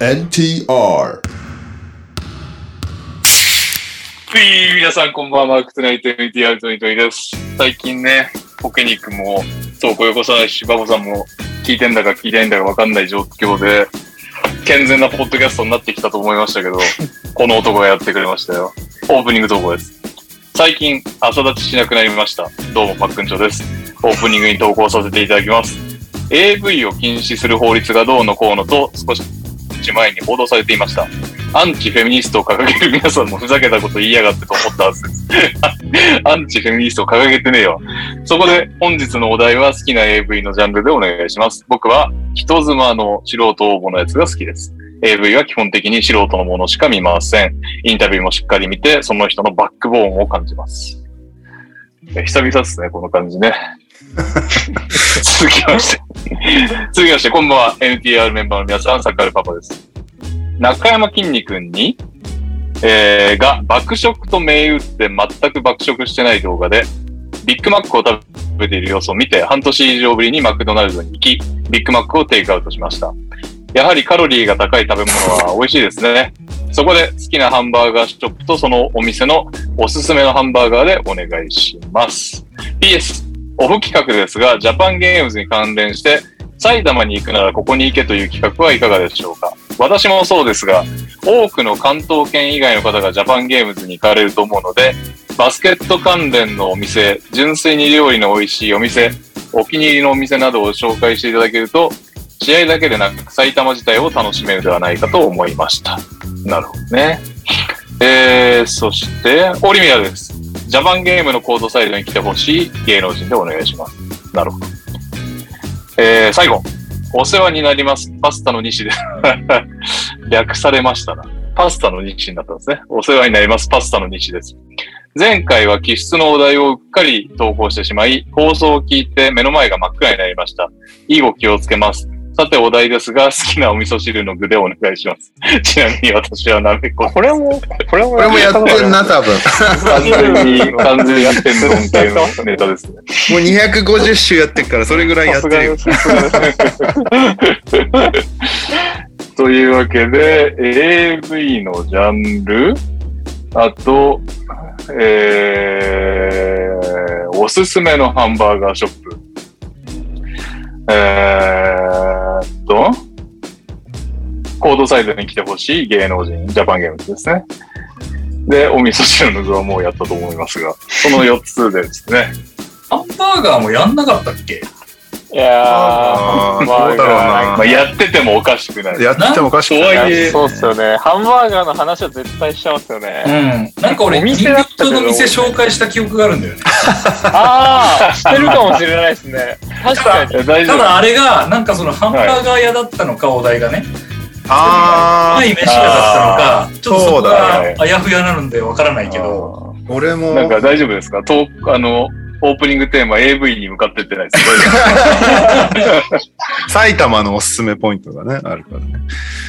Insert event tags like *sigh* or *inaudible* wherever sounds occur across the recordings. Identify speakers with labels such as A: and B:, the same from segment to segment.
A: NTR
B: はい皆さんこんばんは、マークトナイト NTR トニトニです。最近ね、ポケニックも、そう、小横さん、しばこさんも、聞いてんだか聞いてないんだかわかんない状況で、健全なポッドキャストになってきたと思いましたけど、この男がやってくれましたよ。オープニング投稿です。最近、朝立ちしなくなりました。どうも、パックンチョです。オープニングに投稿させていただきます。AV を禁止する法律がどうのこうのと、少し前に報道されていました。アンチフェミニストを掲げる皆さんもふざけたこと言いやがってと思ったはずです。 *laughs* アンチフェミニストを掲げてねえよ。そこで本日のお題は好きな AV のジャンルでお願いします。僕は人妻の素人応募のやつが好きです。AV は基本的に素人のものしか見ません。インタビューもしっかり見て、その人のバックボーンを感じます。え久々ですね、この感じね。 *laughs* 続きまして。続きまして、こんばんは。NTR メンバーの皆さん、サッカールパパです。中山きんに君に、えーが爆食と銘打って全く爆食してない動画で、ビッグマックを食べている様子を見て、半年以上ぶりにマクドナルドに行き、ビッグマックをテイクアウトしました。やはりカロリーが高い食べ物は美味しいですね。そこで好きなハンバーガーショップとそのお店のおすすめのハンバーガーでお願いします。PS、オフ企画ですが、ジャパンゲームズに関連して、埼玉に行くならここに行けという企画はいかがでしょうか私もそうですが、多くの関東圏以外の方がジャパンゲームズに行かれると思うので、バスケット関連のお店、純粋に料理の美味しいお店、お気に入りのお店などを紹介していただけると、試合だけでなく埼玉自体を楽しめるではないかと思いました。なるほどね。えー、そして、オリミラです。ジャパンゲームのコードサイドに来てほしい芸能人でお願いします。なるほど。えー、最後。お世話になります。パスタの西です。 *laughs* 略されましたな。パスタの西になったんですね。お世話になります。パスタの西です。前回は気質のお題をうっかり投稿してしまい、放送を聞いて目の前が真っ暗になりました。以後気をつけます。さてお題ですが、好きなお味噌汁の具でお願いします。 *laughs* ちなみに私はなめこ。
C: これも、これも、
A: これもやってん
C: な。
A: な多 *laughs* 分も
B: 完全に、完全にやってんのみたいなネタですね。
A: う250周やってるからそれぐらいやってるよ
C: さすがです
B: というわけで、AV のジャンル、あと、えー、おすすめのハンバーガーショップ。えーっと、コードサイドに来てほしい芸能人、ジャパンゲームズですね。で、お味噌汁の具はもうやったと思いますが、その4つでですね。
D: ハンバーガーもやんなかったっけ
C: いや
A: あ
C: ー、
A: ー
C: まあ
A: どうだろうな
B: まあ、やっててもおかしくない。
A: やっててもおかしくない
B: とはいえ
C: そうっすよね。ハンバーガーの話は絶対しちゃいますよね。
D: うん。なんか俺、
C: お
D: キン
C: 店
D: グ
C: だったけど
D: の店紹介した記憶があるんだよね。
C: ああ、してるかもしれないですね。確かに。
B: いや大丈
D: た
B: 夫。
D: だあれが、なんかそのハンバーガー屋だったのか、お題がね。
A: あ
D: ない飯屋だったのか、ちょっとそこ
B: そうだね
D: があやふやなのでわからないけど。
B: あ
A: ー俺も
B: ーなんか大丈夫ですかトークあの、オープニングテーマ AV に向かってってないですか大丈夫 *laughs*
A: 埼玉のおすすめポイントがねあるからね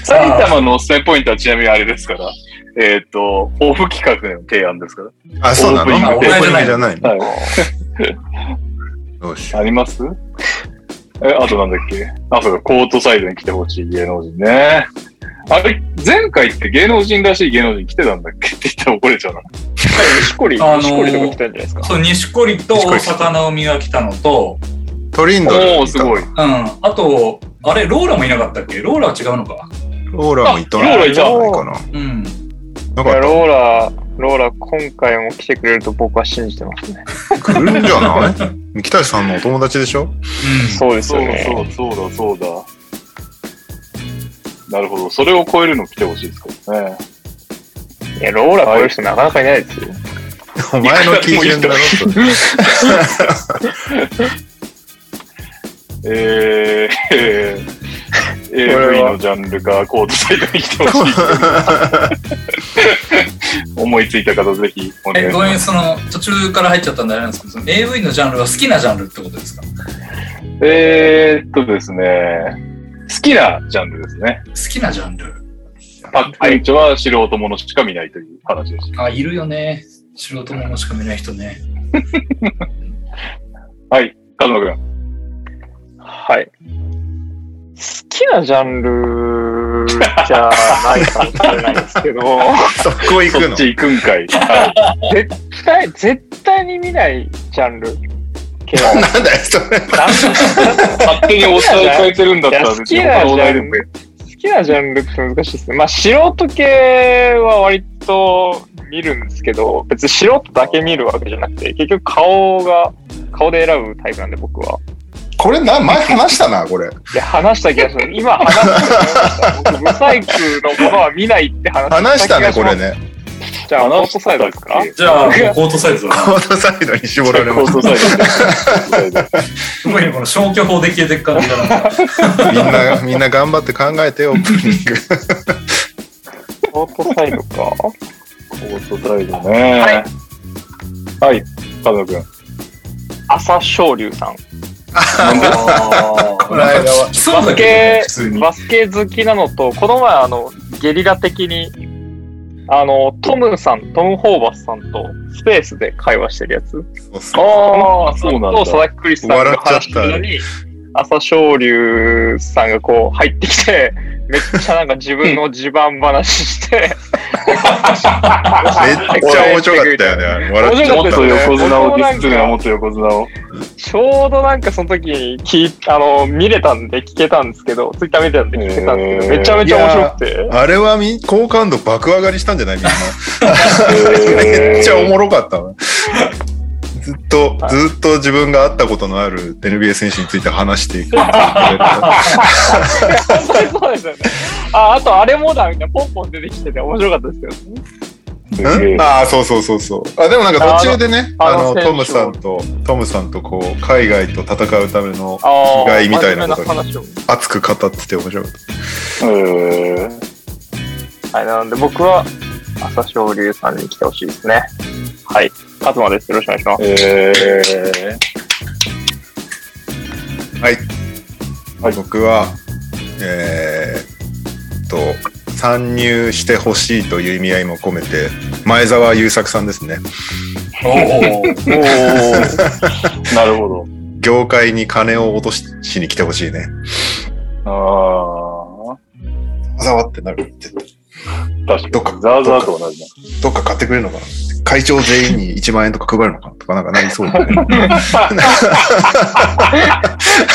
B: 埼玉のおすすめポイントはちなみにあれですから、えっ、と、オフ企画の提案ですか
A: あそうなの
B: オー
D: プニング
A: オープニングじゃない
B: ら。
A: の
B: はい。
A: どうしよ
B: ありますえ、あとなんだっけあ、そうだ、コートサイドに来てほしい芸能人ね。あれ、前回って芸能人らしい芸能人来てたんだっけって言ったら怒れちゃう *laughs* な。
C: しこり、し
D: あのー
C: こりとか来たんじゃないですか。
D: そう、錦織と大阪直美が来たのと、
A: うトリンドル
B: おー、すごい。
D: うん。あと、あれ、ローラもいなかったっけローラは違うのか。
A: ローラもいた
B: あローラい
A: な
B: た
A: いかな
D: うん。
A: ない
C: や、
A: かっ
C: ローラ、ローラ、今回も来てくれると僕は信じてますね。
A: た来るんじゃない三木谷さんのお友達でしょ
D: う
C: そうです
B: そ
C: よ
B: う
C: ね。
B: そう、そうだ、そうだ。なるほど。それを超えるの来てほしいですからね。
C: いや、ローラこういう人なかなかいないですよ。
A: お前の基準だろそれ
B: えー、えー、AV のジャンルがコードサイドに来てほしい。思いついた方、ぜひお
D: ん。え、
B: 願いし
D: ごめ
B: ま
D: ん、
B: す。
D: その、途中から入っちゃったんであれなんですけど、その AV のジャンルは好きなジャンルってことですか
B: えーっとですね、好きなジャンルですね。
D: 好きなジャンル。
B: パックンチョは素人ものしか見ないという話でした。
D: あ、いるよね。素人ものしか見ない人ね。
B: はい、カズマ君。
C: はい。好きなジャンルじゃないかもしれないですけど、
A: そこ行く
B: そっ
A: の
B: ち行くんかい。はい
C: 絶対、絶対に見ないジャ
A: *laughs*
C: ンル系は。
A: *laughs* なんだよ、それ。
B: 勝手にお伝え変えてるんだっ
C: い
B: た
C: や
B: ら、
C: 好き
B: 別に
C: な
B: 他の
C: ジ
B: お題
C: ャ
B: で
C: ン
B: もいい
C: ル、好きなジャンルって難しいですね。まあ、素人系は割と見るんですけど、別に素人だけ見るわけじゃなくて、結局顔が、顔で選ぶタイプなんで僕は。
A: これな、前話したな、これ。
C: で、話した気がする。今話したけど、僕、ブサイクのものは見ないって話
A: 話した
C: 気
A: ね、
C: がし
A: こ
C: ま
A: れ
C: す。
A: ね。
C: じゃあ、ノートサイドですか
D: じゃあ、もうコートサイズだな。
A: コートサイドに絞られま
B: コー *laughs*
A: し
B: トサイドで。
D: 特にこの消去法で消えていく感じがなんか。
A: た。みんな、みんな頑張って考えてよ、オープニング。
C: ノートサイドか。
B: コートサイドね。
C: はい。
B: はい。加藤君。
C: 朝青龍さん。
D: これなんかそうだけどね、普通に。
C: バスケ好きなのと、この前、あの、ゲリラ的に、あの、トムさん、トム・ホーバスさんとスペースで会話してるやつ。
B: ああ、そうなん
C: と、佐
B: だ。
C: 々木クリスさんが話してるのに、朝青龍さんがこう入ってきて、 *laughs* めっちゃなんか自分の地盤話して、
A: めっちゃ面白かったよねあれ。笑っちゃ
B: も
A: っ
B: っと
A: たね。
B: 横綱をディスるな、もっと横綱を。
C: *laughs* ちょうどなんかその時に聞いあの、見れたんで聞けたんですけど、ツイッター見てたんで聞けたんですけ
B: へー
C: ど、めちゃめちゃ面白くて。
A: あれはみ、好感度爆上がりしたんじゃないみんな。めっちゃおもろかったわ。ずっと、ずっと自分が会ったことのある NBA 選手について話していく。
C: そうですよね。あ、あとあれもだみたいな、ポンポン出てきてて面白かったですけどね。
B: すげえ
A: んああ、そうそうそうそう。あでもなんか途中でね、
C: あ
A: あ
C: の
A: の、
C: あの
A: トムさんと、トムさんとこう、海外と戦うための
C: あ
A: 意外みたいなことに
C: 真面目な話を
A: 熱く語ってて面白かっ
B: へー
C: はい、なので僕は朝青龍さんに来てほしいですね。はい、勝間です。よろしくお願いします。
B: え
A: た。はい。
B: はい
A: 僕は、えーっと、参入してほしいという意味合いも込めて、前澤友作さんですね。
D: おー
B: ー、おーなるほ
A: 業界に金を落とししに来てほしいね。
B: ど。あ
A: ざわってなるって。
B: あ、確
A: どっ
B: か
A: か
B: に。ザーザーと同じだ。
A: どっか買ってくれるのかな会長全員に1万円とか配るのかなとかなんかなりそう
B: *laughs*
A: だね。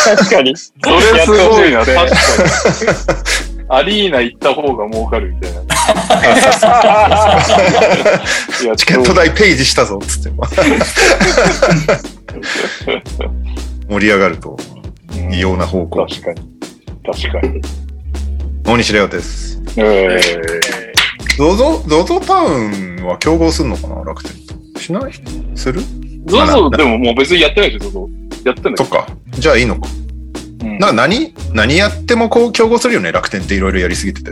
C: 確かに。そ
B: それすごいな、確
C: 確
B: か
C: か
B: に。アリーナ行った方が儲かるみた
A: *laughs*
B: いな。いや
A: チケット代ペイジしたぞっ
B: *laughs*
A: つって。盛り上がると異様な方向。
B: 確かに。確かに。
A: 大西レオです。
B: え
A: ゾゾ、ゾゾタウンは競合するのかな楽天と。しないする
B: ー、ゾゾ、でももう別にやってないでしょ、ゾゾ。やってない
A: そっか。じゃあいいのか。
B: うん
A: なんか何、何やってもこう競合するよね。楽天っていろいろやりすぎてて。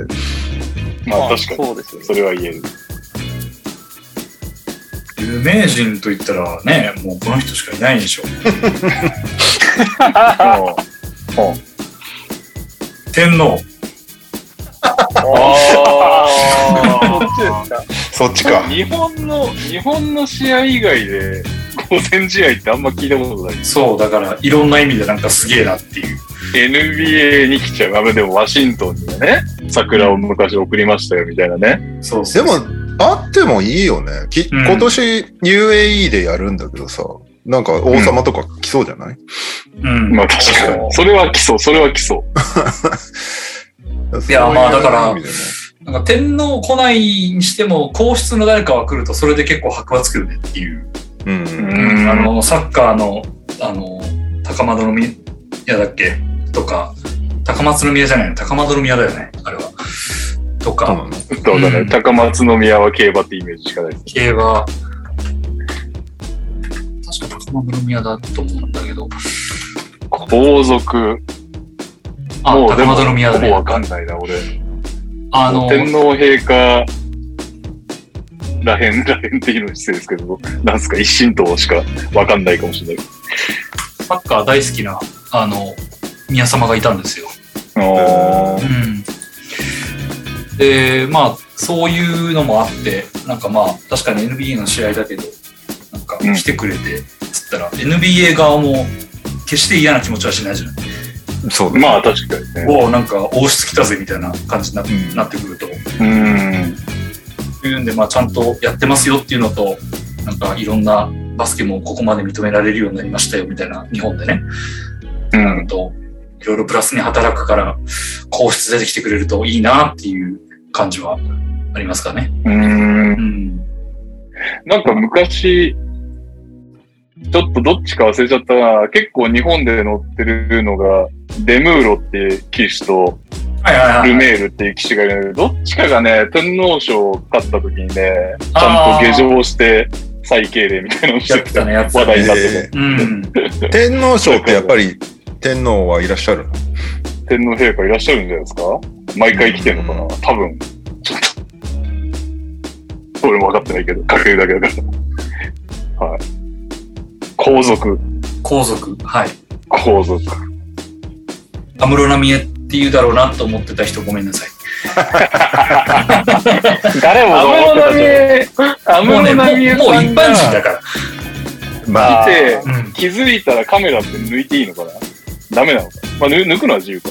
B: まあ確かに。
C: そうですよ
B: それは言える。
D: 有名人と言ったらね、もうこの人しかいないでしょ。
B: あ
D: 天皇。
B: あ
C: そっ
A: そっ
C: ちですか。
A: ちか。
B: 日本の、日本の試合以外で、午前試合ってあんま聞いたことない。
D: そう、だからいろんな意味でなんかすげえなっていう。
B: NBA に来ちゃう。あのでもワシントンにはね、桜を昔送りましたよ、みたいなね。
D: そう
A: で
D: そう
A: も
D: そう、
A: あってもいいよね。き
D: うん
A: 今年 UAE でやるんだけどさ、なんか王様とか来そうじゃない、
D: うん。
B: まあ確かに。それは基礎、それは基礎。
A: い
D: いやまあだから
A: 意味でね
D: なんか天皇来ないにしても、皇室の誰かは来ると、それで結構箔はつくよねっていう。
A: うん。
B: うん
D: あの、サッカーの、あの、高円宮だっけとか、高松宮じゃないの、高円宮だよね、あれは。と
A: そう
D: か、
A: なの
B: どうだね、
D: うん
B: 高松宮は競馬ってイメージしかないです。
D: 競馬、確か高円宮だと思うんだけど、
B: 皇族。
D: あ、
B: もうでも
D: 高円宮だ
B: ほぼわ
D: ね。
B: かんないな、俺。
D: あの、
B: 天皇陛下らへん、らへんっていうの失礼ですけど、なんすか、一神党しかわかんないかもしれない。
D: サッカー大好きな、あの、宮様がいたんですよ。
B: あー
D: うんでまあそういうのもあってなんかまあ確かに NBA の試合だけどなんか
B: うん
D: 来てくれてつったら、NBA 側も決して嫌な気持ちはしないじゃない
A: そうだね。
B: まあ確かにね。
D: おおなんか王室来たぜみたいな感じにな,、
A: うん
D: なってくると
B: うん。
D: いうんで、まあ、ちゃんとやってますよっていうのとなんかいろんなバスケもここまで認められるようになりましたよみたいな日本でね
B: うん。
D: といろいろプラスに働くから皇室出てきてくれるといいなっていう感じはありますかね。
B: うん。
D: うん、
B: なんか昔、ちょっとどっちか忘れちゃったな。結構日本で乗ってるのが、デムーロっていう騎士と、
D: はいはいはい。
B: ルメールっていう騎士がいるんだけど、どっちかがね、天皇賞を勝った時にね、ちゃ
D: あ
B: ん
D: ー
B: と下場して再敬礼みたいなのをし
D: や
B: て
D: って
B: き
D: た
B: た
D: ね、やって
B: 話
D: たね。
B: 題になってて、
A: え
D: うん。
A: ー天皇賞ってやっぱり天皇はいらっしゃるの
B: 天皇陛下いらっしゃるんじゃないですか毎回来てるのかな多分、ちょっと。俺も分かってないけど、かけるだけだから。はい。皇族、
D: 皇族。はい。
B: 皇族。
D: 安室奈美恵って言うだろうなと思ってた人ごめんなさい。
C: 誰も
B: ア
C: が思
B: ム
C: ってた
B: ロナミエ、ア
C: じゃん
B: ム
D: もうね、
B: ロ
D: もう
B: ナミエ
D: もう
B: さ
D: 一
B: ん
D: 般人だ
B: が
D: から。
A: まあ、
B: 見て、
D: うん。
B: 気づいたらカメラって抜いていいのかなダメなのかなまあ、ぬ抜くのは自由か。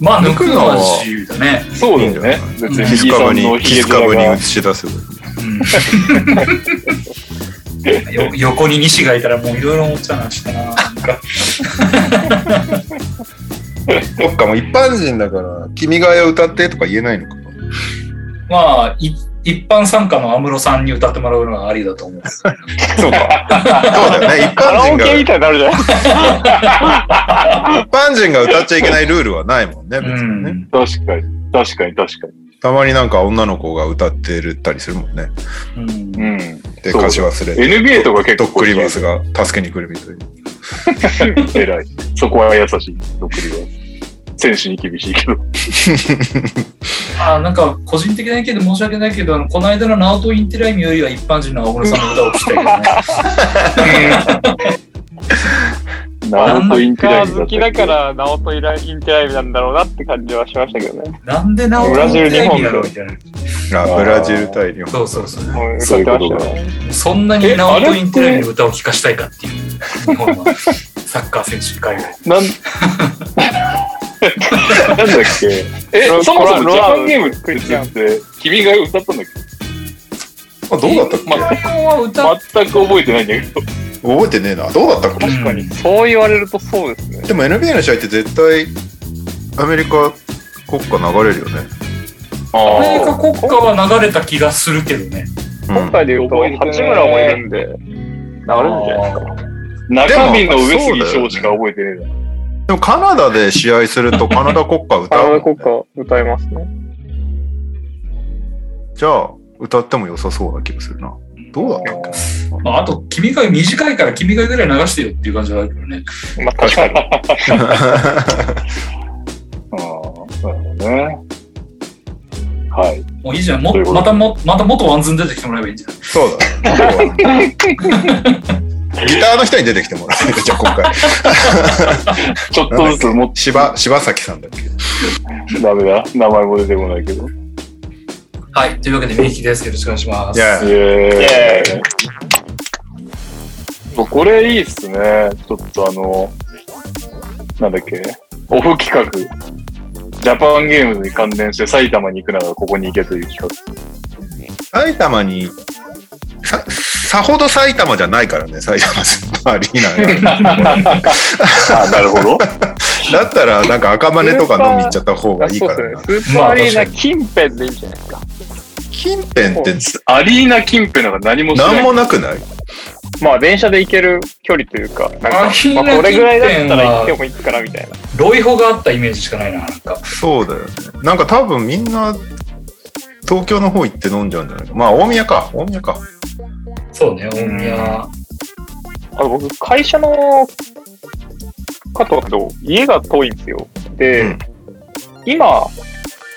D: まあ、抜くのは自由だね。
B: そうだよね。別に
D: いい
A: キ
B: 右
A: ス
B: さ
A: カブ
B: んの
A: に、キ
B: ヒゲ
A: スカブに
B: 面
A: 映
B: が。
A: し出せばいい。
D: うん *laughs* よ横に西がいたらもういろいろ思っちゃうなしたな。なんか
A: そっか、もう一般人だから、君が代を歌ってとか言えないのかな。
D: まあ、い一般参加の安室さんに歌ってもらうのがありだと思う。
A: そうか。
B: *laughs*
A: そうだよね。一
C: カ
A: 般
C: ラ
A: 人
C: オケみ
A: が、
C: たいになる *laughs* じゃん。
A: 一般人が歌っちゃいけないルールはないもんね、別
D: う
A: にね。
D: ん。
B: 確かに、確かに、確かに。
A: たまになんか女の子が歌ってるったりするもんね。
D: うん
B: うん。
A: で、歌詞忘れて。
B: NBA とか結構
A: ドックリバースが助けに来るみたいな。
B: *laughs* 偉い。そこは優しい。ドックリバース。選手に厳しいけど。
D: あなんか個人的な意見で申し訳ないけど、あのこの間のナオト・インテライミよりは一般人の青室さんの歌を聞きたいよね。
B: ナウトインティ
C: サ
B: ラ
C: ッカー好きだから、ナオトイラインテライブなんだろうなって感じはしましたけどね。
D: なんでナオト・インテライミだろうみたいな。
A: あ、ブラジル対日本。
D: そうそうそう。
C: もう
B: そ
C: 歌
B: うい
C: っ
B: うこと
C: てま
B: か
C: したよね。
D: そんなにナオト・インテライミの歌を聞かしたいかっていう、日本はサッカー選手海外。
B: なん、なんだっけ。え、
C: ロ
B: そもそも
C: ロ
B: ジャ
C: ラ
B: パ
C: ロ
B: ンゲームって *laughs* って、君が歌ったんだっけ
A: あどうだったっけ
D: インテライミは歌っ
B: 全く覚えてないんだけど。
A: 覚えてねえな。どうだったかな
C: 確かに、そう言われるとそうですね。
A: でも NBA の試合って絶対、アメリカ国歌流れるよね。
D: アメリカ国歌は流れた気がするけどね。
A: うん
C: 今回で言うと、
B: 覚えてない
C: 八村もいるんで、なるんじゃないですか。
B: 中身の上杉翔しか覚えてねえな。
A: でもカナダで試合するとカナダ国歌歌
C: カ
A: うも
C: ナ
A: ん
C: ダ
A: ね、
C: 国歌歌いますね。
A: じゃあ、歌っても良さそうな気がするな。どうだったっ
D: まあ、あと、君が短いから君がぐらい流してよっていう感じはあるけどね。
C: まあ、確か
A: け
C: に。
B: ああ、なるほどね。はい。
D: もういいじゃん。も
B: そういうこと
D: またも、また元ワンズン出てきてもらえばいいんじゃない
A: そうだ *laughs* ね。ギターの人に出てきてもらって、じゃあ今回。
B: ちょっとずつもっ
A: 柴柴崎さんだっけ
B: とダメだ。名前も出てこないけど。イ
D: はい。というわけで、ミキです。よろしくお願いします。
A: いや
B: エーイ。これいいっすね。ちょっとあの、なんだっけ。オフ企画。ジャパンゲームズに関連して埼玉に行くならここに行けという企
A: 埼玉に、さ、さほど埼玉じゃないからね、埼玉スーパーアリー *laughs* ナ。
B: 画。あなるほど。
A: だったら、なんか赤羽とか飲み行っちゃった方がいい
C: そ
A: か
C: う
A: らな。
C: ですね。スーパーアリーナ近辺でいいんじゃないですか。
A: 近辺って
B: *laughs* アリーナ近辺なんか何もしない。
A: 何もなくない
C: まあ、電車で行ける距離というか、なんか、
D: アリーナ
C: まあ、これぐらいだったら行って
D: 近辺は
C: もいいかなみたいな。
D: ロイホがあったイメージしかないな、なんか。
A: そうだよね。なんか多分みんな、東京の方行って飲んじゃうんじゃないか。まあ、大宮か。大宮か。
D: そうね、大宮。
C: あの僕、会社のかとと家が遠いんですよ。で、
A: うん
C: 今、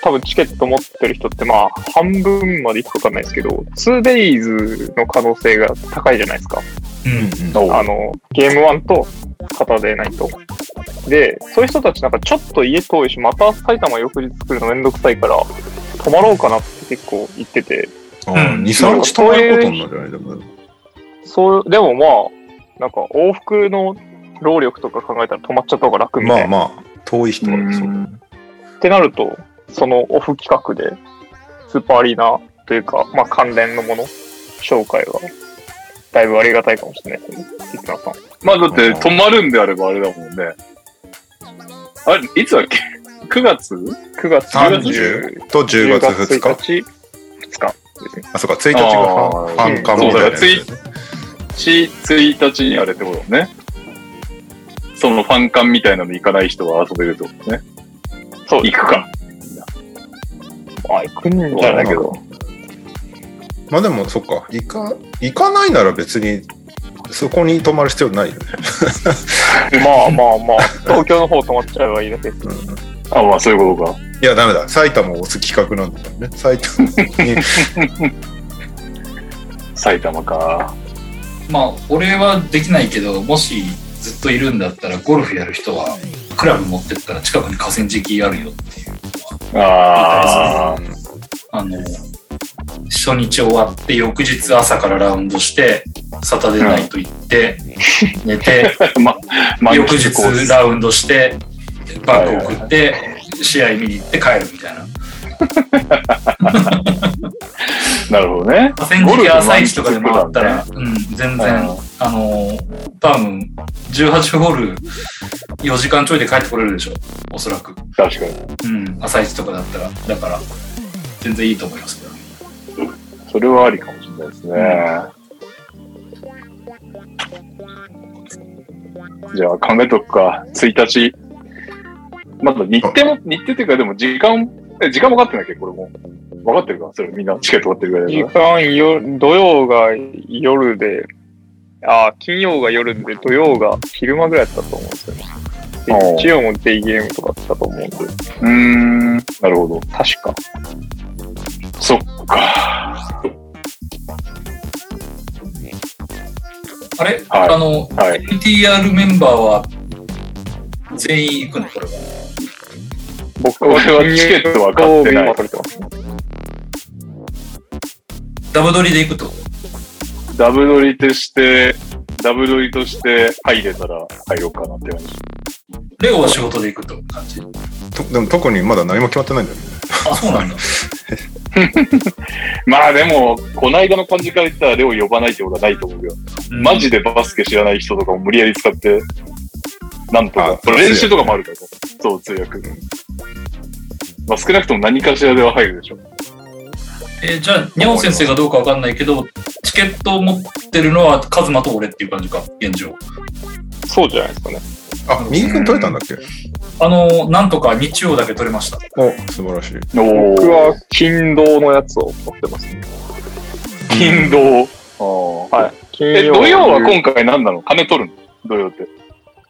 C: 多分チケット持ってる人って、まあ、半分までいくかわかんないですけど、2days の可能性が高いじゃないですか。
D: う
A: うん
D: ん。
A: うん。
C: あの、ゲーム1と、片でないと。で、そういう人たちなんかちょっと家遠いし、また埼玉翌日来るのめんどくさいから、泊まろうかなって結構言ってて、
A: あー
D: うん
A: 2、3日泊まることになるよね、でも。
C: そう、でもまあ、なんか往復の労力とか考えたら泊まっちゃった方が楽みたい
A: ま
C: な
A: あまあ、遠い人はそうだね
B: うん。
C: ってなると、そのオフ企画で、スーパーアリーナというか、まあ関連のもの、紹介は、だいぶありがたいかもしれないですね。リスナーさん。
B: まあだって、止まるんであればあれだもんね。あれ、いつだっけ ?9 月
C: 9月
A: 30と10月2日。
C: 日。2日。
A: あ、そうか、1日が
B: あー
A: 半半
B: そう
A: 間みたい
B: だから
A: な
B: ツイ
A: やつ。
B: 1日にあれってことだね。そのファン館みたいなの行かない人は遊べるってことね。
C: そう
B: 行くか。
C: あ、行くんじゃないけど。
A: まあでも、そっか、行か、行かないなら別に、そこに泊まる必要ないよね。
C: まあまあまあ、東京の方泊まっちゃえばいいだけです。
A: うん
B: あ、まあそういうことか。
A: いや、ダメだ。埼玉を押す企画なんだからね。埼玉に。
B: 埼玉か。
D: まあ、俺はできないけど、もしずっといるんだったら、ゴルフやる人は、クラブ持ってったら近くに河川敷あるよっていう。
B: *laughs* ああ。
D: あの、初日終わって、翌日朝からラウンドして、サタデーナイト行って、寝 *laughs* て、
B: *laughs* ま、ま
D: 翌日ラウンドして、バッグ送って、試合見に行って帰るみたいな。
B: なるほどね。
D: 河川敷朝一とかで回ったら、うん、全然、
B: うん
D: あのー、多分、18ホール、4時間ちょいで帰ってこれるでしょ。おそらく。
B: 確かに。
D: うん、朝一とかだったら。だから、全然いいと思いますけど。
B: それはありかもしれないですね。じゃあ考えとくか。1日。まだ日程も、日程っていうか、でも時間、え時間分かってないっけこれも。分かってるかそれみんなチケット買ってるぐらい
C: 時
B: だか
C: 間よ、土曜が夜で、あ、金曜が夜で、土曜が昼間ぐらいだったと思うんですよね。で
B: おう
C: 日曜もデイゲームとかだったと思うんで、
B: ら。うーん。なるほど。
C: 確か。
B: そっか。
D: あれ、
B: はい
D: あの、
B: はい。
D: NTR メンバーは、全員行くのこれは。
C: 僕
B: 俺はチケットは買ってない
C: 金曜日は取れてますね
D: ダブドリで行くと。
B: ダブドリとして、ダブドリとして入れたら入ろうかなって感じ。
D: レオは仕事で行くと。感じ。
A: とでも特にまだ何も決まってないんだよね。
D: あ、そうなんだ。
B: まあでも、この間の感じから言ったらレオ呼ばないってことはないと思うけど。マジでバスケ知らない人とかを無理やり使って、なんとか
A: あ。
B: 練習とかもあるから。そう、通訳。まあ少なくとも何かしらでは入るでしょ。
D: えーじゃあ、にゃお先生がどうかわかんないけど、チケットを持ってるのはカズマと俺っていう感じか、現状。
C: そうじゃないですかね。
A: あ、右君取れたんだっけ
D: あのー、なんとか日曜だけ取れました。
A: お、素晴らしい。
B: お
C: 僕は金土のやつを持ってますね。
B: 金土。
C: はい。金
B: え、
C: 曜
B: 土曜は今回何なの金取るの土曜って。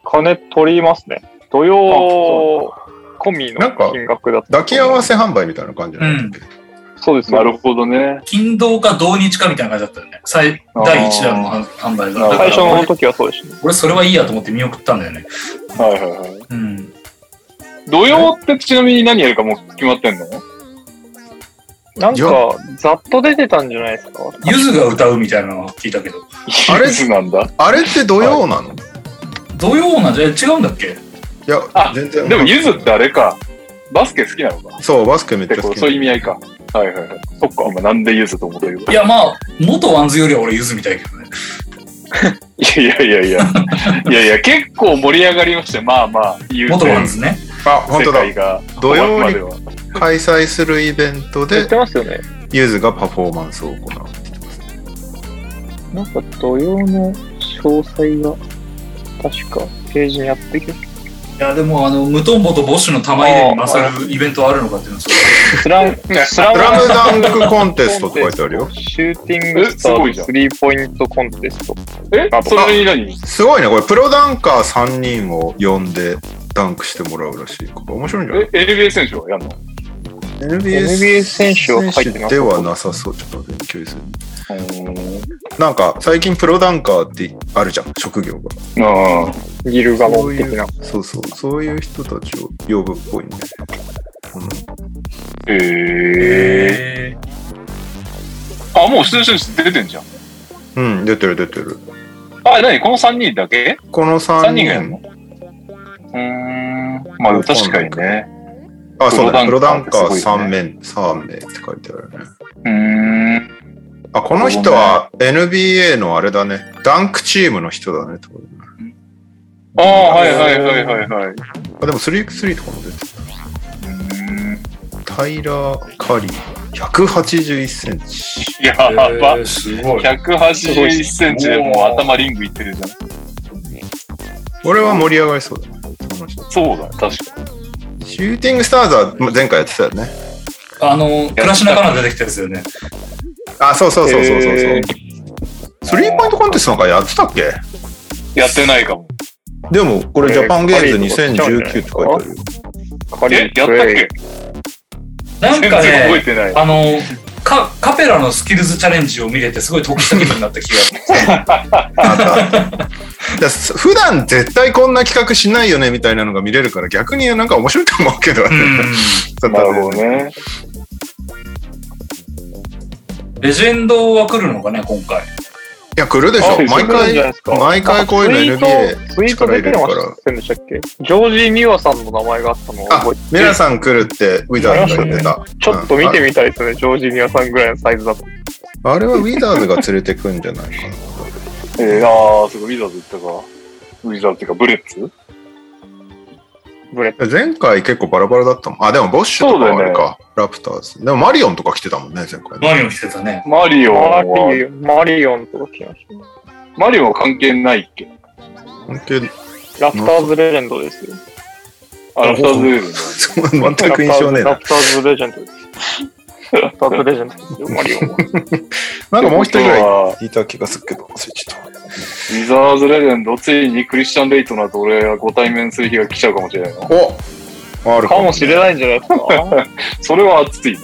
C: 金取りますね。土曜込みの
A: なんか
C: 金額だった。
A: 抱き合わせ販売みたいな感じじゃなかったっけ
C: そうです、
B: なるほどね。
D: 金土か同日かみたいな感じだったよね。最
B: あー
D: 第1弾の販販売が。だか
C: 最
D: ら
C: 初の
D: 俺
C: 時はそうでしたね。
D: 俺それはいいやと思って見送ったんだよね。
B: はいはいはい。
D: うん。
B: 土曜ってちなみに何やるかもう決まってんの
C: なんか、ざっと出てたんじゃないですか。
D: ゆずが歌うみたいなのは聞いたけど。
A: あれ
B: いつなんだ。
A: あれって土曜なの、い、
D: 土曜なんじゃ、え違うんだっけ
A: や
B: あ、
A: 全然。
B: でもゆずってあれか。バスケ好きなのか。
A: そう、バスケめっちゃ
B: 結
A: 好
B: 構
A: き
B: そういう意味合
A: い。
B: いか。はいはいはい。そっか。今なんでゆずと思ったけど。
D: いや、まあ、元ワンズよりは俺ゆずみたいけどね。
B: いやいやいやい
D: *laughs*
B: や。いやいや、結構盛り上がりましたよ。まあまあ、言う
D: 元
B: て
D: ワンズね。
A: あ、本
B: 世
A: 当だ。
B: 界が
A: 土曜に
B: 終わるまでは
A: 開催するイベント
C: 言っ
A: で
C: て、ますよね。
A: ゆずがパフォーマンスを行うって言ってます。
C: なんか土曜の詳細が、確かページにやってきて、
D: いや、でも、あの、ムトンボとボッシュの玉入れに勝るイベントはあるのかっていうのは、
C: ス
A: *laughs*
C: ラン、スラ
A: ス
C: ム
A: ラムダンクコンテストって書いてあるよ。
C: シューティングスタ
B: えすごい
C: ー
B: じ
C: ト
B: ゃん
C: スリーポイントコンテスト。
B: えそれに何
A: すごいね、これ、プロダンカー3人を呼んで、ダンクしてもらうらしい。これ面白いんじゃない
B: え、NBA 選手はやんの
A: NBA,
C: NBA 選手は書いてます
A: ではなさそう。ちょっと待って、共有する。
B: う
A: なんか、最近プロダンカーってあるじゃん、職業が。
B: ん。あ
C: ギルガモ
A: そ
C: ン
A: う
C: 的
A: いう
C: な。、
A: そうそう、そういう人たちを呼ぶっぽいんで。うん
B: あ。へえ。
D: えー
B: あ、もう出場選手出てんじゃん。
A: うん、出てる出てる。
B: あ、何この3人だけ
A: この3
B: ?3
A: 人
B: 人がやんのうーん。まあ確かにね。
A: あ、そうだ、ね。黒
B: 黒ダ
A: ダ
B: ン
A: ン
B: カー
A: カ
B: って
A: ー
B: すごい
A: 3
B: ね
A: 面、3名って書いてあるね。
B: うーん。
A: あ、この人は NBA のあれだね。ダンクチームの人だね。多分ね
B: ああ、はいはいはいはいはい。う
A: あでも 3x3 とかも出て
B: ーん
A: た。タイラー・カリー、181センチ。
B: やば
D: え。ーすごい。
B: 181センチでもう頭リングいってるじゃん。
A: これは盛り上がりそうだね。この人
B: そうだ、確か
A: シューティングスターズは前回やってたよね。
D: あの、暮らしながら出てきたやつよね。
A: あ、そうそうそうそうそうそう。
B: へ
A: スリーポイントコンテストなんかやってたっけ
B: に。やってないかも。
A: でも、これジャパンゲームズ
C: えー
A: 2019って書いてあるよ。
C: カ
B: え、やったっけ
D: なん
B: 全然
D: か
B: 覚え
D: ね、
B: てない。
D: あの、カカペラのスキルズチャレンジを見れてすごい得した気分になった気がする。
A: あった *laughs* あっただから普段絶対こんな企画しないよねみたいなのが見れるから逆になんか面白いと思うけど、
D: うん。
A: そう
B: な
A: だ
B: る
A: ね
B: ほどね。
D: レジェンドは来るのかね、今回。
A: いや、来るでし
C: あ
A: ょ。
C: そう
A: 毎
C: そうじゃな
A: 回
C: いですか、
A: 毎回こういうの NBA。
C: ツイー
A: 力入
C: ト出
A: れ
C: て
A: るか
C: ま
A: ら
C: せんでしたっけジョージ・ミワさんの名前があったのを
A: あ
C: 覚え、
A: メラさん来るってウィザーズが言ってた。
C: ちょっと見てみたいですね、ジョージ・ミワさんぐらいのサイズだと。
A: ああれはウィザーズが連れてくんじゃないかな。
B: えー、ああ、すごい、ウィザーズ行ったか。ウィザーズっていうか、ブレッツ
C: ブレッ
A: *laughs* 前回結構バラバラだったもん。あ、でもボッシュとかはあれか。ラプターズ。でもマリオンとか来てたもんね、前回ね。
D: マリオン来てたね。
B: マリオン
C: マ
B: は、
C: リオン、マリオンとか来まし
B: マリオンは関係ないっけ
A: 本当に *laughs*
C: た。ラプターズレジェンドですよ。
B: あラプターズレール
A: そう全く印象ねえ
C: ラ
A: な。
C: プターズレジェンドです。ラプターズレジェンドですよ、マリオンは。
A: なんかもう一人ぐらい
B: は、
A: いた気がするけど、忘れちゃった。
B: ウィザーズレジェンド、ついにクリスチャン・レイトナーと俺がご対面する日が来ちゃうかもしれないな。
A: おある
C: かもしれ
A: い。
C: ないんじゃないですか。
B: それは熱いな。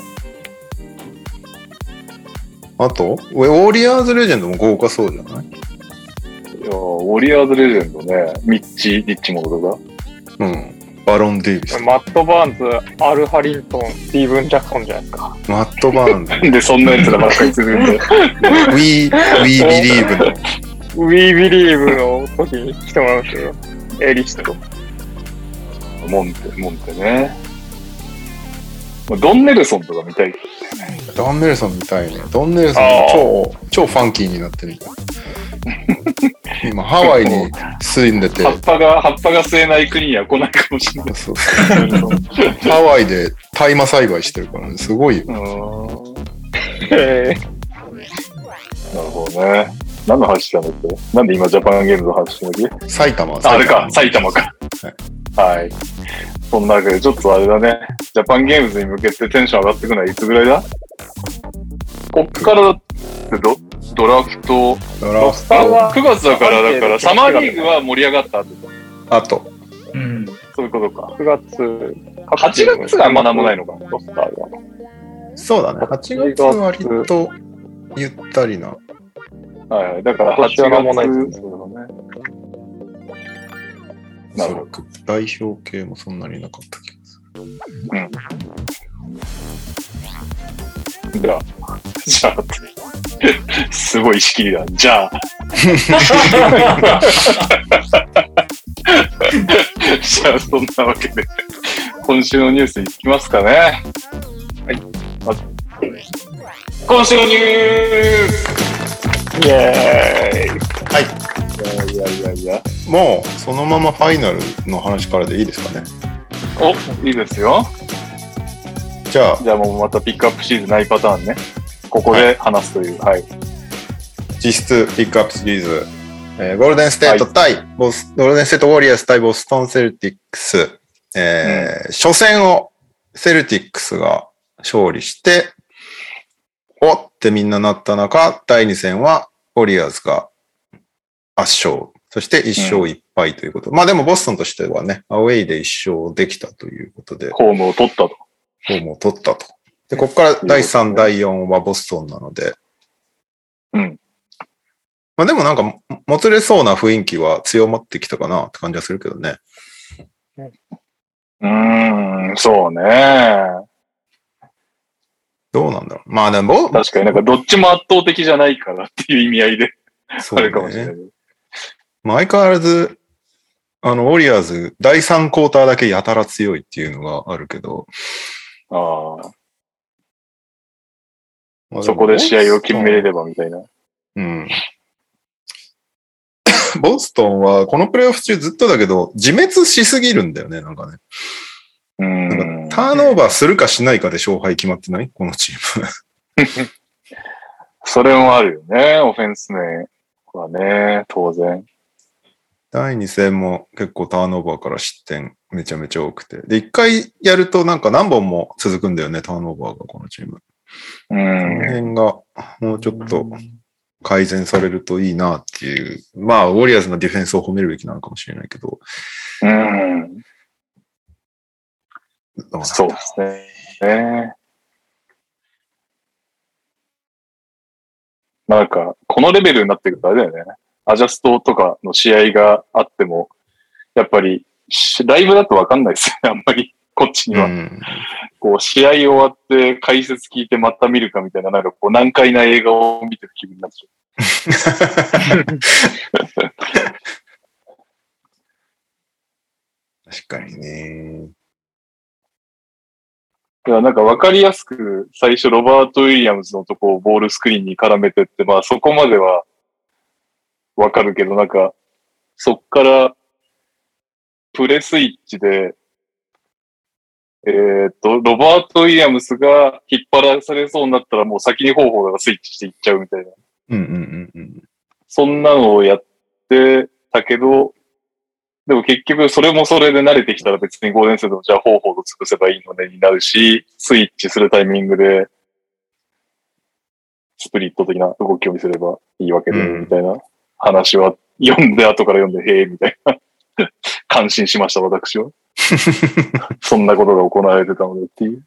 A: あと、ウォリアーズレジェンドも豪華そうじゃない
B: いやーウォリアーズレジェンドね、ミッチ、リッチモードが。
A: うん。バロン・デイビス。
C: マット・バーンズ、アル・ハリントン、スティーブン・ジャクソンじゃないですか。
A: マット・バーンズ。 *laughs*
B: で、そんなやつらばっかりするんで。
A: We, We Believe の。
C: ウィー・ビリーブの時に来てもらうんですよ。エリスト。
B: モンテ、モンテね。まあドンネルソンとか見たい。
A: ドン・ネルソンみたいね。ドン・ネルソンが超、超ファンキーになってる。
B: *laughs*
A: 今、ハワイに住んでて、
B: 葉っぱが、葉っぱが吸えない国には来ないかも *laughs* しれない。
A: そうハワイで大麻栽培してるからね、すごいよ。
B: うーん。
C: えー
B: なるほどね。何の話してたんだっけなんで今ジャパンゲームズの話してんだっ
A: 埼玉。
B: けああれか、埼玉か。はい。そんなわけで、ちょっとあれだね。ジャパンゲームズに向けてテンション上がってくのはいつぐらいだこっからだってど、ドラフト、
A: だから
B: あ9月だから、だから、サマーリーグは盛り上がった後だ。
A: あと、
D: うん。
B: そういうことか。
C: 9月、
B: 8月がまだもないのか。
C: ロスターが。
A: そうだね。8月は割とゆったりな。
B: はいはい。だから8
C: 今
B: 月
C: 年は何もないです
B: そうだね
A: な
B: なる
A: るほ
B: ほ
A: ど。代表系もそんなになかった気がす
B: じゃあ、じゃあ、 *laughs* すごい仕切りだ。じゃあ。 *laughs* じゃあ、そんなわけで、今週のニュースいきますかね。はい。ま今週のニュースい
C: イエーイ。
B: やいやいやいや。
A: る。もう、そのままファイナルの話からでいいですかね。
B: お、いいですよ。
A: じゃあ、
B: じゃあもうまたピックアップシーズンないパターンね。ここで話すという。はい。
A: 実質ピックアップシリーズ、えーゴールデンステート対、ボス、ゴールデンステートウォリアーズ対ボストンセルティックス、えー初戦をセルティックスが勝利して、おってみんななった中、第2戦はウォリアーズが圧勝、そして1勝1敗ということ。まあでもボストンとしてはね、アウェイで1勝できたということで、
B: ホームを取ったと。
A: ホームを取ったと。で、ここから第3、第4はボストンなので。
B: うん。
A: まあでもなんかも、もつれそうな雰囲気は強まってきたかなって感じはするけどね。
B: うーん、そうね。
A: どうなんだろう。まあでも、
B: 確かになんかどっちも圧倒的じゃないからっていう意味合いで
A: そ
B: あ
A: うね
B: るかもしれない。
A: まあ相変わらず、あの、ウォリアーズ、第3クォーターだけやたら強いっていうのがあるけど、
B: ああ、
A: まあ
B: そこで試合を決めれ
A: る。
B: ればみたいな。
A: うん。 *coughs* ボストンは、このプレイオフ中ずっとだけど、自滅しすぎるんだよね、なんかね。
B: うん
A: なんかターンオーバーするかしないかで勝敗決まってないこのチーム。 *laughs*
B: それもあるよね、オフェンス面はね、当然。
A: 第2戦も結構ターンオーバーから失点めちゃめちゃ多くて。で、1回やるとなんか何本も続くんだよね、ターンオーバーがこのチーム。
B: う
A: こ
B: ん
A: の。辺がもうちょっと改善されるといいなっていう。まあ、ウォリアーズのディフェンスを褒めるべきなのかもしれないけど。
B: うん。
A: どうなんだ
B: そうですね。ねなんか、このレベルになってくるとあれだよね。アジャストとかの試合があっても、やっぱり、しライブだとわかんないですね、あ *laughs* んまり。こっちには。
A: うん
B: こう、試合終わって解説聞いてまた見るかみたいな、なんかこう、難解な映画を見てる気分になっちゃ
A: *laughs* 確かにね。
B: う。だからなんかわかりやすく、最初ロバート・ウィリアムズのとこをボールスクリーンに絡めてって、まあそこまではわかるけど、なんか、そっから、プレスイッチで、えーっと、ロバート・ウィリアムスが引っ張らされそうになったらもう先に方法がスイッチしていっちゃうみたいな。
A: うんうんうんうん。
B: そんなのをやってたけど、でも結局それもそれで慣れてきたら別にゴールデンステートもじゃあ方法と尽くせばいいのでになるし、スイッチするタイミングで、スプリット的な動きを見せればいいわけで、
A: うん
B: みたいな話は読んで、後から読んで、へえ、みたいな。 *laughs* 感心しました、
A: *laughs*
B: 私は。そんなことが行われてたのでっていう。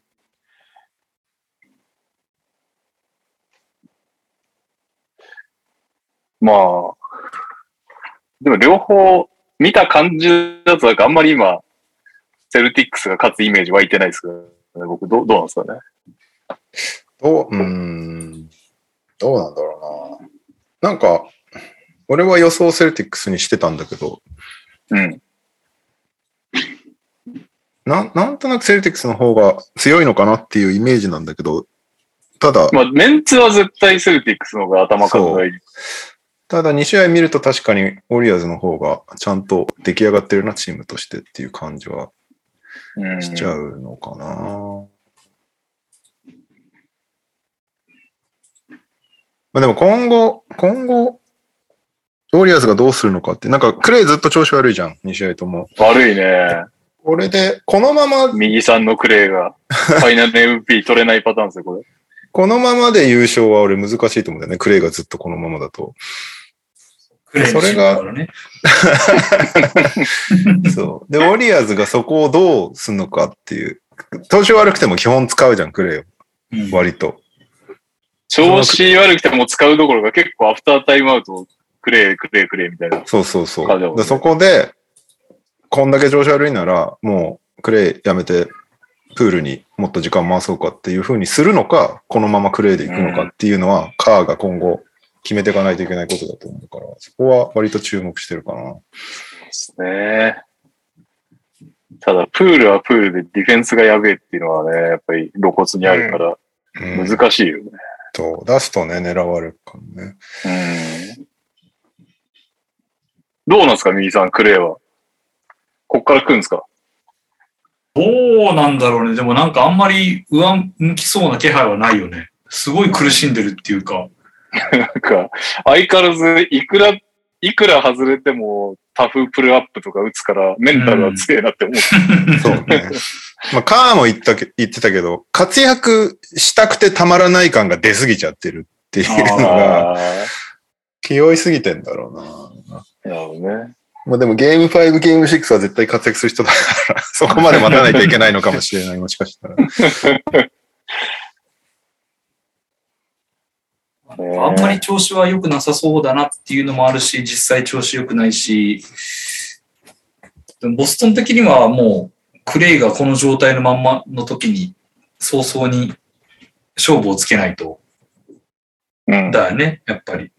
B: まあ、でも両方見た感じだと、なんかあんまり今、セルティックスが勝つイメージ湧いてないですけど、ね、僕どう、どうなんですかね。
A: どう、うーん。どうなんだろうな。なんか、俺は予想セルティックスにしてたんだけど、
B: うん。
A: なんなんとなくセルティックスの方が強いのかなっていうイメージなんだけど、ただ、
B: まあ、メンツは絶対セルティックスの方が頭数がいい。
A: ただ2試合見ると確かにウォリアーズの方がちゃんと出来上がってるな、チームとしてっていう感じは
B: うん
A: しちゃうのかな。まあ、でも今後、今後、ウォリアーズがどうするのかって、なんかクレイずっと調子悪いじゃん、2試合とも。
B: 悪いね。
A: これで、このまま、
B: 右さんのクレイが、ファイナル MP 取れないパターンですよ、これ。
A: このままで優勝は俺難しいと思うんだよね、クレイがずっとこのままだと。
D: クレイジー
A: それが
D: だからね。
A: そう。で、ウォリアーズがそこをどうすんのかっていう。調子悪くても基本使うじゃん、クレイを。
D: うん
A: 割と。
B: 調子悪くても使うどころが結構アフタータイムアウト、クレイ、クレイ、クレイみたいな。
A: そうそうそう。
B: あでもね
A: でそこで、こんだけ調子悪いなら、もうクレイやめて、プールにもっと時間回そうかっていう風にするのか、このままクレイで行くのかっていうのは、カーが今後決めていかないといけないことだと思うから、そこは割と注目してるかな。
B: ですね。ただ、プールはプールでディフェンスがやべえっていうのはね、やっぱり露骨にあるから、
A: うん、
B: 難しいよね。
A: と出すとね、狙われるからね。
B: うん。どうなんですか、右さん、クレイは。こっから来るんですか
D: どうなんだろうね。でもなんかあんまり上向きそうな気配はないよね。すごい苦しんでるっていうか。
B: なんか、相変わらず、いくら、いくら外れても、タフプルアップとか打つから、メンタルは強いなって思う。
A: そう
B: *laughs*
A: ね。まあ、カーも言ったけ言ってたけど、活躍したくてたまらない感が出すぎちゃってるっていうのが、
B: あ
A: 気負いすぎてんだろうな。
B: あ、なるほどね。
A: まあでもゲーム5、ゲーム6は絶対活躍する人だから、 *laughs* そこまで待たないといけないのかもしれない、もしかしたら。
B: ね
D: あんまり調子は良くなさそうだなっていうのもあるし、実際調子良くないし、でもボストン的にはもう、クレイがこの状態のまんまの時に、早々に勝負をつけないと。
B: うん。
D: だよね、やっぱり。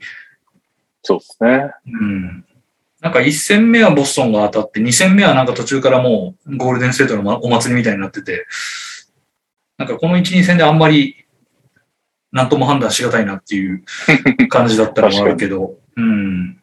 B: そうですね。
D: うん。なんか1戦目はボストンが当たって、2戦目はなんか途中からもうゴールデンステートのまお祭りみたいになってて、なんかこの1、2戦であんまりなんとも判断しがたいなっていう感じだったのもあるけど、うん。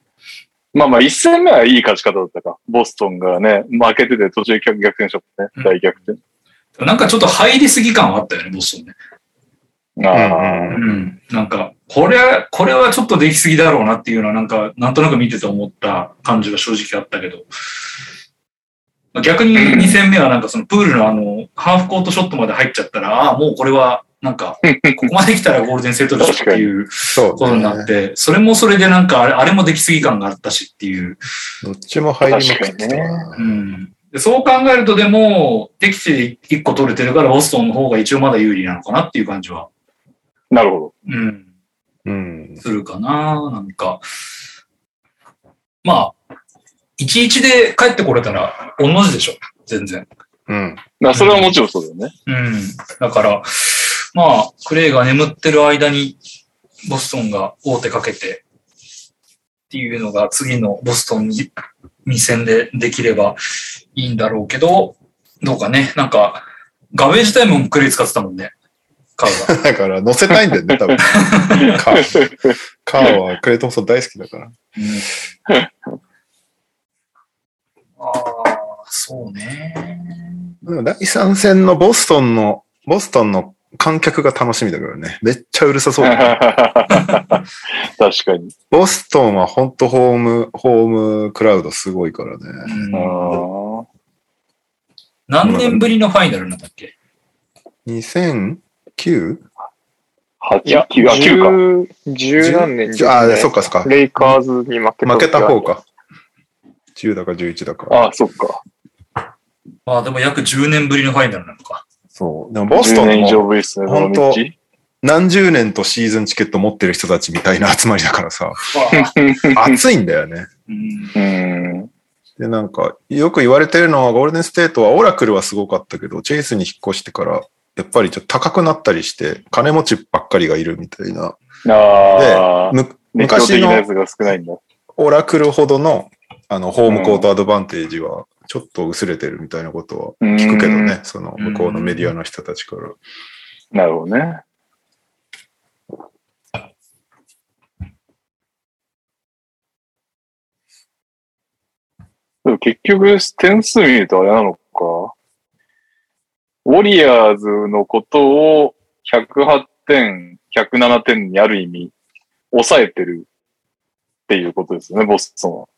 B: まあまあ、一戦目はいい勝ち方だったか。ボストンがね、負けてて途中逆転しちゃったね
D: うん。
B: 大逆転。
D: なんかちょっと入りすぎ感はあったよね、ボストンね。
B: ああ。
D: うん。なんか、これは、これはちょっとできすぎだろうなっていうのは、なんか、なんとなく見てて思った感じが正直あったけど。まあ逆に2戦目はなんかそのプールのあの、ハーフコートショットまで入っちゃったら、ああ、もうこれは、なんか、ここまで来たらゴールデンセットでしょっていう
A: そう
D: ことにな
A: だ
D: っ
A: ね。
D: て、それもそれでなんかあれ、あれもできすぎ感があったしっていう。
A: どっちも入りまくってた
B: 確かに
A: な。
D: うん。でそう考えるとでも、敵地で1個取れてるから、ボストンの方が一応まだ有利なのかなっていう感じは。
B: なるほど。
D: うん。
A: うん。
D: するかな、なんか。まあ、11で帰ってこれたら、同じでしょ、全然。
A: うん。
B: まあ、それはもちろんそうだよね。
D: うん。だから、まあ、クレイが眠ってる間に、ボストンが大手かけて、っていうのが次のボストンに2戦でできればいいんだろうけど、どうかね、なんか、ガベージタイムもクレイ使ってたもんね、カウが。
A: だから、乗せたいんだよね、
C: *laughs*
A: 多分。カー、カーはクレイトンソン大好きだから。
D: ああ、そうね。
A: でも第3戦のボストンの、ボストンの観客が楽しみだからね。めっちゃうるさそう。
B: *laughs* 確かに。
A: ボストンは本当ホーム、ホームクラウドすごいから
D: う
A: ね。
D: ん
B: あー
D: 何年ぶりのファイナルなんだっけ
A: 2009?
C: いや
B: 8、、9、あ、9か。
C: 十、十何年
A: ああ、そ
C: っ
A: っかそっか。
C: レイカーズに負けた。
A: 負けた方。か。10だか11だか。
B: ああ、そっか。
D: まあでも約10年ぶりのファイナルなのか。
A: そう。でもボスト
B: 10
A: ン
B: 年以上
A: も
B: ぶりですね、こ
A: 本
B: の
A: 当
B: 道。
A: 何十年とシーズンチケット持ってる人たちみたいな集まりだから *laughs* さ、熱いんだよね。
D: うん
B: うん。
A: で、なんか、よく言われてるのは、ゴールデンステートはオラクルはすごかったけど、チェイスに引っ越してから、やっぱりちょっと高くなったりして、金持ちばっかりがいるみたいな。
B: ああ、
A: む
B: 熱狂
A: 昔
B: 的なや
A: の
B: つが少ないんだ。
A: オラクルほどの、あの、ホームコートアドバンテージは、ちょっと薄れてるみたいなことは聞
B: 聞
A: くけどね、。その向こうのメディアの人たちから。
B: なるほどね。でも結局、点数見るとあれなのか。ウォリアーズのことを108点、107点にある意味、抑えてるっていうことですよね、ボストンは。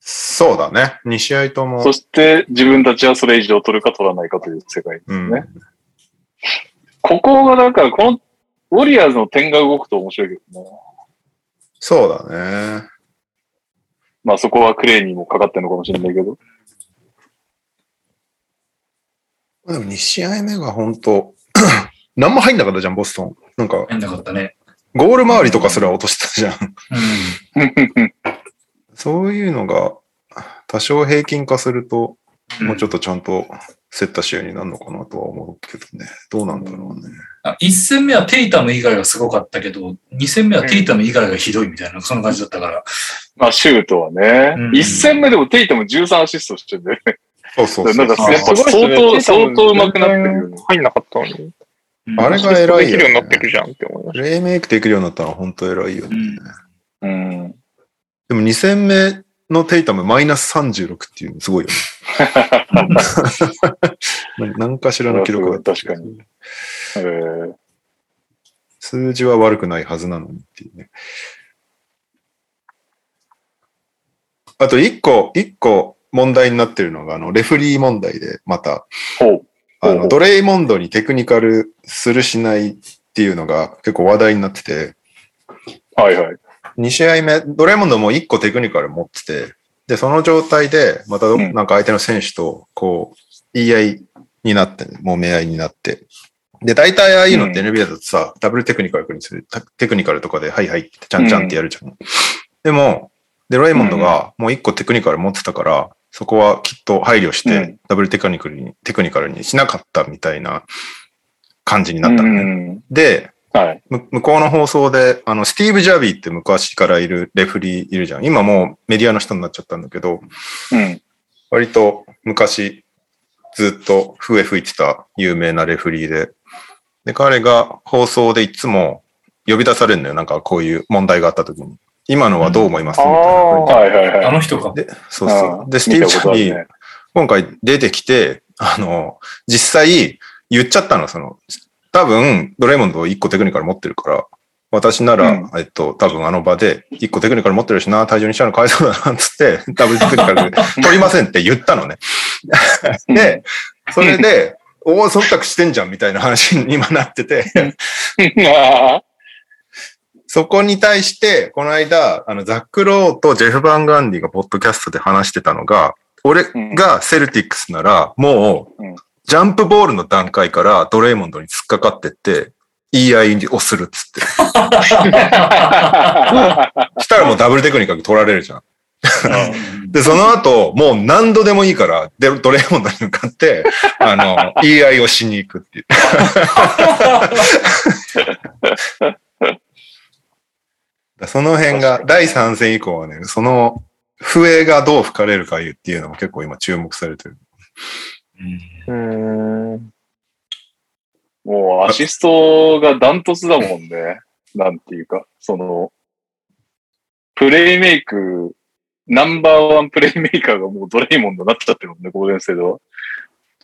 A: そうだね。2試合とも。
B: そして自分たちはそれ以上取るか取らないかという世界。
A: うん
B: ねここがだから、この、ウォリアーズの点が動くと面白いけどね。
A: そうだね。
B: まあそこはクレイにもかかってるのかもしれないけ
A: *laughs*
B: ど。
A: でも2試合目が本当 *coughs* 何も入んなかったじゃん、ボストン。なんか、
D: 入んなかったね。
A: ゴール周りとかすら落としたじゃん。
D: うん。
A: *laughs* そういうのが、多少平均化すると、
D: うん
A: もうちょっとちゃんと競った試合になるのかなとは思うけどね。どうなんだろうね。
D: あ1戦目はテイタム以外がすごかったけど、2戦目はテイタム以外がひどいみたいな、そんな感じだったから。
B: まあシュートはね。
D: うん
B: 一戦目でもテイタム13アシストしてるんだよね。
A: そうそうそ
B: な
A: うん
B: か
A: そう。
B: やっぱ相当、相当上手くなってるよね。
C: 入んなかったのに。
D: うん
A: あれが偉い
C: できるように
A: よ、
C: なってる
A: ね。
C: じゃんって思いまし
A: プレイメイクできるようになったのは本当偉いよね。
D: うん
B: うん。
A: でも2戦目のテイタムマイナス36っていうのすごいよね。な何かしらの記録だった。
B: それはすごい確えー
A: 数字は悪くないはずなのにっていうね。あと一個、一個問題になってるのが、あの、レフリー問題で、また、
B: ほう。
A: あ
B: ほうほ
A: の、
B: う
A: ドレイモンドにテクニカルするしないっていうのが結構話題になってて、
B: はいはい。
A: 2試合目、ドレイモンドも1個テクニカル持ってて、で、その状態で、またど
B: うん
A: なんか相手の選手と、こう、言い合いになって、もめ合いになって。で、大体ああいうのって
B: う
A: NBA だとさ、ダブルテクニカル来るんですよ。タテクニカルとかで、はいはいって、ちゃんちゃんってやるじゃん。でも、デロイモンドがもう1個テクニカル持ってたから、そこはきっと配慮し
B: う
A: て
B: ん、
A: ダブルテクニカルに、テクニカルにしなかったみたいな感じにな
B: う
A: ったのね。
B: ん。
A: で、
B: はい。
A: む向こうの放送で、あの、スティーブ・ジャビーって昔からいるレフリーいるじゃん。今もうメディアの人になっちゃったんだけど、
B: うん。
A: 割と昔ずっと笛吹いてた有名なレフリーで、で、彼が放送でいつも呼び出されるのよ。なんかこういう問題があった時に。今のはどう思います、
C: うん
A: みたいな風に
B: はいはい
D: あ
B: はい。
D: の人か。
A: で、そうそうう。
B: ん
A: で、スティーブ・ジャビ
B: 見
A: ー
B: たことあるね、
A: 今回出てきて、あの、実際言っちゃったの、その、多分、ドレモンド1個テクニカル持ってるから、私なら、えっと、多分あの場で、1個テクニカル持ってるしな、体重にしたのかわいそうだな、つって、 *laughs* ダブルテクニカル取りませんって言ったのね。で、それで、おお、忖度してんじゃん、みたいな話に今なってて、
B: あ
A: そこに対して、この間、あの、ザック・ローとジェフ・バン・ガンディがポッドキャストで話してたのが、俺がセルティックスなら、もう
B: うん、
A: ジャンプボールの段階からドレイモンドに突っかかってって、言い合いをするっつって。 *laughs*
B: あ。
A: したらもうダブルテクニック取られるじゃん。で、その後、もう何度でもいいから、でドレイモンドに向かって、あの、言い合いをしに行くっていう。その辺が、第3戦以降はね、その、笛がどう吹かれるかっていうのも結構今注目されてる。
D: うん
C: うん。
B: もうアシストがダントツだもんね。 *laughs* なんていうか、その、プレイメイク、ナンバーワンプレイメイカーがもうドレイモンドになっちゃってるもんね、ゴールデンステートは。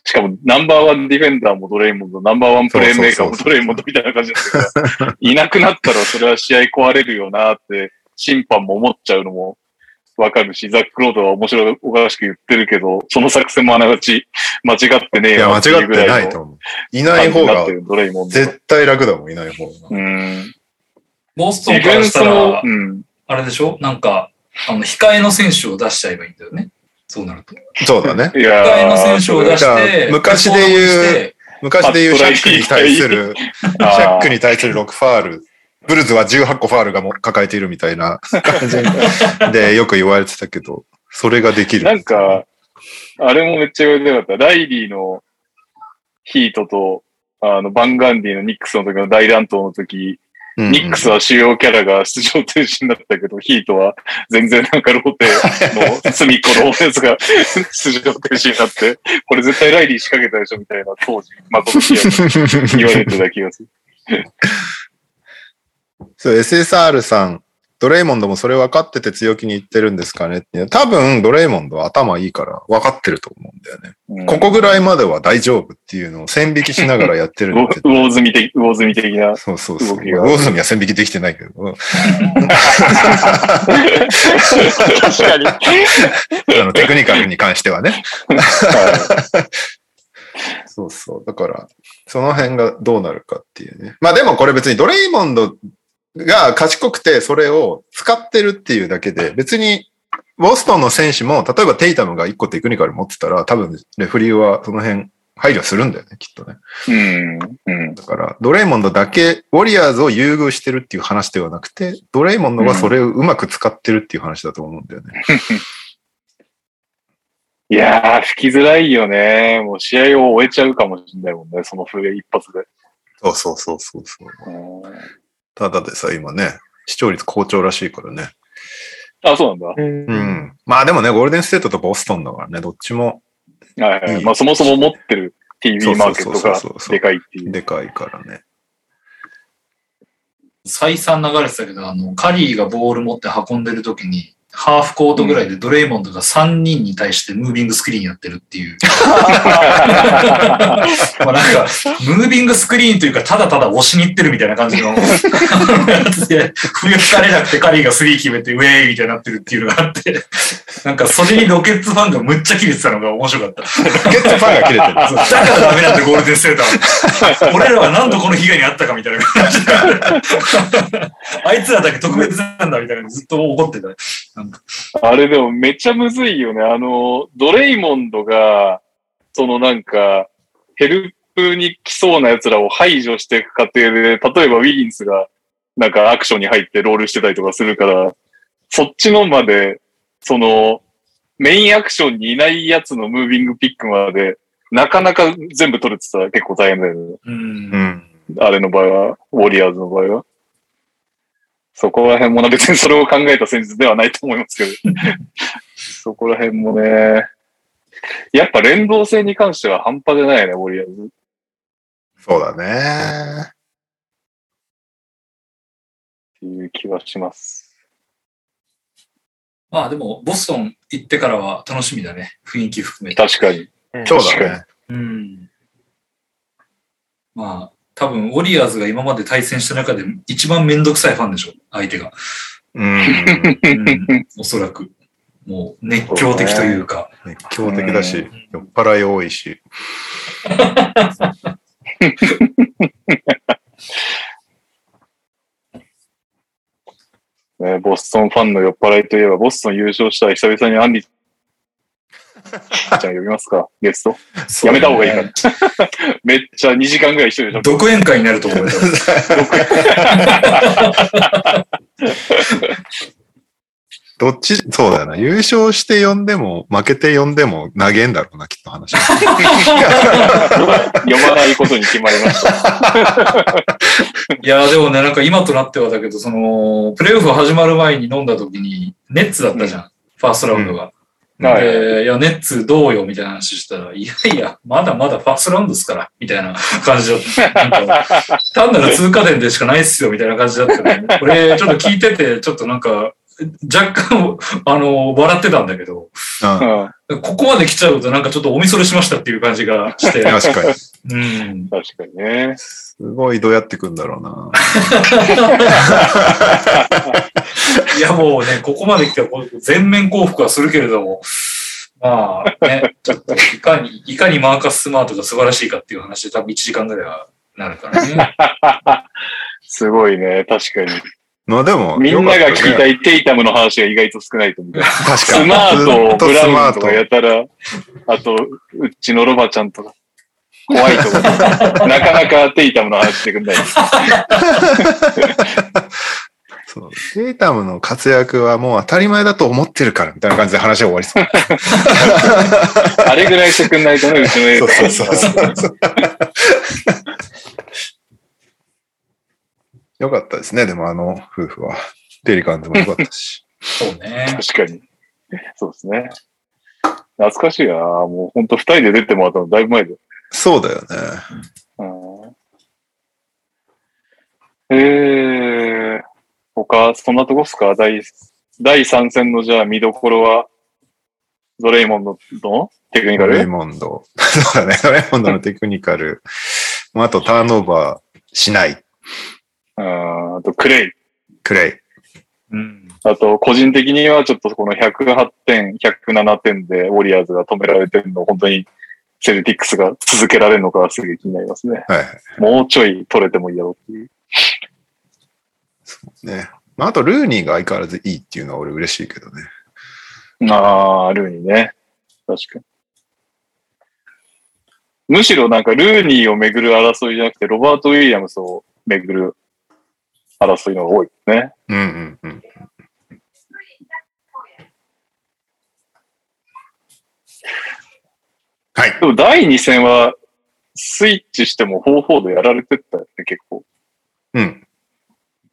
B: しかもナンバーワンディフェンダーもドレイモンド、ナンバーワンプレイメーカー
A: そうそうそう
B: も
A: そう
B: ドレイモンドみたいな感じなんだから、いなくなったらそれは試合壊れるよなって、審判も思っちゃうのもわかるし、ザック・ロードは面白おかしく言ってるけど、その作戦もあながち間違ってねえ
A: い
B: よ
A: や、間
B: なってい
A: 違
B: う
A: っ
B: ぐ
A: て
B: らいの
A: ないと思う。いない方が
B: 感じになって、るドレイモンド
A: 絶対楽だもん、いない方が。
B: うん。
D: ボスト
B: 自
D: ンから
B: 分
D: した
B: その
D: ら、、
B: うん。
D: あれでしょなんか、あの、控えの選手を出しちゃえばいいんだよね。そうなると。控
A: そうだ
B: *laughs*
A: ね。
B: いやー
D: えの選手を出
A: じゃ
D: し
A: あ
D: て、
A: 昔で言う
D: ボールをして
A: 昔で言うシャックに対する、 *laughs* シ
B: あー
A: ャックに対する6ファール、ブルズは18個ファールがも抱えているみたい
B: *laughs*
A: な感じでよく言われてたけど、それができる。
B: なんか、あれもめっちゃ言われてなかった。ライリーのヒートと、あの、バンガンディのニックスの時の大乱闘の時、
A: うんうん、
B: ニックスは主要キャラが出場停止になったけど、ヒートは全然なんかローテの隅っこのオフェンスが *laughs* 出場停止になって、これ絶対ライリー仕掛けたでしょみたいな当時、誠に言われてた気がする。
A: *laughs* そう、SSR さん、ドレイモンドもそれ分かってて強気に言ってるんですかねって。多分、ドレイモンドは頭いいから分かってると思うんだよね。
B: うん
A: ここぐらいまでは大丈夫っていうのを線引きしながらやってるんだ
B: *laughs*
A: けど。
B: 魚住的、魚住的な。
A: そうそうそう。
B: 動きが
A: 魚住は線引きできてないけど。
C: 確かに。
A: あの、テクニカルに関してはね。 *laughs* そうそう。だから、その辺がどうなるかっていうね。まあでもこれ別にドレイモンドが賢くてそれを使ってるっていうだけで、別にボストンの選手も、例えばテイタムが1個テクニカル持ってたら、多分レフリーはその辺配慮するんだよね、きっとね。
B: うん。うん。
A: だから、ドレイモンドだけ、ウォリアーズを優遇してるっていう話ではなくて、ドレイモンドがそれをうまく使ってるっていう話だと思うんだよね。
B: いやー、吹きづらいよね。もう試合を終えちゃうかもしれないもんね、その笛一発で。
A: そうそうそうそうそう。
B: うん
A: ただでさ、今ね、視聴率好調らしいからね。
B: あ、そうなん
C: う。
A: うんん。まあでもね、ゴールデンステートとボストンだからね、どっちも
B: だ。はいはい、
A: うん
B: まあ、そもそも持ってる TV マーケット
A: そうそう
B: が
A: そうそう
B: でかいっ
A: *laughs*
B: ていう。
A: でかいからね。
D: 再三流れてたけど、あの、カリーがボール持って運んでる時に、ハーフコートぐらいでドレイモンドが3人に対してムービングスクリーンやってるっ
A: *laughs*
D: ていう。まあなんか、ムービングスクリーンというか、ただただ押しに行ってるみたいな感じの *laughs* やつで、冬吹かれなくてカリーがスリー決めて、ウェーイみたいになってるっていうのがあって、なんかそれにロケッツファンがむっちゃ切れてたのが面白かった。
A: ゲットファンが切れてる。
B: *laughs*
D: だからダメなんだ、ゴールデンステーター。俺らは何度この被害にあったかみたいな感じで。 *laughs* あいつらだけ特別なんだみたいなのずっと怒ってた。
B: あれでもめっちゃむずいよね。あの、ドレイモンドが、そのなんか、ヘルプに来そうな奴らを排除していく過程で、例えばウィギンスが、なんかアクションに入ってロールしてたりとかするから、そっちのまで、その、メインアクションにいない奴のムービングピックまで、なかなか全部取れてたら結構大変だよね。
D: う。
A: うんん。
B: あれの場合は、ウォリアーズの場合は。そこら辺もな、別にそれを考えた戦術ではないと思いますけど。そこら辺もね、やっぱ連動性に関しては半端じゃないね、ウォリアーズ。
A: そうだね。
B: っていう気はします。
D: まあでも、ボストン行ってからは楽しみだね。雰囲気含めて。
B: 確かに。
A: そう
B: 確
A: だ
B: か
A: ね。
D: うん。まあ、多分、ウォリアーズが今まで対戦した中で一番めんどくさいファンでしょ、相手が。
A: うん。
B: *laughs*
D: うん、おそらく。もう熱狂的というか。
A: 熱狂的だし、酔っ払い多いし。
B: ね、ボストンファンの酔っ払いといえば、ボストン優勝したら久々にアンリちゃん呼びますか、ゲスト。やめた方がいいから。めっちゃ2時間ぐらい一人でしゃ
D: 独演会になると思うよ。
A: どっち、そうだよな。優勝して呼んでも、負けて呼んでも、投げんだろうな、きっと
B: *laughs*
A: 話。
B: 読まないことに決まりました。
D: いや、でもね、なんか今となってはだけど、その、プレイオフ始まる前に飲んだ時に、ネッツだったじゃん。ファーストラウンドが。
B: はい
D: で、いや、ネッツどうよみたいな話したら、いやいや、まだまだファーストラウンドですから、みたいな *laughs* 感じだった。なんか単なる通過点でしかないっすよ、みたいな感じだったね。これ、ちょっと聞いてて、ちょっとなんか、若干、あの、笑ってたんだけど、
A: うん。
B: う
D: ここまで来ちゃうとなんかちょっとおみそれしましたっていう感じがし
A: *laughs*
D: て、
A: 確かに。
D: うん。
B: ん、確かにね。
A: すごいどうやってくんだろうな。
D: いやもうね、ここまで来たらこう全面降伏はするけれども、まあね、ちょっといかに、いかにマーカス・スマートが素晴らしいかっていう話で多分1時間ぐらいはなるからね。
B: すごいね、確かに。
A: まあでも、
B: みんなが聞きた
A: い。
B: いテイタムの話が意外と少ないと思う。
A: 確かに。
B: スマート、ブ
A: ずっスマ
B: ラウン
A: ー
B: と
A: ト
B: か。やたら、あと、うちのロバちゃんとか、怖いと思う。 *laughs* なかなかテイタムの話してくんない。
A: そう。データムの活躍はもう当たり前だと思ってるから、みたいな感じで話が終わり
B: *laughs*
A: そう。
B: あれぐらいしてくんないとね、うちの映
A: そ
B: 画
A: う。そうそうそうそう。よかったですね、でもあの夫婦は。ペリカンズもよかった
B: *laughs*
A: し。
D: そうね。
B: 確かに。そうですね。懐かしいな。もう本当二人で出てもらったのだいぶ前で。
A: そうだよね。
B: うんえー、他、そんなとこっすか第、第3戦のじゃあ見どころは、ドレイモンドのテクニカ
A: ドレイ
B: ル
A: モンド。そうだね、ドレイモンドのテクニカル。まあ、あとターンオーバーしない、
B: うんあとクレイ。
A: クレイ。
D: うん。
B: あと、個人的にはちょっとこの108点、107点でウォリアーズが止められてるのを本当にセルティックスが続けられるのかすげえ気になりますね。
A: はいは
B: もうちょい取れてもいいだろうっていう。
A: い。ね。まあ、あとルーニーが相変わらずいいっていうのは俺嬉しいけどね。
B: ああ、ルーニーね。確かに。むしろなんかルーニーをめぐる争いじゃなくて、ロバート・ウィリアムスをめぐる争いのが多いですね。
A: うんうんうん。はい。
B: でも第2戦は、スイッチしても方法でやられてったよね、結構。
A: うん。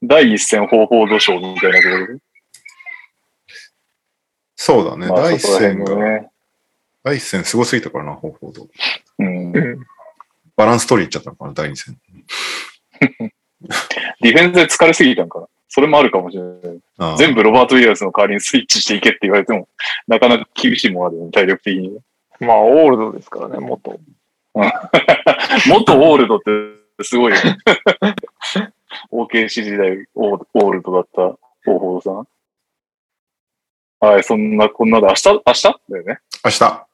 B: 第1戦方法土賞みたいなことで。
A: そうだね。
B: まあ
A: 第一
B: そこら
A: 戦
B: 辺も
A: が、
B: ね。
A: 第一戦すごすぎたからな、方法と。
B: うん。
C: う
B: デ
C: ん
A: バランス取りいっちゃったのかな、第二戦。
B: ィフェンスで疲れすぎたんかな。それもあるかもしれない。
A: ああ
B: 全部ロバート・ウィリアムスの代わりにスイッチしていけって言われても、なかなか厳しいもんあるよね、体力的に。
C: まあ、オールドですからね、元。
B: 元オールドってすごいよね。OKC 時代オーオールドだった大保さん。はい、そんなこんなで、明日、明日だよね。
A: 明日、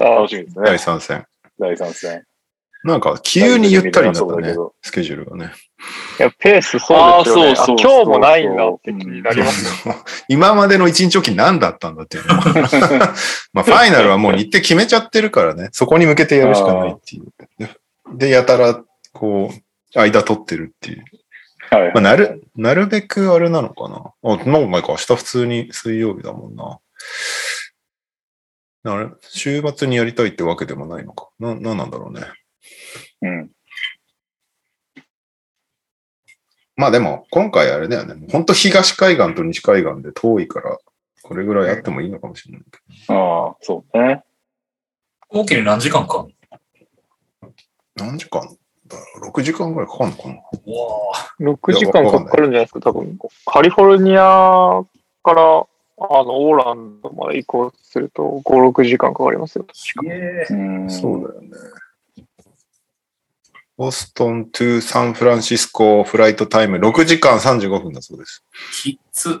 C: 明
B: 楽
C: 日、
B: しみですね
A: 第。三戦。
B: 第3戦。
A: なんか、急にゆったりになっ
B: そう
A: た
B: だけ
A: ね。
B: ど
A: スケジュールがね。
C: いやペースそうですよ
B: あ
C: ね。
B: ーそうそう
C: あ
B: そう
C: 今日もないんだって気になります。
A: *laughs* 今までの一日おき何だったんだっていうの
B: *laughs*
A: もまあ、ファイナルはもう日程決めちゃってるからね。そこに向けてやるしかないっていう。で、やたら、こう、間取ってるっていう。
B: はいはい
A: まあ、なる、なるべくあれなのかな。あ、もう前か、明日普通に水曜日だもんな。なる週末にやりたいってわけでもないのか。な、なんなんだろうね。
B: うん。
A: まあでも、今回あれだよね。本当東海岸と西海岸で遠いから、これぐらいあってもいいのかもしれないけ
B: ああ、そうね。
D: 飛行機で何時間か。
A: ど。何時間だろう ?6 時間ぐらいかかるのかな
D: うわあ
C: 6時間かかるんじゃないですか、多分。カリフォルニアから、あの、オーランドまで移行すると、5、6時間かかりますよ。
D: すげえ。
B: うん。
A: そうだよね。ボストン to サンフランシスコフライトタイム6時間35分だそうです。
D: きっつ。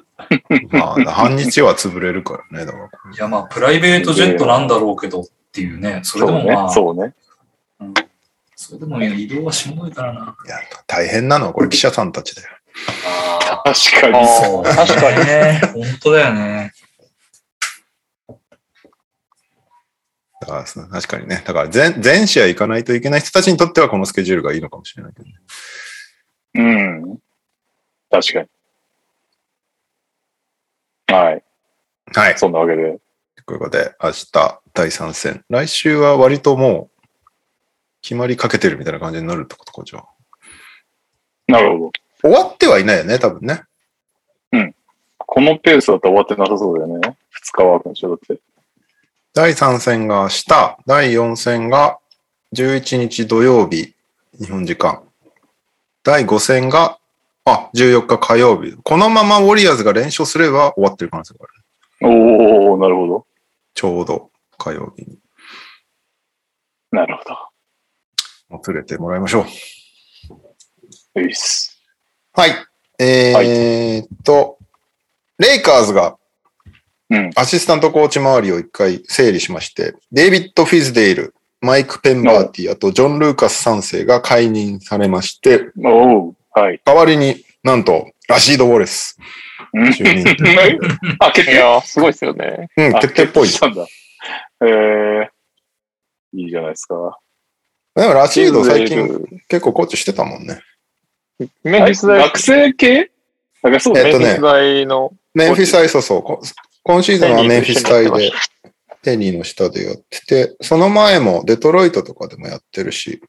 A: まあ、半日は潰れるからね。だから
D: いや、まあ、プライベートジェットなんだろうけどっていうね。それでもまあ、そ
B: そうね。
D: れでもいや移動はしんどいからな。
A: いや、大変なのはこれ記者さんたちだよ。
D: あ
B: 確かに。
C: あ
D: そう
C: 確かに。
D: ね。本当だよね。
A: だからその確かにね。だから全全試合行かないといけない人たちにとってはこのスケジュールがいいのかもしれないけどね。
B: うん。確かに。はい。
A: はい。
B: そんなわけで。
A: ということで、明日第3戦。来週は割ともう決まりかけてるみたいな感じになるってことか、じゃあ。
B: なるほど。
A: 終わってはいないよね、多分ね。
B: このペースだと終わってなさそうだよね。2日はあるんでしょ、だって。
A: 第3戦が明日、第4戦が11日土曜日、日本時間。第5戦が、あ、14日火曜日。このままウォリアーズが連勝すれば終わってる可能性がある。
B: おおなるほど。
A: ちょうど火曜日に。
B: なるほど。
A: もつれてもらいましょう。
B: ういっす。
A: はい。えー、っと、レイカーズが
B: うん。
A: アシスタントコーチ周りを一回整理しまして、デイビッド・フィズデイル、マイク・ペンバーティ、あとジョン・ルーカス3世が解任されまして、
B: おおはい。
A: 代わりになんと、ラシード・ウォレス。
B: うん
A: 就任
B: あ、決
C: い
B: 定。
C: やー、すごいですよね。
A: うん、
B: あ
A: 決定っ *laughs* ぽい。
B: したんだ。えー、いいじゃないですか。
A: でもラシード最
C: イ
A: 近
C: ズ
A: 結構コーチしてたもんね。
C: レイルメンフィス大、
B: 学生系なんかそう
A: え
B: ね。
A: っと
C: メンフィス
A: ね、
C: 大の、
A: メンフィス・アイソそう。こ今シーズンはメンフィス隊で、テニーの下でやってて、その前もデトロイトとかでもやってるし、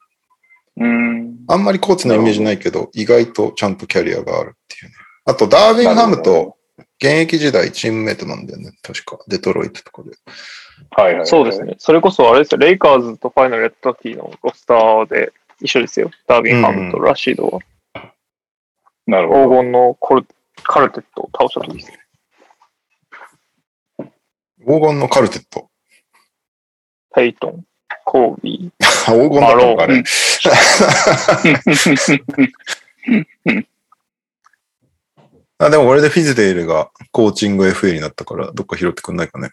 B: うん。
A: あんまりコーチのイメージないけど、意外とちゃんとキャリアがあるっていうね。あと、ダービンハムと現役時代チームメイトなんだよね。確か、デトロイトとかで。
B: はいはい。
C: そうです。ね。それこそあれですよ、レイカーズとファイナルやった時のロスターで一緒ですよ。ダービンハムとラシードは。
B: なるほど。
C: 黄金のコルカルテットを倒した時です。
A: 黄金のカルテット。 *laughs*
C: ペイトン、コービ
A: 黄金だったのか、あれ。 *laughs* あでも、これでフィズデイルがコーチング FA になったから、どっか拾ってくんないかね。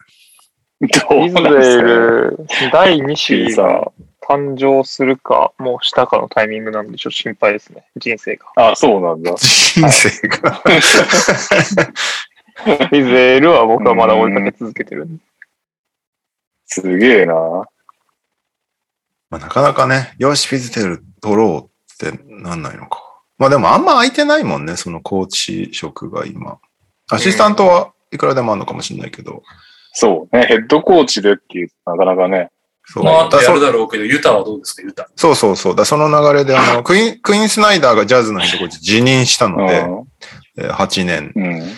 C: ー、
B: ど
C: イ
B: う
C: ズ
B: なん
C: レ
B: です
C: ー
B: かね
C: ル第2子
B: さ
C: が誕生するか、もうしたかのタイミングなんでちょっと心配ですね。人生が。
B: あ、そうなんだ。
A: 人生が。
C: *laughs* イズレールは僕はまだ追いかけ続けてるんで。
B: すげえな。
A: まあ、なかなかね、よし、フィズデイル取ろうってなんないのか。まあでも、あんま空いてないもんね、そのコーチ職が今。アシスタントはいくらでもあるのかもしれないけど。
B: そうね。ヘッドコーチでっていう、なかなかね。
A: そう
D: まあ、あと
A: だ
D: や
A: そ
D: るだろうけど、ユタはどうですか、ユタ。
A: そうそうそう。だその流れで、あの、
D: *laughs*
A: クイーン、クイーンスナイダーがジャズのヘッドコーチ辞任したので、えー8年。
B: うん。うん。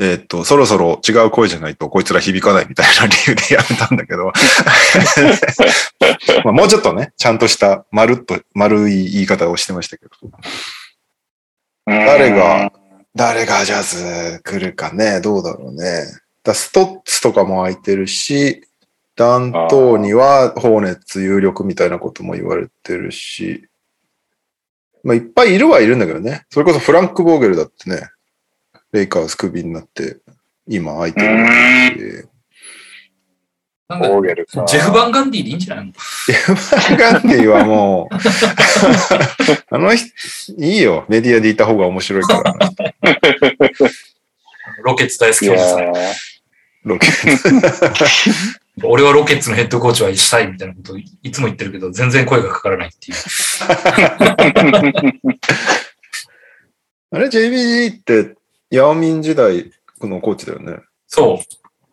A: えーっと、そろそろ違う声じゃないとこいつら響かないみたいな理由でやめたんだけ
D: *laughs*
A: ど。 *laughs* まあもうちょっとね、ちゃんとした、まるっと、丸い言い方をしてましたけど。誰が、誰がジャズ来るかね、どうだろうね。だストッツとかも空いてるし、ダントーには放熱有力みたいなことも言われてるし、まあいっぱいいるはいるんだけどね。それこそフランク・ボーゲルだってね、レイカーズクビになって、今空いてるわけだし。
D: なん
B: ボー
D: か、
B: ゲルか。
D: ジェフ・バンガンディでいいんじゃないの
A: ガンディはもう、 *laughs* あの人、いいよ。メディアでいた方が面白いからな。
D: ロケッツ大好
B: い
D: き
B: や
D: ですね。
B: ー
A: ロケ
D: 俺はロケッツのヘッドコーチはしたいみたいなこといつも言ってるけど、全然声がかからないっていう。
A: あれ JBG って、ヤオミン時代のコーチだよね。
D: そ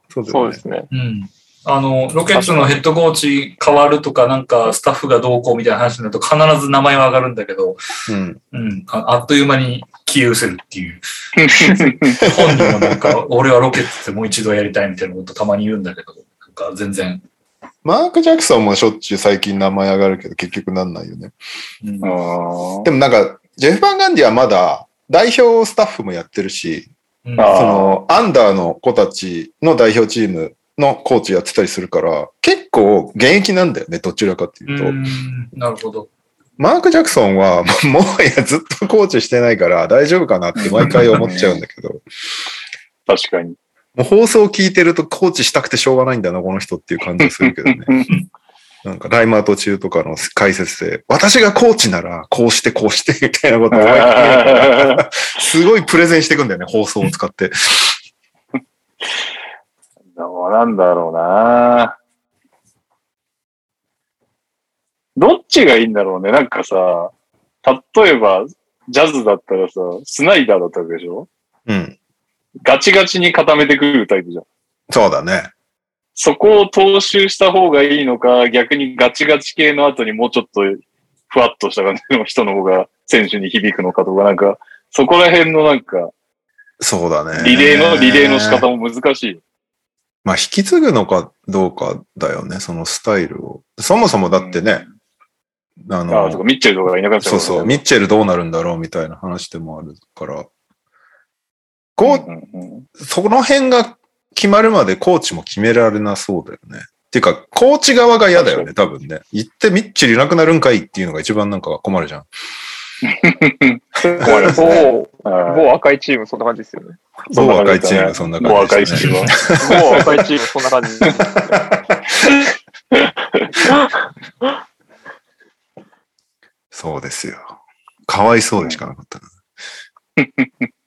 A: そうだ
C: そ
A: よ
C: うで
A: ね。
C: すね。
D: う。うん。あの、ロケットのヘッドコーチ変わるとか、なんかスタッフがどうこうみたいな話になると必ず名前は上がるんだけど、
A: うん。
D: うん、ああっという間に消え失せるっ
B: *laughs*
D: ていう。本人もなんか、俺はロケットでもう一度やりたいみたいなことたまに言うんだけど、なんか全然、
A: マーク・ジャクソンもしょっちゅう最近名前上がるけど結局なんないよね。
D: うん
B: あ
A: でもなんか、ジェフ・バン・ガンディはまだ代表スタッフもやってるし、
D: うん
B: あー
A: その、アンダーの子たちの代表チームのコーチやってたりするから、結構現役なんだよね、どちらかっていうと。
D: うんなるほど。
A: マーク・ジャクソンは、ももはやずっとコーチしてないから大丈夫かなって毎回思っちゃうんだけど、
B: あ、確
C: *laughs*
B: かに。
A: もう放送聞いてるとコーチしたくてしょうがないんだな、この人っていう感じがするけどね。なんか、ライマー途中とかの解説で、私がコーチなら、こうしてこうして、みたいなことを思いっきり言うから、すごいプレゼンしていくんだよね、放送を使って。
B: どうなんだろうなどっちがいいんだろうね。なんかさ、例えば、ジャズだったらさ、スナイダーだったわけでしょ
A: うん。
B: ガチガチに固めてくるタイプじゃん。
A: そうだね。
B: そこを踏襲した方がいいのか、逆にガチガチ系の後にもうちょっとふわっとした感じの人の方が選手に響くのかとか、なんか、そこら辺のなんか、
A: そうだね。
B: リレーの、リレーの仕。方も難しいよ。
A: まあ、引き継ぐのかどうかだよね、そのスタイルを。そもそもだってね、あ
B: ああ、とか、
A: の、
B: ミッチェルとかがいなかったか
A: そう
B: ら
A: そう、ミッチェルどうなるんだろうみたいな話でもあるから、こう、
B: うんうんうん
A: その辺が決まるまでコーチも決められなそうだよね。っていうか、コーチ側が嫌だよね、多分ね。行ってみっちりいなくなるんかいっていうのが一番なんか困るじゃん。
B: 困りますね
C: 某、
B: はい
C: 某赤いチームそんな感じですよね。
B: そん
A: 某
B: な
A: 赤
B: 感
A: い
B: じ
A: チ
B: だね
A: ーム、そんな
B: もう
A: 感じ
B: 赤い
A: で
B: チ
A: す、
B: ー
A: ね。
B: ムは。
C: 某赤いチームそんな感じ。
A: そうですよ。かわいそうでしかなかったな。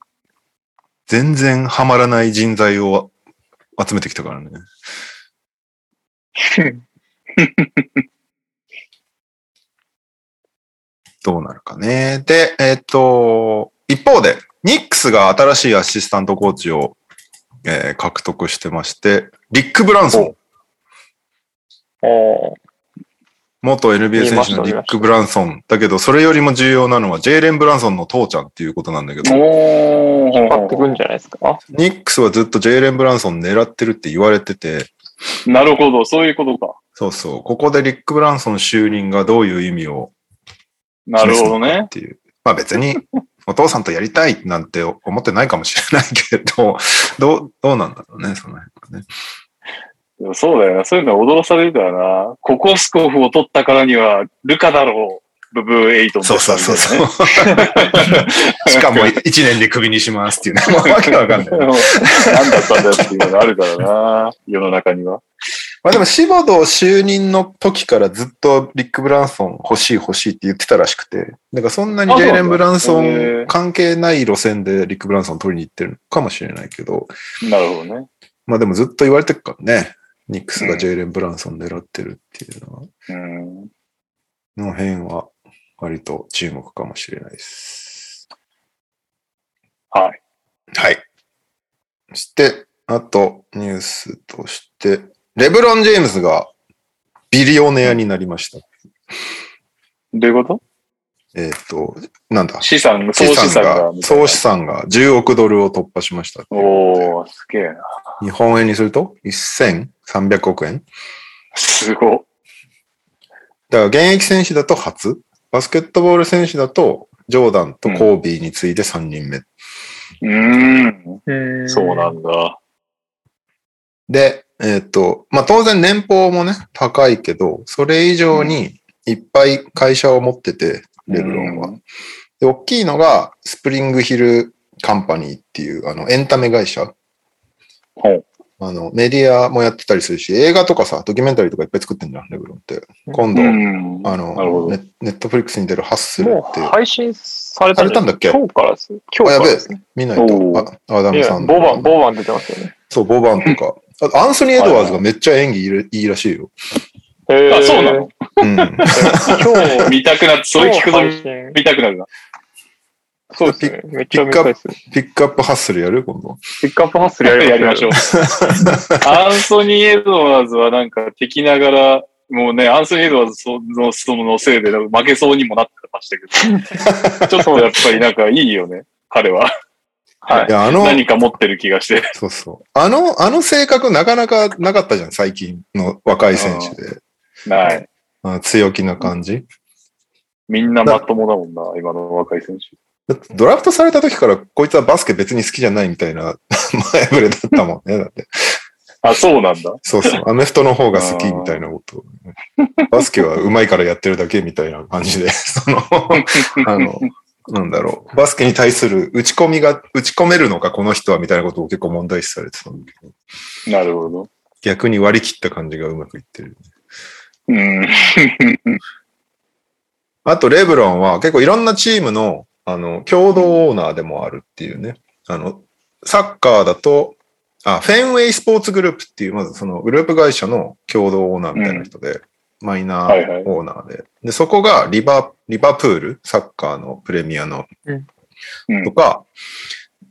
B: *laughs*
A: 全然ハマらない人材を集めてきたからね。
C: *laughs*
A: どうなるかね。で、えっ、と、一方で、ニックスが新しいアシスタントコーチを、えー獲得してまして、リック・ブランソン。
C: おー
A: 元 NBA 選手のリック・ブランソン。だけど、それよりも重要なのは、ジェイレン・ブランソンの父ちゃんっていうことなんだけど、
B: おー。
C: 買ってくんじゃないですか。
A: ニックスはずっとジェイレン・ブランソン狙ってるって言われてて、
B: なるほど、そういうことか。
A: そうそう、ここでリック・ブランソン就任がどういう意味を
B: なるほどね
A: っ。ていう。まあ別に、お父さんとやりたいなんて思ってないかもしれないけど、 *laughs* どう、どうなんだろうね、その辺はね。
B: でもそうだよな。そういうのは驚されるからな。ココスコフを取ったからには、ルカだろう。ブブーエイトンだ
A: そ
B: っ
A: う
B: た
A: そ
B: み
A: う
B: たい
A: そ
B: な
A: う
B: ね
A: そう。
B: *laughs*
A: しかも1年でクビにしますっていう *laughs* ね、わけわかんない。
B: 何だったんだよっていうのがあるからな。世の中には。
A: まあでも、柴田就任の時からずっとリック・ブランソン欲しい欲しいって言ってたらしくて、なんかそんなにジェイレン・ブランソ
B: あそうなんだへ
A: ン
B: ー
A: 関係ない路線でリック・ブランソン取りに行ってるのかもしれないけど、
B: なるほどね。
A: まあでもずっと言われてるからね、ニックスがジェイレン・ブランソン狙ってるっていうのは、
B: うん。
A: の辺は割と注目かもしれないです。
B: はい。
A: はい。そして、あとニュースとして、レブロン・ジェームズがビリオネアになりました。
B: どういうこと
A: えっ、と、なんだ、
B: 資産、総
A: 資
B: 資産
A: 産が、。
B: が
A: 総資産が10億ドルを突破しました。
B: おー、すげえな。
A: 日本円にすると1300億円。
B: すご。
A: だから現役選手だと初、バスケットボール選手だとジョーダンとコービーに次いで3人目。
B: うーん。
C: うん
B: そうなんだ。
A: で、えっ、と、まあ、当然年俸もね、高いけど、それ以上にいっぱい会社を持ってて、レブロンは。
B: うん
A: で、大きいのがスプリングヒルカンパニーっていう、あの、エンタメ会社。
B: ほう
A: あの、メディアもやってたりするし、映画とかさ、ドキュメンタリーとかいっぱい作ってんじゃん、レブロンって。今度、
B: うん。
A: あ
B: なるほ
A: の
B: ど
A: ネ、ネットフリックスに出るハッスル
C: も
A: っ
C: う
A: て
C: 配信された
A: されたんだっけ
C: 今日からです。今日からですね。
A: 見ないと
B: お、
A: あアダ
C: い
A: ムさ
C: や、
A: ん
C: ボバン、
A: の。
C: ボバン出てますよね。
A: そう、ボバンとか。あとアンソニー・エドワーズがめっちゃ演技いるいいらしいよ。
C: へー
B: あ、そうなの
A: うん。
C: 今日、
B: 見たくなって、それ聞く
C: 今
B: と
C: 日配信
B: 見たくなるな。
C: そうですね。めっちゃ
A: ピックア
C: 短
A: ッ
C: い
A: プ
C: ですね。
A: ピックアップハッスルやる今度。
C: ピックアップハッスルやりましょう
B: やりましょう。 *laughs* アンソニー・エドワーズはなんか敵ながら、もうね、アンソニー・エドワーズそのそのせいでなんか負けそうにもなってました *laughs* けど、ちょっとやっぱりなんかいいよね、彼は。はい
A: いや、あの、
B: 何か持ってる気がして。
A: そうそう。あの、あの性格なかなかなかったじゃん、最近の若い選手で。
B: はい。
A: あ強気な感じ。
B: みんなまともだもんな、今の若い選手。
A: だってドラフトされた時から、こいつはバスケ別に好きじゃないみたいな *laughs* 前触れだったもんね。だって。
B: あ、そうなんだ。
A: そうそう。アメフトの方が好きみたいなこと。バスケは上手いからやってるだけみたいな感じで、 *laughs* その、あの、なんだろう。バスケに対する打ち込みが、打ち込めるのか、この人はみたいなことを結構問題視されてたんだけど、
B: なるほど。
A: 逆に割り切った感じがうまくいってる。
B: うん。
A: あと、レブロンは結構いろんなチームの、あの、共同オーナーでもあるっていうね。あの、サッカーだと、あ、フェンウェイスポーツグループっていう、まずそのグループ会社の共同オーナーみたいな人で、マイナ
B: はいはい
A: ーオーナーで。で、そこがリバ、リバプール、サッカーのプレミアの
B: うん
A: とか、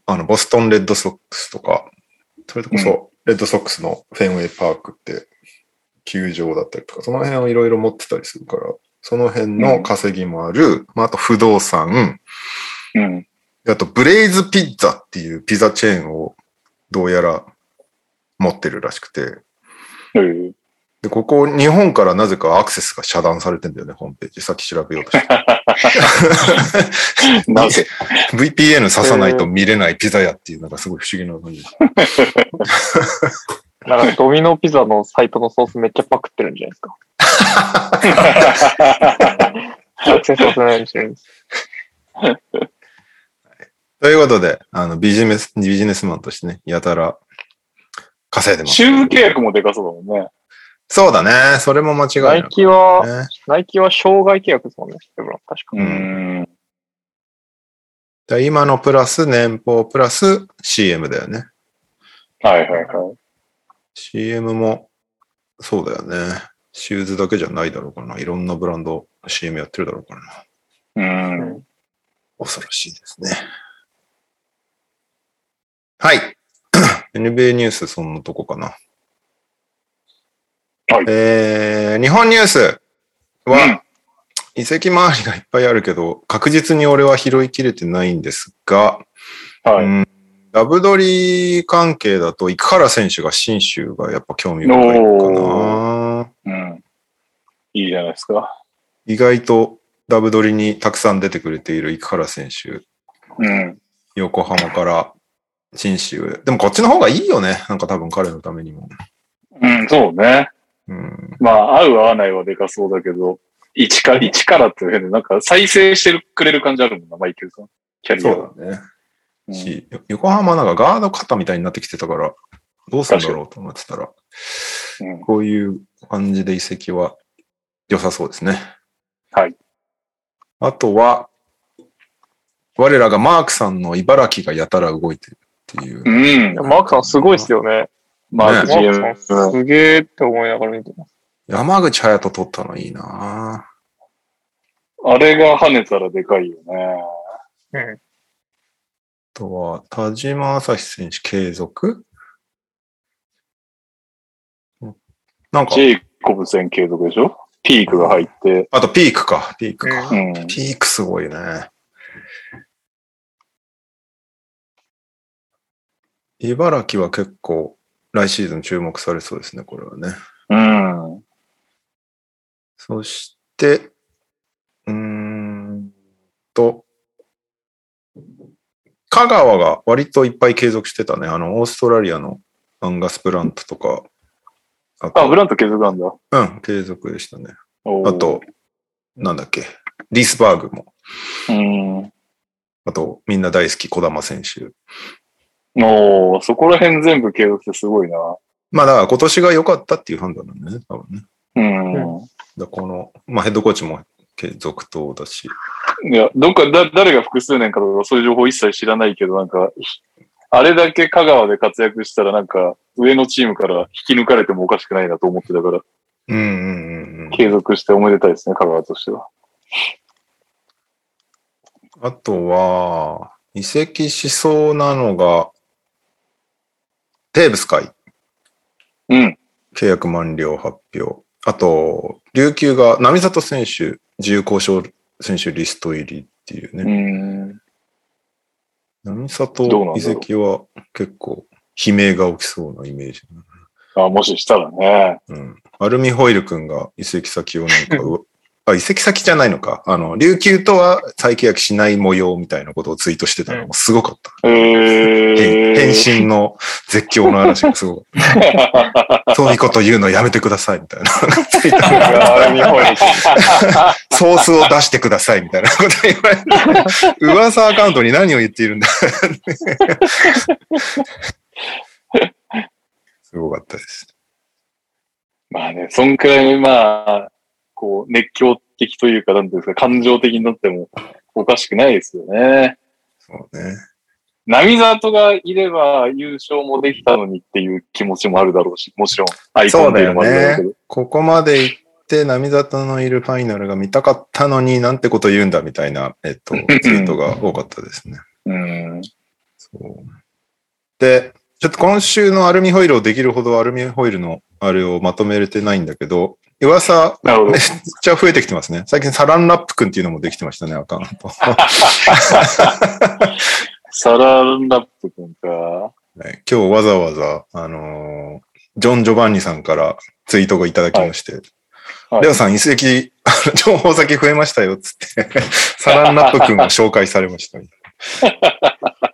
A: あの、ボストンレッドソックスとか、それこそ、レッドソックスのフェンウェイパークって、球場だったりとか、その辺をいろいろ持ってたりするから、その辺の稼ぎもある、まあ、あと不動産、
B: うん。
A: あとブレイズピッツァっていうピザチェーンをどうやら持ってるらしくて、
B: うん
A: で、ここ、日本からなぜかアクセスが遮断されてんだよね、ホームページ。さっき調べようとして。 *laughs*
B: な *laughs* ぜ
A: VPN 刺さないと見れないピザ屋っていう、なんかすごい不思議な感じ。
C: なんかドミノピザのサイトのソースめっちゃパクってるんじゃないですか。アクセスさせないようにしてるんです。
A: ということで、あの、ビジネス、ビジネスマンとしてね、やたら稼いでます。
B: シュー契約もでかそうだもんね。
A: そうだね。それも間違い
C: ナ
A: ない
C: イ、キは、
A: ね。
C: ナイキは障害契約ですもんね、レブロン確か。
B: うん。
A: で今のプラス年俸プラス CM だよね。
B: はいはいはい。
A: CM も、そうだよね。シューズだけじゃないだろうかな。いろんなブランド CM やってるだろうからな。
B: うん。
A: 恐ろしいですね。はい。NBA ニュース、そんなとこかな。
B: はい
A: えー、日本ニュースは、
B: うん
A: 遺跡周りがいっぱいあるけど、確実に俺は拾いきれてないんですが、
B: はい
A: うんダブドリ関係だと、生原選手が新州がやっぱ興味深いかな。
B: うん。いいじゃないですか。
A: 意外とダブドリにたくさん出てくれている生原選手、
B: うん。
A: 横浜から新州へ。でもこっちの方がいいよね。なんか多分彼のためにも。
B: うん、そうね。
A: うん、
B: まあ、合う合わないはでかそうだけど、一から、一からっていうので、なんか再生してるくれる感じあるもんな、マイケルさん。キャリアが。
A: そうだね。
B: うん
A: し、横浜なんかガード肩みたいになってきてたから、どうするんだろうと思ってたら、
B: うん
A: こういう感じで移籍は良さそうですね。
B: はい。
A: あとは、我らがマークさんの茨城がやたら動いてるっていう。
B: うん。
C: マークさんすごいっすよね。
B: マーク
C: マー
B: GM
C: ク。さんすげーって思いながら見てます。
A: 山口隼人取ったのいいなぁ
B: あれが跳ねたらでかいよね。
A: あとは、田島朝日選手継続なんか
B: ジ、ェイコブ戦継続でしょピークが入って。
A: あとピークか、ピークか。
C: うん
B: うん。
A: ピークすごいね。茨城は結構来シーズン注目されそうですね、これはね。
B: うん。
A: そして、うーんと、香川が割といっぱい継続してたね。あの、オーストラリアのアンガス・ブラントとか、あ
B: あ、ブ
A: と、
B: ラント継続なんだ。
A: うん、継続でしたね。
B: おー
A: あ。と、なんだっけ、リースバーグも、
B: うん。
A: あと、みんな大好き、児玉選手。
B: おーそこら辺全部継続ってすごいな。
A: まあだから今年が良かったっていう判断なんだね、多分ね。
B: うん。
A: だからこの、まあヘッドコーチも継続投だし。
B: いや、どっかだ、誰が複数年かとかそういう情報一切知らないけど、なんか、ひあれだけ香川で活躍したらなんか、上のチームから引き抜かれてもおかしくないなと思ってたから、
A: うんうんうんうん。
B: 継続しておめでたいですね、香川としては。
A: あとは、移籍しそうなのが、テーブス海、
B: うん。
A: 契約満了発表。あと、琉球が、波里選手、自由交渉選手リスト入りっていうね。
B: うん。
A: 波
B: どうなん
A: 里移
B: だろう
A: 籍は結構悲鳴が起きそうなイメージ。
B: あ、もししたらね。
A: うん。アルミホイル君が移籍先をなんかうわ、あ、移籍先じゃないのか。あの、琉球とは再契約しない模様みたいなことをツイートしてたのもすごかった。
B: え
A: 変
B: ー、
A: 返信の絶叫の嵐がすごい。
B: *laughs*
A: そういうこと言うのやめてくださいみたいな。 *laughs* ツイッター
C: いやあれ日本に
A: でソースを出してくださいみたいなこと言われて。噂アカウントに何を言っているんだすごかったです。
B: まあね、そんくらい、まあ、こう、熱狂的というか、なんていうんですか、感情的になってもおかしくないですよね。
A: そうね。
B: 波里がいれば優勝もできたのにっていう気持ちもあるだろうし、もちろん、アイコンっていうのもあるだろうけど。
A: ここまで行って、波里のいるファイナルが見たかったのになんてこと言うんだみたいな、えっと、ツイートが多かったですね。
B: うん。
A: そうで、ちょっと今週のアルミホイルをできるほどアルミホイルのあれをまとめれてないんだけど、噂
B: なるほど
A: めっ。ちゃ増えてきてますね。最近サランラップくんっていうのもできてましたね、アカウント。は
B: サランラップ君か。
A: い今日わざわざ、あのージョン・ジョバンニさんからツイートがいただきまして、
B: はい
A: レオさん遺跡、 *laughs* あの情報先増えましたよ、つって、 *laughs* サランラップくんが紹介されました。ジ
B: *laughs*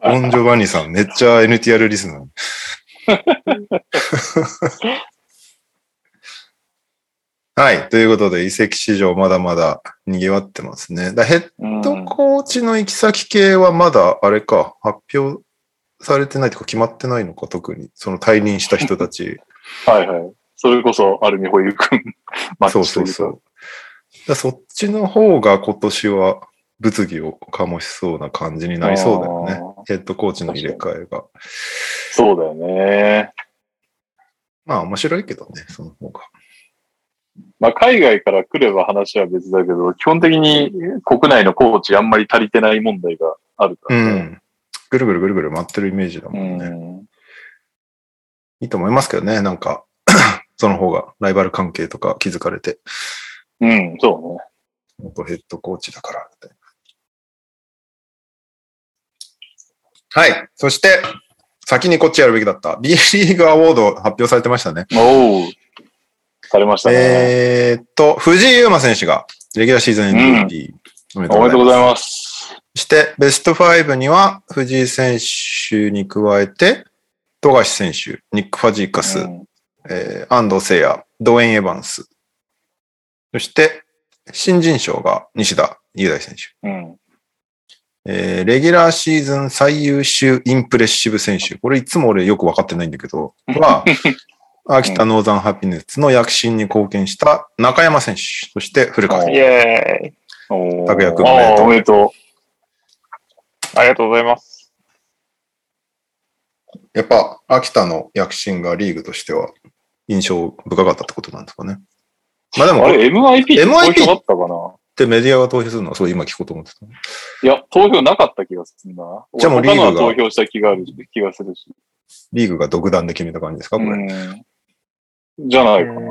A: ョン・ジョバンニさん、めっちゃ NTR リスナー。
B: *laughs*
A: はい。ということで、遺跡市場まだまだ賑わってますね。だヘッ
B: うん
A: ヘッドコーチの行き先系はまだ、あれか、発表されてないとか決まってないのか、特に。その退任した人たち。
B: はいはい。それこそ、アルミホイル君、マッチ
A: そうそうそう。だ
B: う。
A: からそっちの方が今年は物議を醸しそうな感じになりそうだよね。
B: あ
A: ヘ
B: ー
A: ッドコーチの入れ替えが。
B: そうだよね。
A: まあ面白いけどね、その方が。
B: まあ、海外から来れば話は別だけど、基本的に国内のコーチあんまり足りてない問題があるか
A: う
B: らね。
A: ん。ぐるぐるぐるぐる回ってるイメージだもんね。
B: うん
A: いいと思いますけどね、なんか、 *clears throat* その方がライバル関係とか気づかれて、
B: うん、そうね。
A: 元ヘッドコーチだから、みたいな。はい。そして、先にこっちやるべきだった。B リーグアワード発表されてましたね。
B: おおされましたね。
A: えーっと、藤井優馬選手が、レギュラーシーズン MVP、おめでと
B: お
A: うござ
B: めでと
A: いう
B: ご
A: ます。
B: ざいます。
A: そして、ベスト5には、藤井選手に加えて、富樫選手、ニック・ファジーカス、
B: うん
A: えー安藤聖也、ドウェイン・エヴァンス。そして、新人賞が西田雄大選手。
B: うん。
A: えーレギュラーシーズン最優秀インプレッシブ選手。これいつも俺よく分かってないんだけど、は、秋田ノーザンハピネスの躍進に貢献した中山選手。そして古川選
B: う
A: 手
B: ん
C: イエーイ。
B: お
A: 拓也君おめで
B: あ
A: と
B: あ、
A: う
B: おめでと
C: ありがとうございます。
A: やっぱ秋田の躍進がリーグとしては印象深かったってことなんですかね。まあで
B: う。
A: も、
B: あ
A: これっ
B: れ、MIP って投
A: MIP
B: 票あったかな
A: てメディアが投票するのはそう今聞こうと思ってた。
B: いや、投票なかった気がするな。
A: じゃあもうリー
B: 俺
A: グが
B: 他のは投票した気がある気がするし。
A: リーグが独断で決めた感じですか、これ。
B: うん。じゃないかな。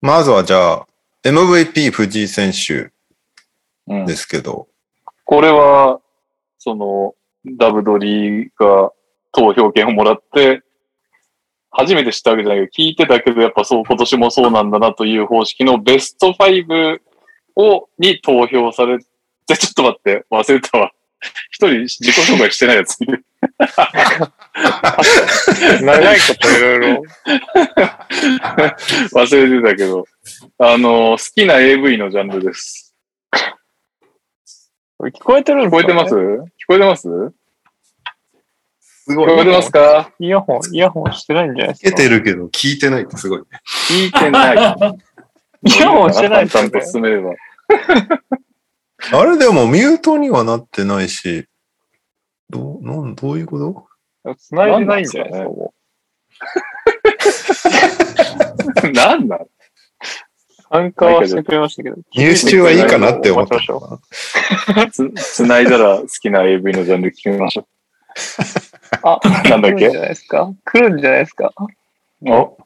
A: まずはじゃあ、MVP 藤井選手
B: うん
A: で。すけど、
B: これは、その、ダブドリが投票権をもらって、初めて知ったわけじゃないけど、聞いてたけど、やっぱそう、今年もそうなんだなという方式のベスト5を、に投票されて、ちょっと待って、忘れたわ。一人自己紹介してないやつい *laughs* る。
C: 長いこといろいろ。
B: 忘れてたけど。あの、好きな AV のジャンルです。
C: これ聞こえてる
B: 聞
C: んで
B: こ
C: す
B: えてます
C: か
B: 聞こえてます聞
A: すご
B: こえてますか
C: イヤホン、イヤホンしてないんじゃないです
A: け
C: か
A: てるけど、聞いてないってすごいね。
B: 聞いてない。
C: イヤホンしてないです
B: ちゃ
C: よ
B: んと
C: ね。
B: 進めれば。 *laughs*
A: あれでもミュートにはなってないし、どう、なん、どういうこと
C: 繋いでないんじゃないですか、も
B: なんだ
C: 参加はしてくれましたけど。
A: 入手中はいいかなって思った
C: 待ちましょ
A: のか
B: つ、つないだら好きな AV のジャンル聞きましょ
C: うあ、
B: なんだっけ
C: 来 *laughs* るんじゃないですか来るんじゃないですか
B: う。お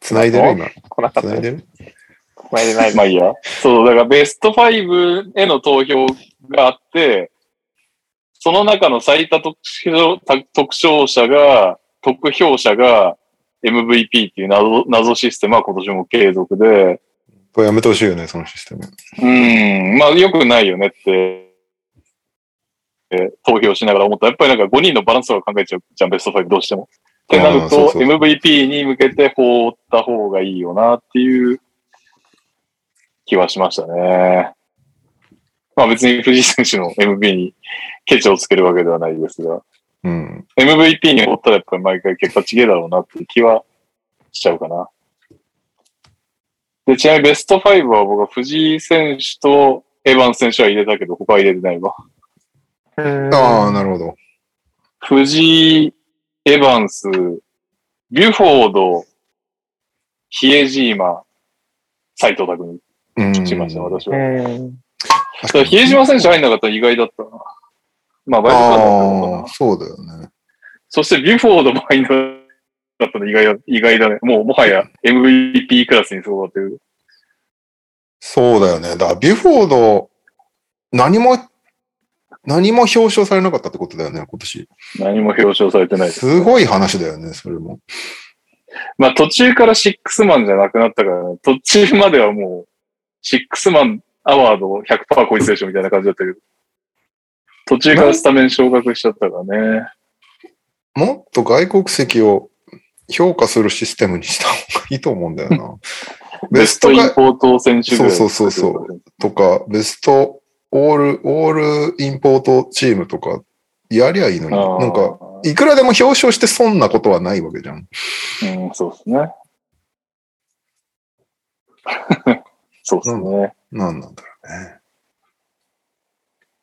A: つないでる今。
C: 来なかっ
A: つ
C: た
A: ない
C: です。
A: でる
C: 来ないでないです
B: まあいいや。そう、だからベスト5への投票があって、その中の最多得票、得票者が、得票者が MVP っていう謎謎システムは今年も継続で、
A: これやめてほしいよね、そのシステム。
B: うん、まあ良くないよねって、え投票しながら思った。やっぱりなんか5人のバランスとか考えちゃうじゃん、ベスト5どうしても。ってな
A: あー
B: る
A: そう
B: と、
A: そう
B: MVP に向けて放った方がいいよなっていう気はしましたね。まあ別に藤井選手の MVP にケチをつけるわけではないですが、
A: うん。
B: MVP に放ったらやっぱり毎回結果違えだろうなっていう気はしちゃうかな。で、ちなみにベスト5は僕は藤井選手とエヴァンス選手は入れたけど、他は入れてないわ。
C: うん
A: ああ、なるほど。
B: 藤井、エヴァンス、ビュフォード、ヒエジーマ、斎藤匠、
A: うん。
B: しました、私は。
C: うん
B: だから比江島選手入んなかったら意外だったな。まあ、バイトカードだったのか
A: あ
B: な
A: あ、。そうだよね。
B: そしてビュフォードも入んなかったの意外だ、意外だね。もう、もはや MVP クラスにそうだってる。
A: そうだよね。だから、ビュフォード、何も、何も表彰されなかったってことだよね、今年。
B: 何も表彰されてないです。
A: すごい話だよね、それも。
B: まあ、途中からシックスマンじゃなくなったからね。途中まではもう、シックスマンアワード100%こいつでしょみたいな感じだったけど。途中からスタメン昇格しちゃったからね。
A: もっと外国籍を評価するシステムにした方がいいと思うんだよ *laughs* な。ベスト
B: イン
A: が
B: ポート選手ぐらい
A: そうそうそうそとか、ベストオール、オールインポートチームとか、やりゃいいのに。
B: あー
A: なんか、、いくらでも表彰して損なことはないわけじゃん。
B: うん、そうですね。 *laughs* そうですね。
A: なんなんだろうね。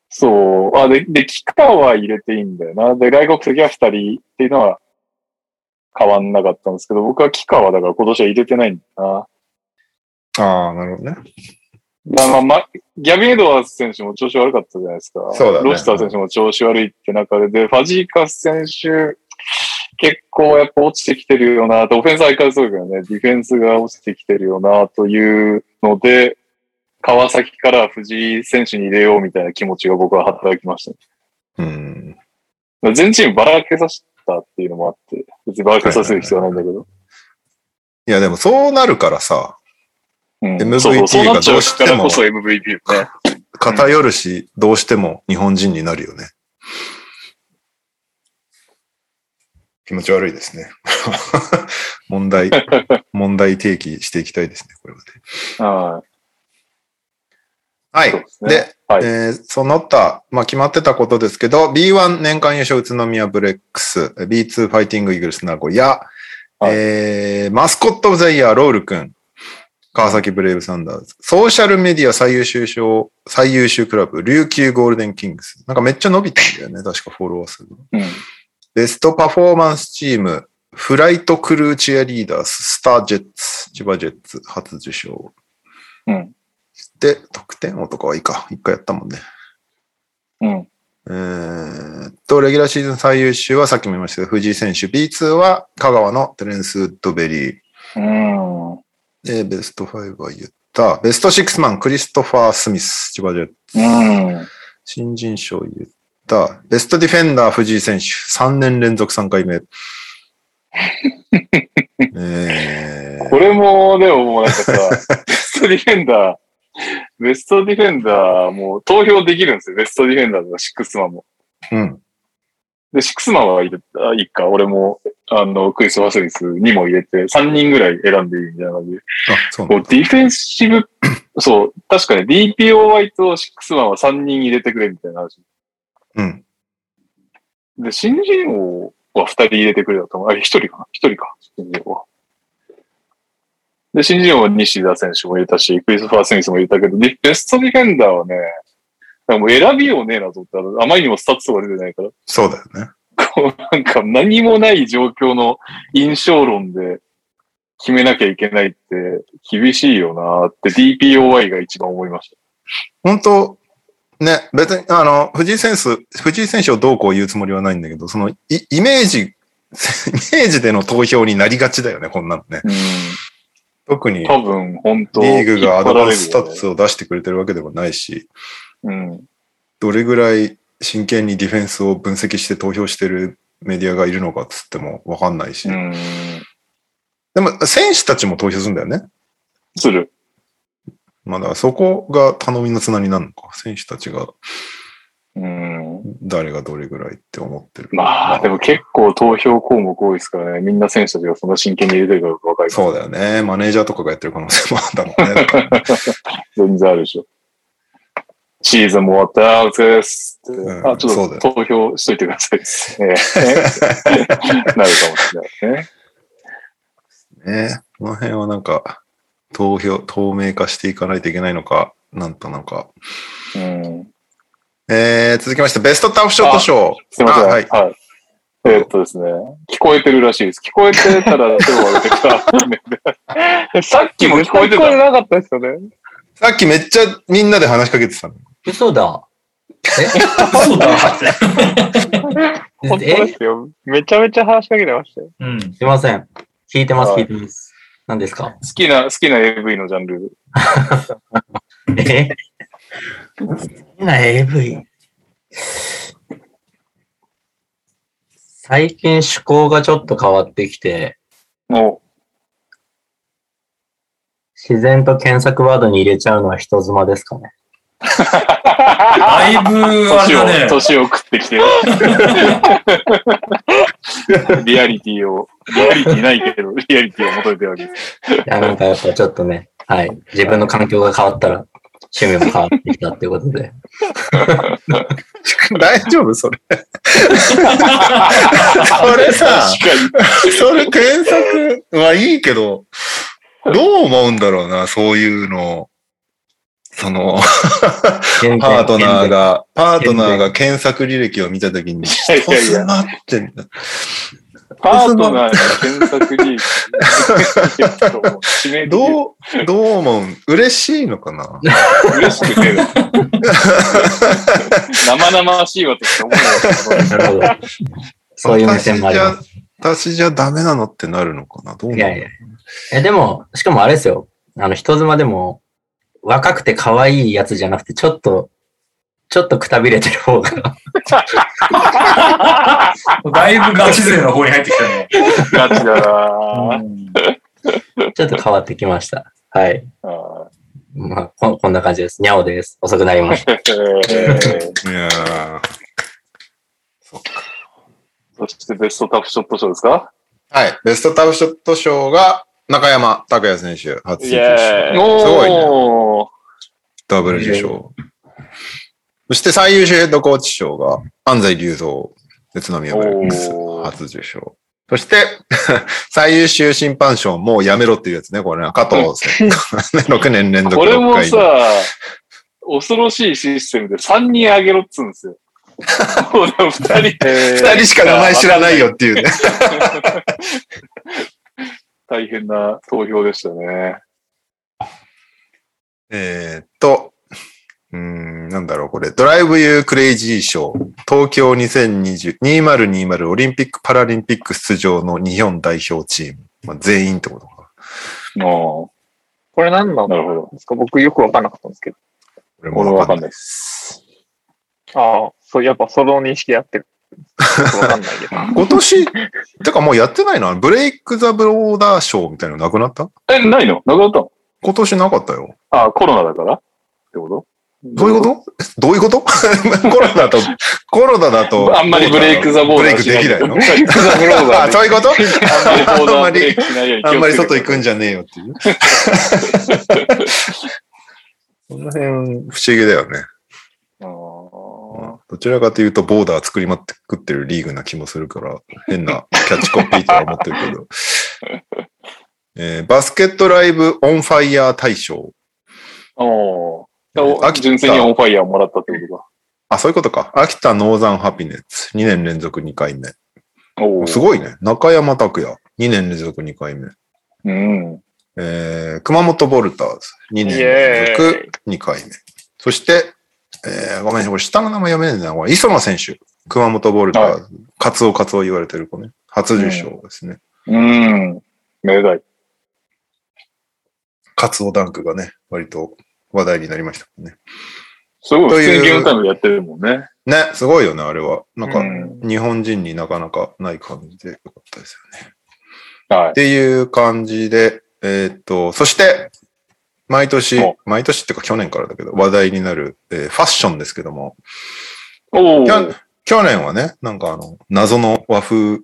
B: そう。あ、で、で、キカは入れていいんだよな。で、外国籍は2人っていうのは変わんなかったんですけど、僕はキカはだから今年は入れてないんだな。
A: ああ、なるほどね。
B: だまあ、ま、ギャビン・エドワーズ選手も調子悪かったじゃないですか。
A: そうだね
B: ロシター選手も調子悪いって中で、で、ファジーカス選手、結構やっぱ落ちてきてるよなと、オフェンスは相変わらずそうだけどね、ディフェンスが落ちてきてるよなというので、川崎から藤井選手に入れようみたいな気持ちが僕は働きましたね。
A: うん。
B: 全チームばらけさせたっていうのもあって、別にばらけさせる必要はないんだけど。
A: いや、でもそうなるからさ、
B: うんそうそう、そうなっちゃうからこそ MVP よね。
A: 偏るし、どうしても日本人になるよね。気持ち悪いですね。問題、問題提起していきたいですね、これはね。
B: は
A: はい
B: そうで。すね
A: で、
B: はい
A: えーその他、まあ、決まってたことですけど、B1 年間優勝宇都宮ブレックス、B2 ファイティングイーグルス名古屋、
B: はい
A: えーマスコット・オブ・ザ・イヤー、ロール君、川崎ブレイブサンダーズ、ソーシャルメディア最優秀賞、最優秀クラブ、琉球ゴールデンキングス。なんかめっちゃ伸びたんだよね、確かフォロワー数が。
B: い。うん
A: ベストパフォーマンスチーム、フライトクルーチアリーダーズ、スタージェッツ、千葉ジェッツ、初受賞。
B: うん。
A: で、得点王とかはいいか。一回やったもんね。
B: うん。
A: えーっと、レギュラーシーズン最優秀はさっきも言いましたけど、藤井選手。B2 は香川のテレンス・ウッドベリー。
B: うん。
A: で、ベスト5は言った。ベスト6マン、クリストファー・スミス、千葉ジェッツ。
B: うん。
A: 新人賞言った。ベストディフェンダー、藤井選手。3年連続3回目。
B: *laughs*
A: えー
B: これも、でももうなんか *laughs* さ、ベストディフェンダー、ベストディフェンダー、もう投票できるんですよ。ベストディフェンダーとかシックスマンも。
A: うん。で
B: で、シックスマンはいる、あいいか。俺も、あの、クリス・ファスリスにも入れて、3人ぐらい選んでいいみたいな感じで。
A: あ、そう
B: こ
A: な
B: うん
A: だ。
B: ディフェンシブ、そう、確かに DPOY とシックスマンは3人入れてくれみたいな話。
A: うん。
B: で、新人王は2人入れてくれだと思う。あ、1人かな ?1 人か。新人王は。で、新人王は西田選手も入れたし、クリス・ファー・スミスも入れたけど、でベストディフェンダーはね、なんかもう選びようねえなと思ったら、あまりにもスタッツとか出てないから、
A: そうだよね。
B: こうなんか何もない状況の印象論で、決めなきゃいけないって厳しいよなって DPOY が一番思いました。
A: 本当ね、別に、あの、藤井選手、藤井選手をどうこう言うつもりはないんだけど、その、いイメージ、 *laughs* イメージでの投票になりがちだよね、こんなのね。
B: うん。
A: 特に、リ
B: 多分、本当
A: ーグがアドバンススタ
B: 引っ張ら
A: ッ
B: れるよね
A: ツを出してくれてるわけでもないし、
B: うん。
A: どれぐらい真剣にディフェンスを分析して投票してるメディアがいるのかっつってもわかんないし。
B: うん。
A: でも、選手たちも投票するんだよね。
B: する。
A: まあだからそこが頼みの綱になるのか。選手たちが
B: うん。
A: 誰がどれぐらいって思ってる。
B: まあ、でも結構投票項目多いですからね。みんな選手たちがそんな真剣に入れてるかどうかわかります。
A: そうだよね。マネージャーとかがやってる可能性もあるん
B: *laughs*
A: だろうね。
B: 全然あるでしょ。シーズンも終わった、お疲れです。
A: ん
B: あ、ち
A: そ
B: ょ
A: うだ
B: っ
A: よ
B: と投票しといてく
A: *laughs*
B: ださい。ええなるかもしれないね。
A: ね。この辺はなんか、投票、透明化していかないといけないのか、なんとなんか。
B: うん、
A: えー、続きまして、ベストタフショット賞。
B: すいません。
A: あ
B: は
A: はいい。。
B: えーっとですね、聞こえてるらしいです。聞こえてたら手を挙げてくださ
A: *laughs*
B: いさっきも聞こえて
C: 絶対
B: た。
C: なかったですよね。
A: さっきめっちゃみんなで話しかけてたの。
E: 嘘だ。
D: そうだ。
C: 本当で
E: え
C: すよ。めちゃめちゃ話しかけてましたよ。
D: うん。
E: すいません。聞いてます、
B: は
E: 聞
B: い
E: いてます。何です
A: *laughs*
E: か
B: 好きな、好きな AV のジャンル。
E: え好きな AV。最近趣向がちょっと変わってきて、
B: も
E: 自然と検索ワードに入れちゃうのは人妻ですかね。
D: だいぶ、
B: う、
D: あれ
B: *laughs* 年を、
D: だね。
B: 年を食ってき
A: *laughs*
B: てる。リアリティを、リアリティないけど、リアリティを求めております。
E: いや、なんかやっぱちょっとね、はい。自分の環境が変わったら、趣味も変わってきたっていうこと
A: *laughs*
E: で。
A: 大丈夫
E: *laughs*
A: それ。それさ、
B: 確か
A: それ検索はいいけど、どう思うんだろうな、そういうの。その、パートナーが、パートナーが検索履歴を見たときに、
B: やいやい
A: 人
B: や
A: 妻ってんだ、
B: に。パートナーの検索に、知名度
A: どう、どう思うん嬉しいのかな
B: 嬉しくて、生々しいわとしか思えない。
E: なるほど。そういう目線もあります。
A: 私じゃ、私じゃダメなのってなるのかなどう
E: い
A: な
E: やい
A: の
E: や。え、でも、しかもあれですよ。あの、人妻でも、若くて可愛いやつじゃなくて、ちょっと、ちょっとくたびれてる方が。 *laughs*
D: だいぶガチ勢の方に入ってきたね。
B: ガチだなぁ
E: ちょっと変わってきました。はい。
B: あ
E: まあ、ここんな感じです。にゃおです。遅くなりました。
B: ーえー
A: いやー
B: そしてベストタフショット賞ですか
A: はい。ベストタフショット賞が、中山拓也選手、初
C: イ
A: 優
C: エ
A: 勝。
C: ー
A: すごいね。
B: おー
A: ダブル受賞。そして最優秀ヘッドコーチ賞が安西隆三、宇都宮ブレックス
B: おー
A: 初受賞。そして、 *laughs* 最優秀審判賞、もうやめろっていうやつね、これね、加藤選
B: *laughs*
A: 手。6年連続
B: これ
A: 6
B: も
A: 回
B: さ、 *laughs* 恐ろしいシステムで3人あげろっつうんですよ。 *laughs* 俺は2人、
A: *laughs* 2人しか名前知らないよっていう
B: *laughs*
A: ね。
B: 大変な投票でしたね。
A: えーっと、うーん、なんだろう、これ。ドライブ・ユー・クレイジー賞。東京2020 2020オリンピック・パラリンピック出場の日本代表チーム。まあ、全員ってことか。
B: おー
C: これ何なん
B: なるほど。
C: ですか僕よくわかんなかったんですけど。
A: 俺
B: 俺はわかんないです。
C: ああ、そう、やっぱその認識やってる。わかんないけど。
A: 今年、てかもうやってないな。ブレイク・ザ・ブローダー賞みたいなのなくなった
B: え、ないのなくなったの
A: 今年なかったよ。
B: あ、コロナだからってこと
A: どういうことどういう
B: *laughs*
A: ことコロナだと、コロナだと。
B: あんまりブレイク・ザ・ボー
A: ブレ
B: ダ
A: イ
B: ー
A: ク
B: し
A: できないの
B: ブレイク・ザ・ブローダ
A: あ、
B: ーで
A: そういうこと
B: あんまりボーダーブレイクしないように気をつけて
A: あんまり外行くんじゃねえよっていう。その辺、不思議だよね。
B: あー
A: どちらかというと、ボーダー作りまくってるリーグな気もするから、変なキャッチコピーとは思ってるけど。えーバスケットライブオンファイヤー大賞。
B: お
A: 飽
B: ー。
A: きた
B: 純粋にオンファイヤーもらったってこ
A: あ、そういうことか。秋田ノーザンハピネッツ。2年連続2回目。
B: とか。おー
A: すごいね。中山拓也。2年連続2回目。
B: うん。
A: えー、熊本ボルターズ、2年
C: イエ
A: 連
C: ーイ
A: 続2回目。そして、えー、ごめんなさい、これ下の名前読めないんだな。これ磯野選手、熊本ボルターズ、カツオカツオ言われてる子ね。初受賞ですね。
B: うん。めでたい。
A: カツオダンクがね、割と話題になりましたもんね。
B: すごい、
A: と
B: 普
A: い
B: 通
A: う
B: にゲームタイムでやってるもんね。
A: ね、すごいよね、あれは。なんか、
B: うん
A: 日本人になかなかない感じでよかったですよね。
B: は
A: っていう感じで、えーっと、そして、毎年
B: お、
A: 毎年っていうか去年からだけど、話題になる、えーファッションですけども、
B: い。おお。
A: 去去年はね、なんかあの、謎の和風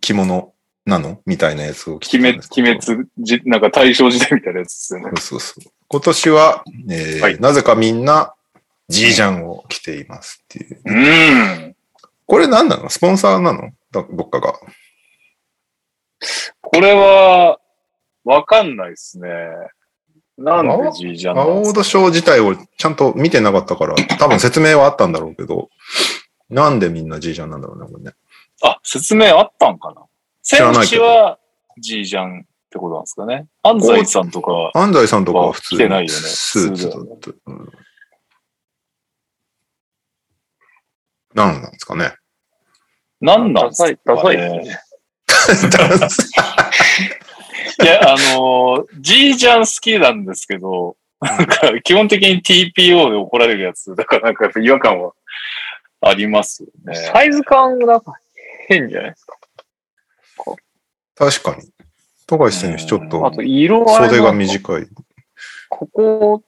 A: 着物なのみたいなやつを着て
B: 鬼
A: たんで
B: 滅
A: す、けど
B: 鬼滅、じなんか大正時代みたいなやつですよね。
A: そうそうそう。今年は、えー
B: はい
A: なぜかみんな、ジージャンを着ていますっていう。
B: うん。
A: これ何なのスポンサーなのどどっかが。
B: これは、わかんないですね。なんでじいじゃんなん
A: 青
B: です
A: オ
B: か
A: ドショー自体をちゃんと見てなかったから、多分説明はあったんだろうけど、なんでみんなジージャンなんだろうね、これね。
B: あ、説明あったんかな
A: 知ら
B: 選
A: ないけ
B: 手
A: ど
B: はじいじゃんってことなんですかね。安西さんとか、
A: 安西さんとかは普通
B: あ着てない
A: に
B: よね
A: スーツだった。うんなんなんですかね。 *laughs*
B: なんなんですか、ね、
C: ダサいダサい
B: いや、あのー、じいちゃん好きなんですけど、なんか、基本的に TPO で怒られるやつ、だからなんかやっぱ違和感はありますよね。
C: サイズ感がなんか変じゃないですか。
A: 確かに。富樫選手、ちょっ
B: うん
C: あ
A: と
C: と、色合い
A: 袖が
C: も
A: 短い。
C: ここ、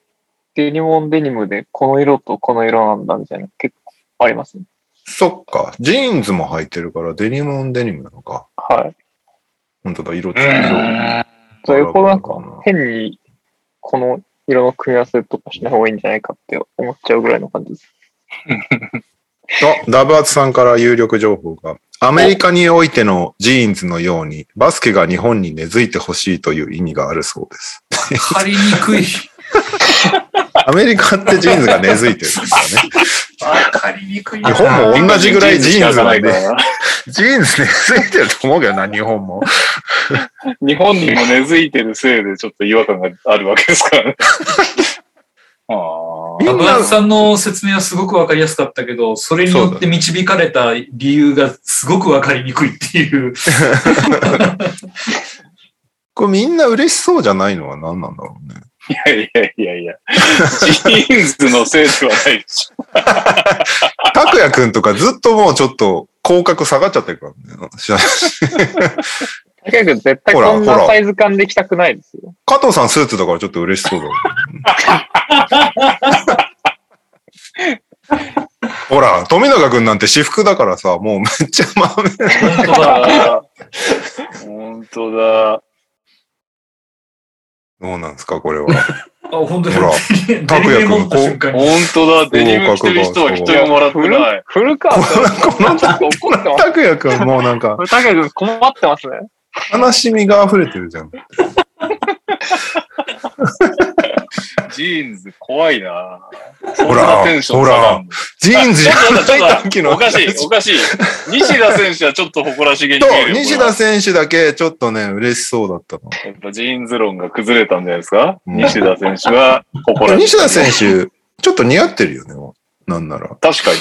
C: デニモンデニムで、この色とこの色なんだみたいな、結構ありますね。
A: そっか。ジーンズも履いてるから、デニムオンデニムなのか。
C: はい。
A: 本当だ、色つ
B: う
A: 色。
B: ん。
C: それこうなん
A: バラバラ
C: か
A: な、
C: 変に、この色の組み合わせとかしない方がいいんじゃないかって思っちゃうぐらいの感じです。
A: あ、ダブアツさんから有力情報が。アメリカにおいてのジーンズのように、バスケが日本に根付いてほしいという意味があるそうです。
D: 借りにくい。
A: アメリカってジーンズが根付いてるんです *laughs* よね。
D: 借りにくいな。
A: 日本も同じぐらいジーンズは
B: な
A: ね
B: いからな。
A: *laughs* ジーンズ根付いてると思うけどな、日本も。
B: 日本にも根付いてるせいでちょっと違和感があるわけですか
A: *laughs*
B: らね。あ
A: み
D: バ
A: ん
D: ブ
A: な
D: アツさんの説明はすごくわかりやすかったけど、それによって導かれた理由がすごくわかりにくいっていう。
A: これみんな嬉しそうじゃないのは何なんだろうね。
B: あ。いやいやいやいや。ジーンズのせいではないでしょ。
A: 拓也くんとかずっともうちょっと、広角下がっちゃってるからね。
C: 竹谷君絶対こん
A: ほらほ
C: な
A: ら
C: サイズ感できたくないです
A: *laughs*
C: よ。
A: 加藤さんスーツだからちょっと嬉しそうだもん。 *laughs* ほら、富永くんなんて私服だからさ、もうめっちゃ豆。
D: 本当だ。
B: あー本当だ。
A: どうなんですか、これは。
D: あ、本当に
A: ほら。
D: デニ
A: 拓
D: ム
A: 也
D: に
A: 君
D: 持った瞬間に。
B: 本当だ。デニム着てる人は一人ももらってない。
C: 古川さん、
A: この、
C: ちょっと怒ってます。
A: 拓也くんもうなんか、
C: 竹谷君困ってますね。
A: 悲しみが溢れてるじゃん。
B: ジーンズ怖いな。
A: ほ
B: そんな
A: ら
B: テン、ション
A: ほ
B: 下が
A: ら
B: ん、
A: ジーンズじゃ
B: の。ちょっと
A: ない
B: 待っ
A: 時
B: てちょっと
A: の
B: おかしい、おかしい。西田選手はちょっと誇らしげに見える
A: と、
B: よ。
A: 西田選手だけちょっとね、嬉しそうだったの。
B: やっぱジーンズ論が崩れたんじゃないですか、
A: うん
B: 西田選手は誇らしげ。
A: 西田選手、ちょっと似合ってるよね、もうなんなら。
B: 確かに。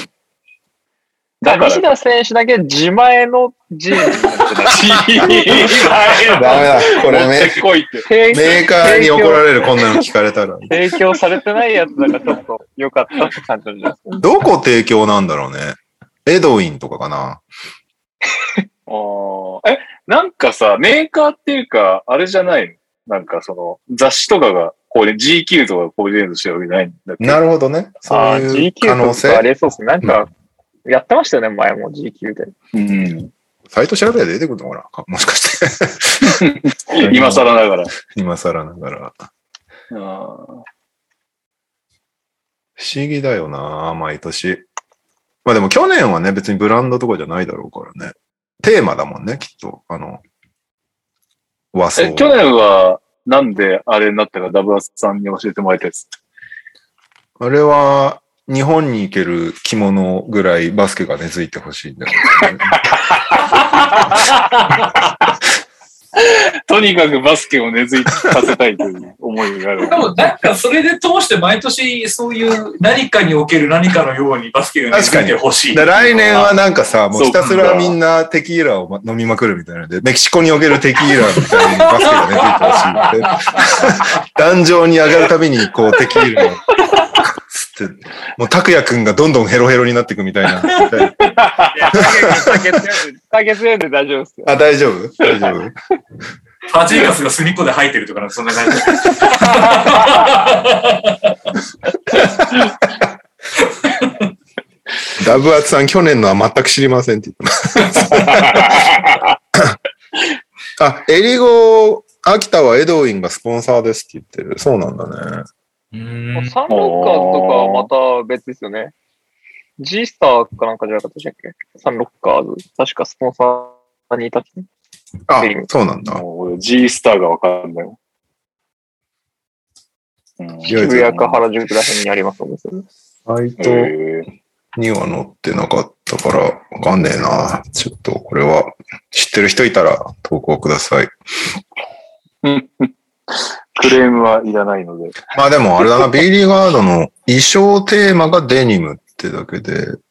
B: だから、
C: 西田選手だけ自前のジーンズなんじゃない
A: ダメだ、これ
B: *laughs* 持
A: ね
B: っ。てこいって。
C: 提供
A: メーカーに怒られる、こんなの聞かれたら。
C: 提供されてないやつだからちょっと良かったって感じなんじゃないですか。
A: どこ提供なんだろうね。エドウィンとかかな。
B: あーえ、なんかさ、メーカーっていうか、あれじゃないのなんかその、雑誌とかが、こうね、GQ とかがコーディネートしてるわけじゃないんだっけ
A: なるほどね。そういう
C: GQ
A: 可能
C: とかあ
A: 性。
C: りそうですね。なんか、やってましたよね、前も GQ で。
B: うん。
A: サイト調べて出てくるのかな *laughs* もしかして。
B: 今更ながら。
A: 今更ながら。
B: あ
A: 不思議だよな、毎年。まあでも去年はね、別にブランドとかじゃないだろうからね。テーマだもんね、きっと。あの、和
B: ーえ、
A: 装。
B: 去年は、なんであれになったか、ダブアスさんに教えてもらいたい *laughs* です。
A: あれは、日本に行ける着物ぐらいバスケが根付いてほしいんだよね。
B: とにかくバスケを根付いさせたいという思いが *laughs* ある。
D: でもなんかそれで通して毎年そういう何かにおける何かのようにバスケが根付いてほしい。
A: だから来年はなんかさ、もうひたすらみんなテキーラをま飲みまくるみたいなので、メキシコにおけるテキーラみたいにバスケがね、出て *laughs* ほしい。壇上に上がるたびに、こうテキーラを、つって、もう拓也くんがどんどんヘロヘロになっていくみたいな。
C: 解決読んで大丈夫ですよ。
A: あ、大丈夫大丈夫
D: パジーカスが隅っこで吐いてるとかなんかそんな感じ。
A: ダブアツさん、去年のは全く知りませんって言ってます。あ、エリゴ、秋田はエドウィンがスポンサーですって言ってる。そうなんだね。
D: う
C: も
D: ー。
C: うんサンロッカーズとかはまた別ですよね。G スターかなんかじゃなかったでしたっけサンロッカーズ。確かスポンサーにいたっけ
A: あ、そうなんだ。
B: もう俺 G スターがわかんないもん。うん
A: やいや
C: 渋谷か原宿ら辺にありますもんね。
A: サイト
B: えー
A: には載ってなかったから、わかんねえな。ちょっと、これは、知ってる人いたら投稿ください。
B: クレームはいらないので。
A: まあでも、あれだな、ビリーガードの衣装テーマがデニムってだけで、
B: う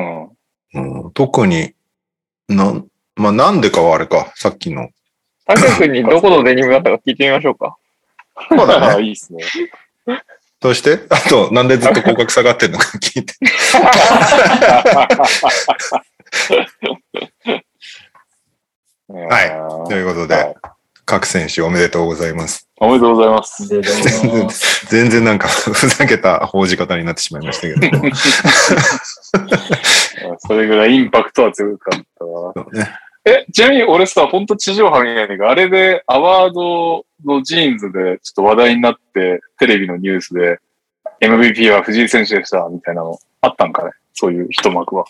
B: ん。
A: うん、特に、なん、まあなんでかはあれか、さっきの。
C: タケ君にどこのデニムだったか聞いてみましょうか。
A: そうだね
B: *laughs* ああ、いいですね。
A: そして、あと、なんでずっと広角下がってんのか *laughs* 聞いて。
B: はい
A: ということで、各選手おめでとうございます。
B: おめでとうございます。
D: で
A: 全然、全然なんか、ふざけた報じ方になってしまいましたけ
B: *laughs*
A: ども。
B: それぐらいインパクトは強かったわ。
A: そうね
B: え、ちなみに俺さ、ほんと地上波見ないんだけど、あれでアワードのジーンズでちょっと話題になって、テレビのニュースで MVP は藤井選手でした、みたいなのあったんかね。そういう一幕は。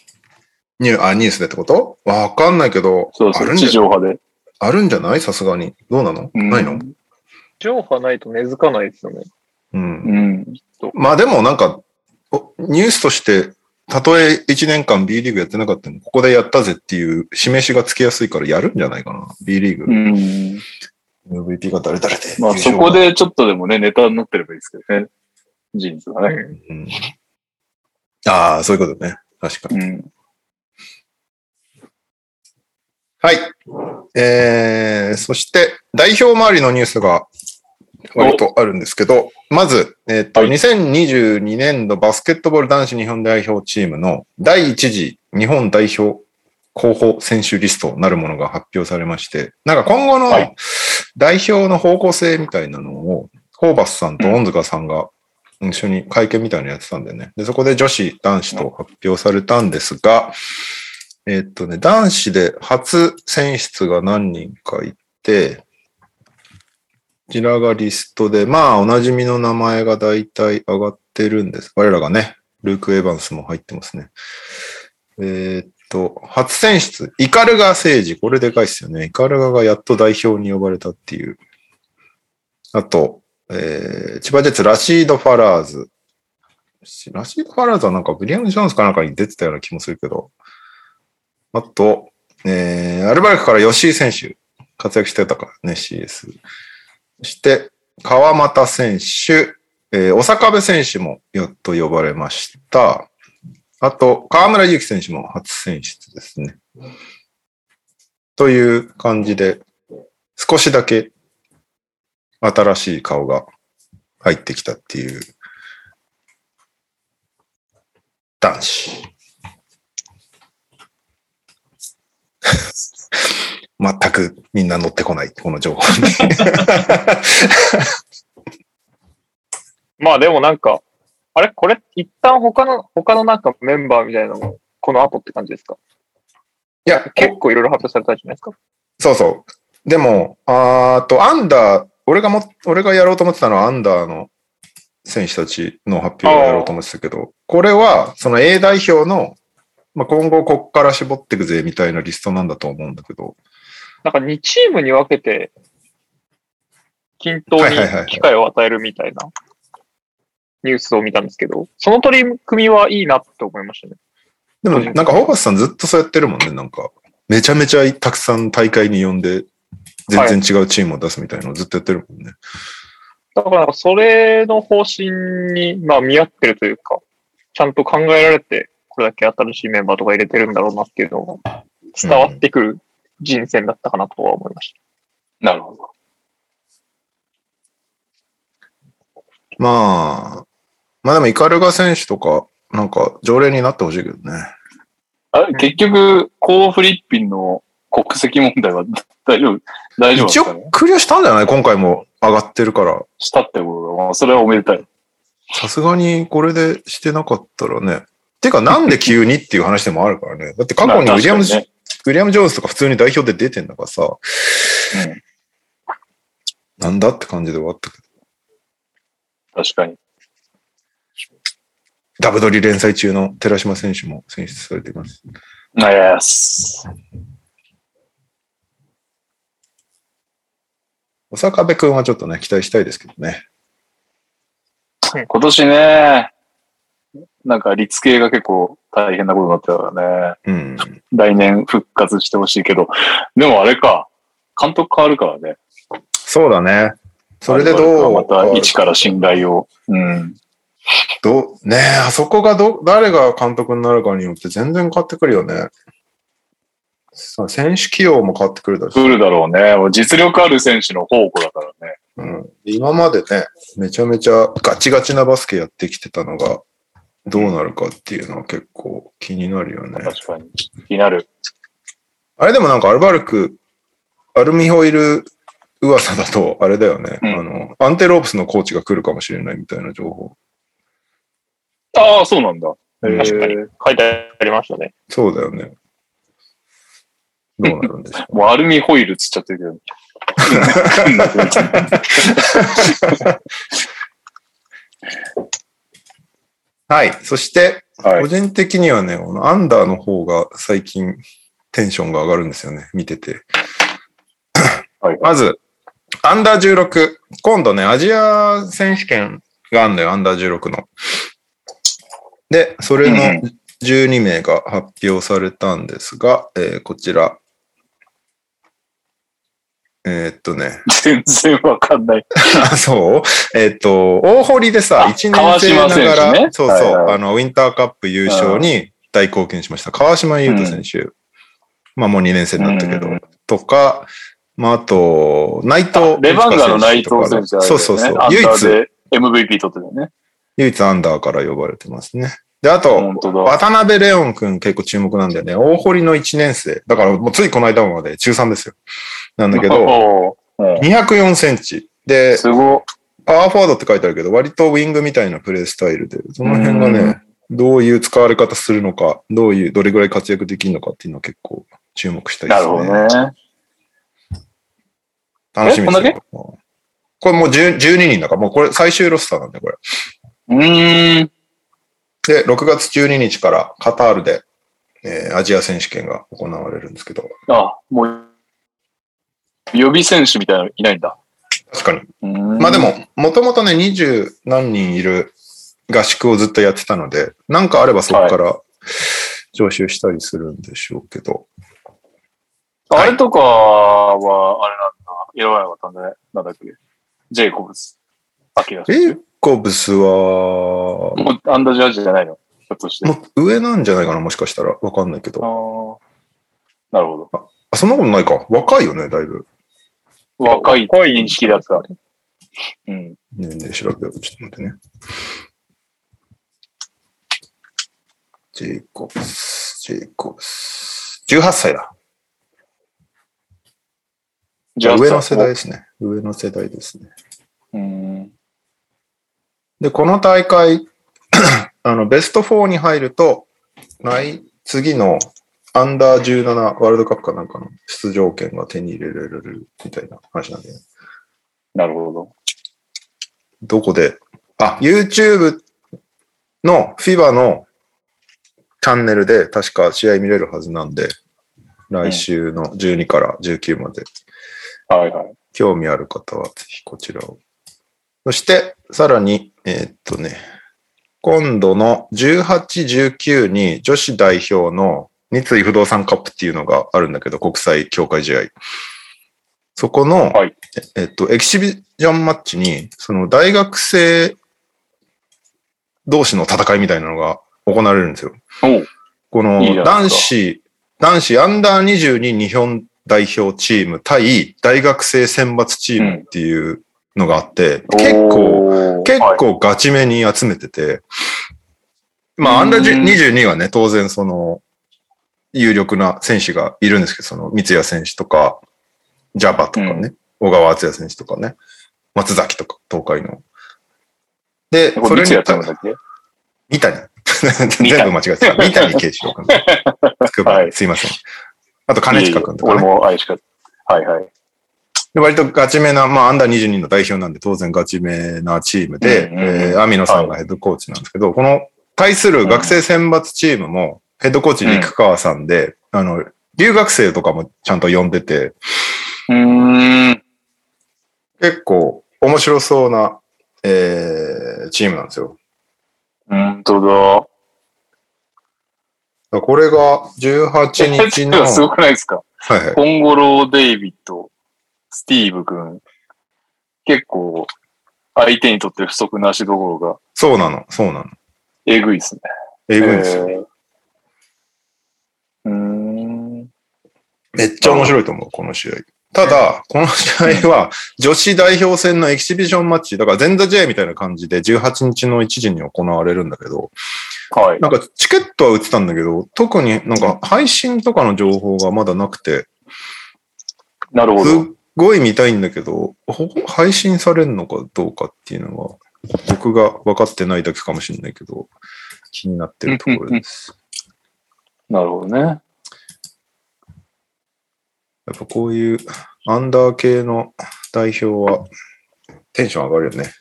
A: ニューあ、ニュースでってことわかんないけど、
B: そうそ
A: ある
B: う、
A: んじ
B: 地
A: ゃ
B: 上波で。
A: あるんじゃないさすがに。どうなの、
B: うん
A: ないの
C: 情波ないと根付かないですよね。
A: うん。
B: うん。
A: まあでもなんか、おニュースとして、たとえ1年間 B リーグやってなかったのにここでやったぜっていう示しがつきやすいからやるんじゃないかな。B リーグ
B: う。ん。
A: MVP が誰々で。
B: まあ
A: 優勝
B: そこでちょっとでもね、ネタになってればいいですけどね。ジーンズがね。
A: うんああ、そういうことね。確かに。
B: うん。
A: はい。えー、そして、代表周りのニュースが割とあるんですけど、まず、えっと、
B: はい
A: 2022年度バスケットボール男子日本代表チームの第1次日本代表候補選手リストなるものが発表されまして、なんか今後の
B: はい
A: 代表の方向性みたいなのを、ホーバスさんと恩塚さんが一緒に会見みたいなのやってたんだよね。で、そこで女子、男子と発表されたんですが、えっとね、男子で初選出が何人かいて、こちらがリストで、まあ、おなじみの名前が大体上がってるんです。我らがね、ルーク・エヴァンスも入ってますね。えーっと、初選出、イカルガ政治、これでかいっすよね。イカルガがやっと代表に呼ばれたっていう。あと、えー、千葉ジェッツ、ラシード・ファラーズ。ラシード・ファラーズはなんか、ブリアム・ジョーンズかなんかに出てたような気もするけど。あと、えー、アルバルクから吉井選手、活躍してたからね、CS。そして、川又選手、えー、小坂部選手もやっと呼ばれました。あと、河村勇輝選手も初選出ですね。という感じで、少しだけ新しい顔が入ってきたっていう男子。全くみんな乗ってこない、この情報に。
C: まあでもなんか、あれこれ、一旦他の、他のなんかメンバーみたいなのも、この後って感じですか
A: いや、
C: 結構いろいろ発表されたじゃないですか。
A: そうそう。でも、あーと、アンダー、俺がも、俺がやろうと思ってたのは、アンダーの選手たちの発表をやろうと思ってたけど、これは、その A 代表の、まあ、今後こっから絞っていくぜ、みたいなリストなんだと思うんだけど、
C: なんか2チームに分けて、均等
A: はい
C: に
A: はいはいはい
C: 機会を与えるみたいなニュースを見たんですけど、その取り組みはいいなって思いましたね。
A: でも、なんか、ホーバスさんずっとそうやってるもんね、なんか。めちゃめちゃたくさん大会に呼んで、全然違うチームを出すみたいなのをずっとやってるもんね。
C: だからなんかそれの方針に、まあ、見合ってるというか、ちゃんと考えられて、これだけ新しいメンバーとか入れてるんだろうなっていうのが伝わってくる人選だったかなとは思いまし
B: なるほど。
A: まあ、まあでも、イカルガ選手とか、なんか常連になってほしいけどね。
B: あ結局、コーフリッピンの国籍問題は *laughs* 大丈夫大丈夫
A: 一
B: だった
A: 応
B: ね。
A: クリアしたんじゃない今回も上がってるから。
B: したってことだ。まあ、それはおめでたい。
A: さすがにこれでしてなかったらね。てか、なんで急にっていう話でもあるから
B: *laughs*
A: ね。だって過去にウィリアムズ、
B: まあ
A: ウ
B: 確
A: ィリアム・ジョーンズとか普通に代表で出てんだからさ、
B: かにね
A: なんだって感じで終わったけど。
B: うん、確かに。
A: ダブドリ連載中の寺島選手も選出されています。
B: ナイス。
A: 小坂部君はちょっとね、期待したいですけどね。
B: 今年ね、なんか立系が結構大変なことになってたからね。
A: うん。
B: 来年復活してほしいけど、でもあれか、監督変わるからね。
A: そうだね。それでどう、
B: また一から信頼を。うん。
A: どう、ねえ、あそこがど、誰が監督になるかによって全然変わってくるよね。そう選手起用も変わってくるだろうし、
B: 来るだろうね。実力ある選手の宝庫だからね。
A: うん、今までね、めちゃめちゃガチガチなバスケやってきてたのが、どうなるかっていうのは結構気になるよね。
B: 確かに。気になる。
A: あれでもなんかアルバルク、アルミホイル噂だと、あれだよね、
B: うん
A: あの、アンテロープスのコーチが来るかもしれないみたいな情報。
B: ああ、そうなんだ。
C: た。確かに。書いてありましたね。
A: そうだよね。どうなるんでし
B: *laughs*
A: ょう。
B: もうアルミホイルっつっちゃってるけど。
A: はい。そして、
B: はい
A: 個人的にはね、このアンダーの方が最近テンションが上がるんですよね。見てて。
B: はい
A: *coughs* まず、アンダー16。今度ね、アジア選手権があるんだよ、アンダー16の。で、それ
B: うん
A: の12名が発表されたんですが、えーこちら。えーっとね、
B: 全然わかんない。
A: あ、そうえっ、と、大堀でさ、1
B: あ
A: 年生なが
B: 川島
A: ら、
B: 選手ね
A: そうそう、
B: はいはい
A: あの、ウィンターカップ優勝に大貢献しました。川島優斗選手。まあ、もう2年生になったけど、
B: うん
A: とか、まあ、あと、内藤。
B: レバンガの内藤選手だよね
A: そうそうそう
B: ア。ン
A: 唯
B: ダー
A: 一、
B: で MVP 取ってたよね。
A: 唯一アンダーから呼ばれてますね。で、あと、
B: 本当だ。
A: 渡辺レオン君結構注目なんだよね。大堀の1年生。だから、もうついこの間まで中3ですよ。なんだけど、
B: おーうん
A: 204センチ。で、
B: すご
A: パワーフォワードって書いてあるけど、割とウィングみたいなプレースタイルで、その辺がね、どういう使われ方するのか、どういう、どれぐらい活躍できるのかっていうのは結構注目したい
B: い。
A: で
B: な
A: す
B: るほ
A: ね。
B: どね。
A: 楽しみです
B: え
A: よ。これもう10 12人だから、もうこれ最終ロスターなんで、これ。
B: うーん。
A: で、6月12日からカタールで、えーアジア選手権が行われるんですけど、
B: あ、もう、予備選手みたいなのいないんだ。
A: 確かに。
B: ま
A: まあで、も、もともとね、20何人いる合宿をずっとやってたので、なんかあればそこから徴収したりするんでしょうけど、
B: あれとかは、あれなんだ。選ばなかったんだね。なんだっけ。ジェイコブス。アキラ。
A: ジェイコブスは、
B: もうアンダージャージじゃないのひょっとして。あ
A: もう上なんじゃないかな、もしかしたら。わかんないけ
B: あ
A: ど。
B: ー。なるほ
A: あ、そんなことないか。若いよね、だいぶ。
B: ど。若い認識だった。うん。
A: 年齢調べよう。ちょっと待ってね。ジェイコブス、ジェイコブス。18歳だ。
B: じ
A: 上の世代。ですね。上の世代ですね。
B: うん。
A: で、この大会、 *clears throat* あの、ベスト4に入ると、来、次のアンダー17ワールドカップかなんかの出場権が手に入れられるみたいな話なんで、ね、
B: なるほど。
A: どこで、あ、YouTube の FIBA のチャンネルで確か試合見れるはずなんで、来週の12から19まで、
B: はいはい。
A: 興味ある方はぜひこちらを。そして、さらに、えーっとね、今度の18、19に女子代表の三井不動産カップっていうのがあるんだけど、国際協会試合。そこの、
B: はい
A: えっと、エキシビジョンマッチに、その大学生同士の戦いみたいなのが行われるんですよ。
B: おう
A: この
B: いいじゃない
A: 男
B: ですか
A: 子、男子アンダー22日本代表チーム対大学生選抜チームっていうのがあって、結構、
B: 構
A: 結構ガチめに集めてて、まあ、ア
B: う
A: ン
B: ん
A: ダー22はね、当然その、有力な選手がいるんですけど、その、三谷選手とか、ジャバとかね、小川敦也選手とかね、松崎とか、東海の。で、
B: こ
A: そ
B: れ
A: れに
B: いつやったんだっけ
A: 三谷。 *laughs* 全部間違えてた。三谷慶志郎君。つくば
B: *laughs* はい
A: すいません。あと、金近君とか
B: いい
A: ね。
B: 俺も怪しかった。はいはい。
A: で割とガチめな、まあ、アンダー22の代表なんで、当然ガチめなチームで、
B: うんうんうん
A: えー、網野さんがヘッドコーチなんですけど、この対する学生選抜チームも、ヘッドコーチ陸川さんで、あの、留学生とかもちゃんと呼んでて、
B: うーん。
A: 結構面白そうな、えー、チームなんですよ。
B: 本当
A: だからこれが18
B: だ。
A: 日の、
B: ちょっとす
A: は
B: ごくないですか
A: いはい。
B: コンゴロー・デイビッド、スティーブ君、結構、相手にとって不足な足どころが、
A: そうなの、そうなの。
B: えぐいですね。
A: えぐいんですよ。
B: えーうーん。
A: めっちゃ面白いと思う、この試合。ただ、この試合は、女子代表戦のエキシビションマッチ、だから前座試合みたいな感じで、18日の1時に行われるんだけど、
B: はい。
A: なんかチケットは売ってたんだけど、特になんか配信とかの情報がまだなくて、
B: なるほ
A: すっ
B: ど。
A: ごい見たいんだけど、ほ配信されるのかどうかっていうのは、僕が分かってないだけかもしれないけど、気になってるところです。
B: なるほどね。
A: やっぱこういうアンダー系の代表はテンション上がるよね。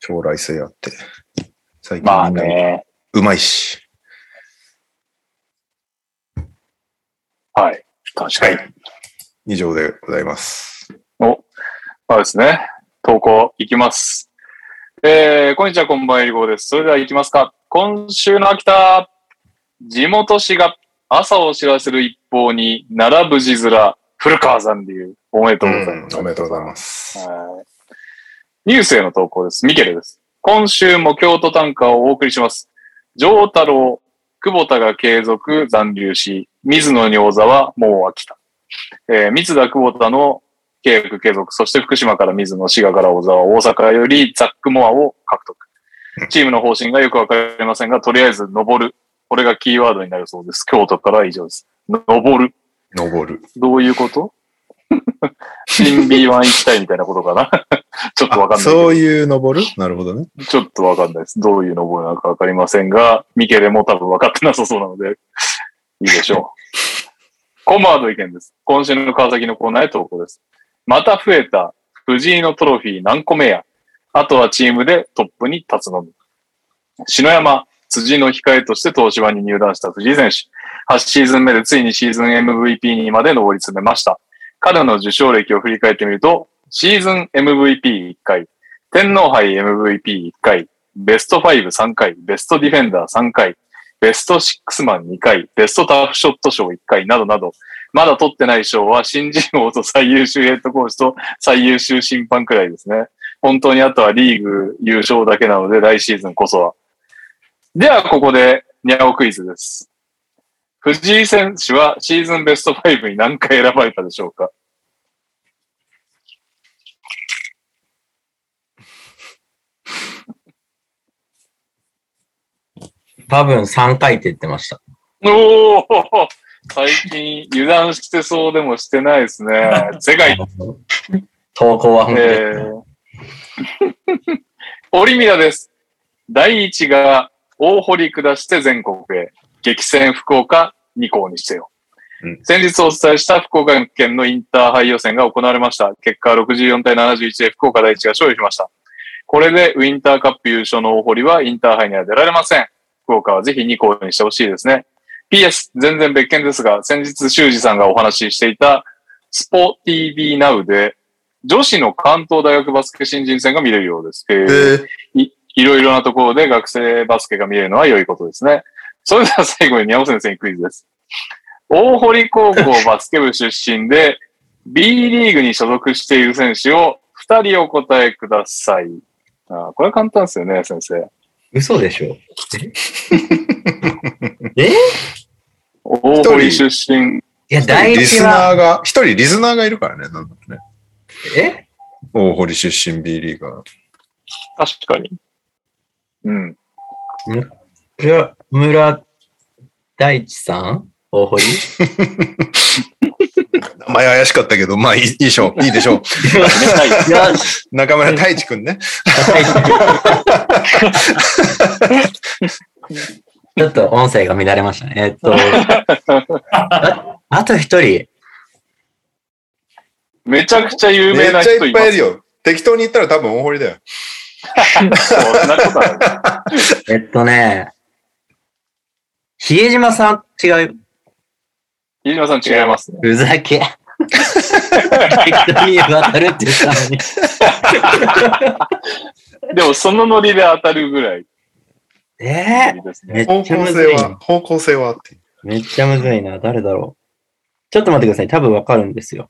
A: 将来性あって。最近
B: まあ
A: みんな
B: ね。
A: うまいし。
B: はい。確かに。
A: 以上でございます。
B: そうですね。投稿いきます。えー、こんにちは、こんばんは、えりごです。それでは行きますか。今週の秋田、地元紙が朝を知らせる一方に、並ぶ字面、古川さん流、おめでとうございます。
A: おめでとうございます。
B: はいニュースへの投稿です。ミケルです。今週も京都短歌をお送りします。上太郎、久保田が継続残留し、水野仁王座はもう飽きた。えー、三田久保田の契約継続、そして福島から水野、滋賀から小沢、大阪よりザックモアを獲得。チームの方針がよくわかりませんが、とりあえず登る。これがキーワードになるそうです。京都からは以上です。登る。
A: 登る。
B: どういうこと *laughs* 新 B1 行きたいみたいなことかな *laughs* ちょっとわかんないけど
A: そういう登るなるほどね。
B: ちょっとわかんないです。どういうの覚えなのかわかりませんが、ミケでも多分分かってなさそうなので、いいでしょう。 *laughs* コマード意見です。今週の川崎のコーナーへ投稿です。また増えた藤井のトロフィー何個目や。あとはチームでトップに立つのみ。篠山、辻の控えとして東芝に入団した藤井選手。8シーズン目でついにシーズン MVP にまで上り詰めました。彼の受賞歴を振り返ってみると、シーズン MVP1 回、天皇杯 MVP1 回、ベスト53回、ベストディフェンダー3回、ベストシックスマン2回、ベストタフショット賞1回などなど、まだ取ってない賞は新人王と最優秀ヘッドコーチと最優秀審判くらいですね。本当にあとはリーグ優勝だけなので来シーズンこそは。ではここでニャオクイズです。藤井選手はシーズンベスト5に何回選ばれたでしょうか
E: 多分3回って言ってました。
B: おお最近油断してそうでもしてないですね。世界
E: 投稿は本当に。
B: えー、 *laughs* オリミラです。第1が大堀下して全国へ。激戦福岡2校にしてよ。
A: うん
B: 先日お伝えした福岡県のインターハイ予選が行われました。結果は64対71で福岡第一が勝利しました。これでウィンターカップ優勝の大堀はインターハイには出られません。福岡はぜひ2校にしてほしいですね。PS、全然別件ですが、先日修二さんがお話ししていたスポ TV Now で女子の関東大学バスケ新人戦が見れるようです。へー
A: えー、
B: いいろいろなところで学生バスケが見れるのは良いことですね。それでは最後に宮尾先生にクイズです。大堀高校バスケ部出身で、 B リーグに所属している選手を2人お答えください。あーこれは簡単ですよね、先生。
E: 嘘でしょ
B: 大堀出身。
E: いや、第
A: リ
E: 一
A: スナ
E: は、
A: ーが、一人リスナーがいるからね、なんだろうね。
E: え
A: 大堀出身 B リーガー。
C: 確かに。
B: うん。
E: いや村大地さん大堀
A: 名前怪しかったけど、まあいいいいでしょ
B: *laughs*
A: う。いいでしょう。
E: いや、
A: 中村太一くんね。
E: *laughs* ちょっと音声が乱れましたね。えっと、ああと一人、
B: めちゃくちゃ有
A: め
B: 名
A: っち
B: な
A: ゃ
B: 人
A: いっ
B: いま
A: ぱいい
B: す
A: る。よ。適当に言ったら多分大堀だよ。
B: そんなことある
E: えっとね、比江島さん違うよ。
B: 飯島さん違いますね。
E: ふざけ。適当に渡るって言ったのに。
B: でも、そのノリで当たるぐらい
E: え
B: です
E: ー、
B: ね。
E: め
A: 方
E: っちゃ
A: 向
E: む
A: 性
E: ずい
A: は
E: な。、
A: 方向性はって。
E: めっちゃむずいな。誰だろう。ちょっと待ってください。多分わかるんですよ。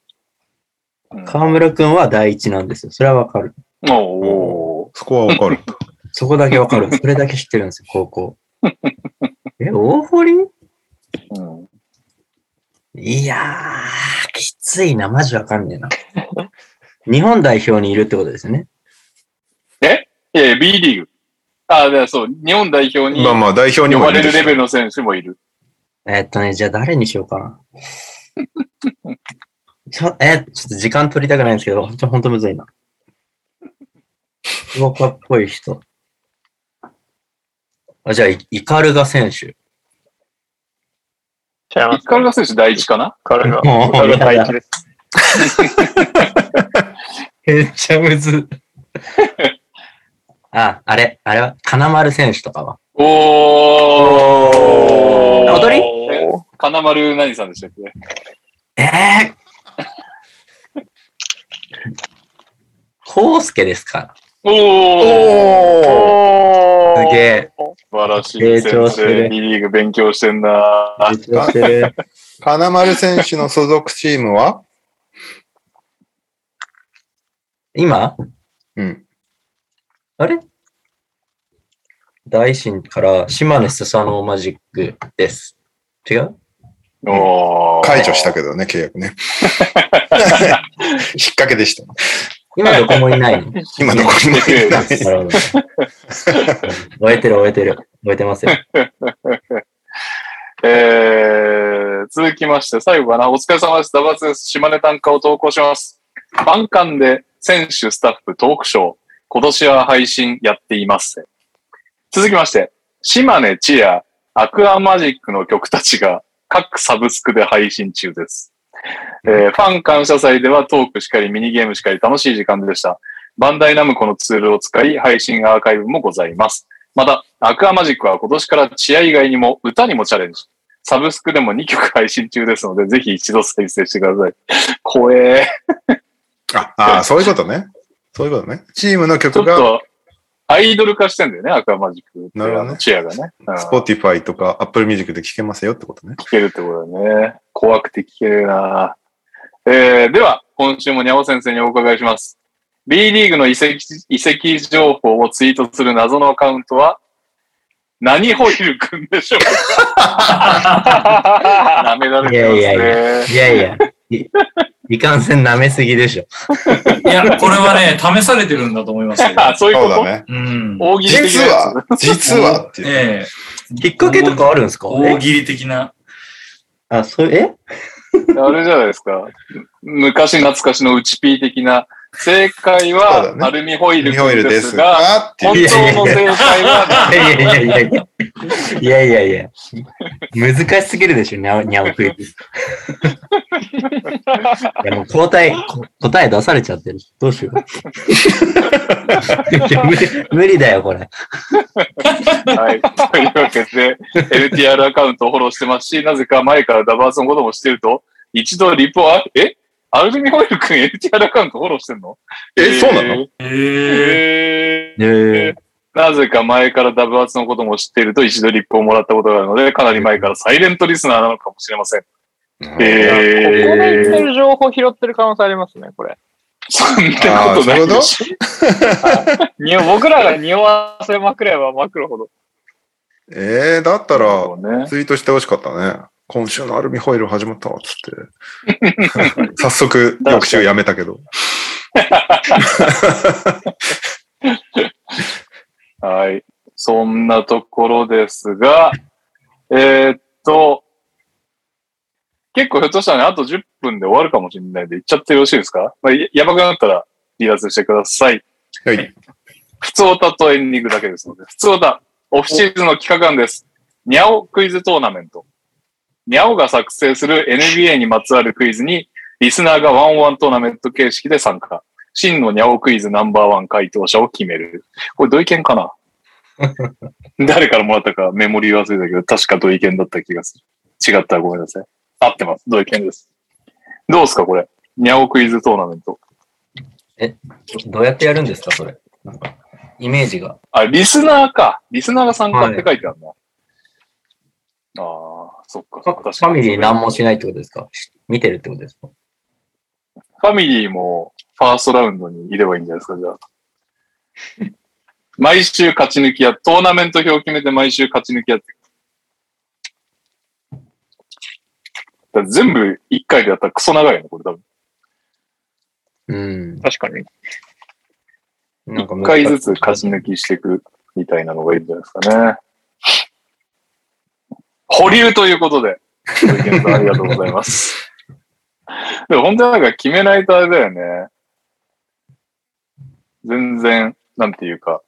B: うん
E: 河村くんは第一なんですよ。それはわかる。
B: お
A: そこはわか
B: *laughs*
A: る。
E: そこだけわかる。 *laughs* それだけ知ってるんですよ、高校。え、大堀
B: ーうん
E: いやー、きついな。マジわかんねえな。日本代表にいるってことですよね。
B: いやいや、B リーグ。ああ、だからそう、日本代表に
A: まあまあ、代表に
B: 呼
A: も
B: ば
A: いる
B: れ
A: で
B: る
A: しょ
B: レベルの選手もいる。
E: えーっとね、じゃあ誰にしようかな。ちょ、えーちょっと時間取りたくないんですけど、ほんと、ほんとむずいな。福岡っぽい人。あ、じゃあ、いイカルガ選手。
C: 違いま
B: 一
C: すか
B: カルガ選手第一かな
C: 彼 *laughs* が。
E: もう
C: 彼が大事です。
E: めっちゃむず。 *laughs* あ、あれ、あれは、金丸選手とかは。
B: おー
E: 踊り
C: お
B: 金丸何さんでしたっけ
E: ええー。コウスケですか
B: おお
E: す
C: ー
E: げえ。
B: 素晴らしい
E: 成長
B: 先
E: してる
B: 生。B リーグ勉強してんな。
E: 成長してる。
A: 金丸選手の所属チームは
E: 今
A: うん。
E: あれ大臣から島根スサノーマジックです。違う
B: おー
A: 解除 *laughs* したけどね、契約
B: *laughs*
A: ね。引っ掛けでした。
E: 今どこもいないのな
A: 今どこにもいる。
E: るほど。終えてる終えてる。終えてますよ。
B: えー、続きまして、最後かな。お疲れ様です。ダバツです。島根短歌を投稿します。万感で選手、スタッフ、トークショー。今年は配信やっています。続きまして、島根チア、アクアマジックの曲たちが各サブスクで配信中です。えーファン感謝祭ではトークしかり、ミニゲームしかり、楽しい時間でした。バンダイナムコのツールを使い、配信アーカイブもございます。また、アクアマジックは今年からチア以外にも歌にもチャレンジ。サブスクでも2曲配信中ですので、ぜひ一度再生してください。怖え。
A: *laughs* ああー、そういうことね。そういうことね。チームの
B: ちょ
A: 曲
B: っ
A: が
B: と、アイドル化してんだよね、アクアマジックって。
A: なるほどね
B: あのチアがね。うん、聞
A: Spotify とか Apple Music で聴けますよってことね。
B: けるってことだね。怖くて聞けるなえー、では、今週もにゃお先生にお伺いします。B リーグの遺跡、遺跡情報をツイートする謎のアカウントは、何ホイールくんでしょうか
A: *laughs*
B: 舐められてますね。
E: いやいいやいや。いいかんせん舐めすぎでしょ。
D: いや、これはね、試されてるんだと思いますよ。
B: あ、そういう
A: そ
B: こ
A: う
B: と
A: だね。
D: うん。
B: 大喜利的
A: 実
B: なやつ
A: は、実はっていう。
D: ええ
E: きっかけとかあるんですか
D: 大喜利的な。
E: えあ、そう、え
B: あれじゃないですか。昔懐かしのうちピー的な。正解
A: そう
B: は
A: だ、ね
B: アルミホイル
A: ミホイ
B: 君
A: ル
B: で
A: ですす
B: が、
A: が、って
B: 本
A: いう。
B: 当の正解は、
E: いやいやいやいや。いやいやいや。難しすぎるでしょ、にゃお、にゃおクイ
B: *laughs*
E: ズ。いやもう答え、こ答え出されちゃってる。どうしよ
B: *laughs*
E: う。いや無理無理だよ、これ。
A: *laughs*
B: はい。というわけで、LTR アカウントをフォローしてますし、なぜか前からダバーソンこともしてると、一度リポは、えアルミホイル君 LTR アカウントフォローしてんの
A: え、そうなの
B: え
D: ええ
B: ー
E: えー
B: なぜか前からダブアツのことも知っていると一度リップをもらったことがあるので、かなり前からサイレントリスナーなのかもしれません。え
C: ここ
B: ー
C: で言ってる情報拾ってる可能性ありますね、これ。
B: そんなことないでしょ。
C: にお僕らが匂わせまくればまくるほど。
A: えー、だったら、
B: そうね
A: ツイートしてほしかったね。今週のアルミホイル始まったわ、つって。 *laughs* 早速、翌週やめたけど。
B: はい。そんなところですが、 *laughs* えーっと、結構ひょっとしたらね、あと10分で終わるかもしれないんで、行っちゃってよろしいですか、まあ、ややばくなったら離脱してください。
A: はい。
B: 普通歌とエンディングだけですので、普通歌、オフシーズンの企画案です。ニャオクイズトーナメント。ニャオが作成する NBA にまつわるクイズに、リスナーがワンオンワントーナメント形式で参加。真のニャオクイズナンバーワン回答者を決める。これ、同意見かな誰からもらったかメモリー忘れたけど、確か同意見だった気がする。違ったらごめんなさい。合ってます。同意見です。どうですか、これ。ニャオクイズトーナメント。
E: どうやってやるんですか、それ。なんか、イメージが。
B: あ、リスナーか。リスナーが参加って書いてあるな。ああ、そっか。確
E: フ
B: かに
E: ァミリー何もしないってことですか見てるってことですか
B: ファミリーもファーストラウンドにいればいいんじゃないですか、じゃあ。 *laughs* 毎週勝ち抜きや、トーナメント表を決めて毎週勝ち抜きやって。だから全部一回でやったらクソ長いよね、これ多分。
E: うん。
C: 確かに。
E: なんか
B: 一回ずつ勝ち抜きしていくみたいなのがいいんじゃないですかね。保留ということで、ご意見さんありがとうございます。でも本当になんか決めないとあれだよね。全然、なんていうか、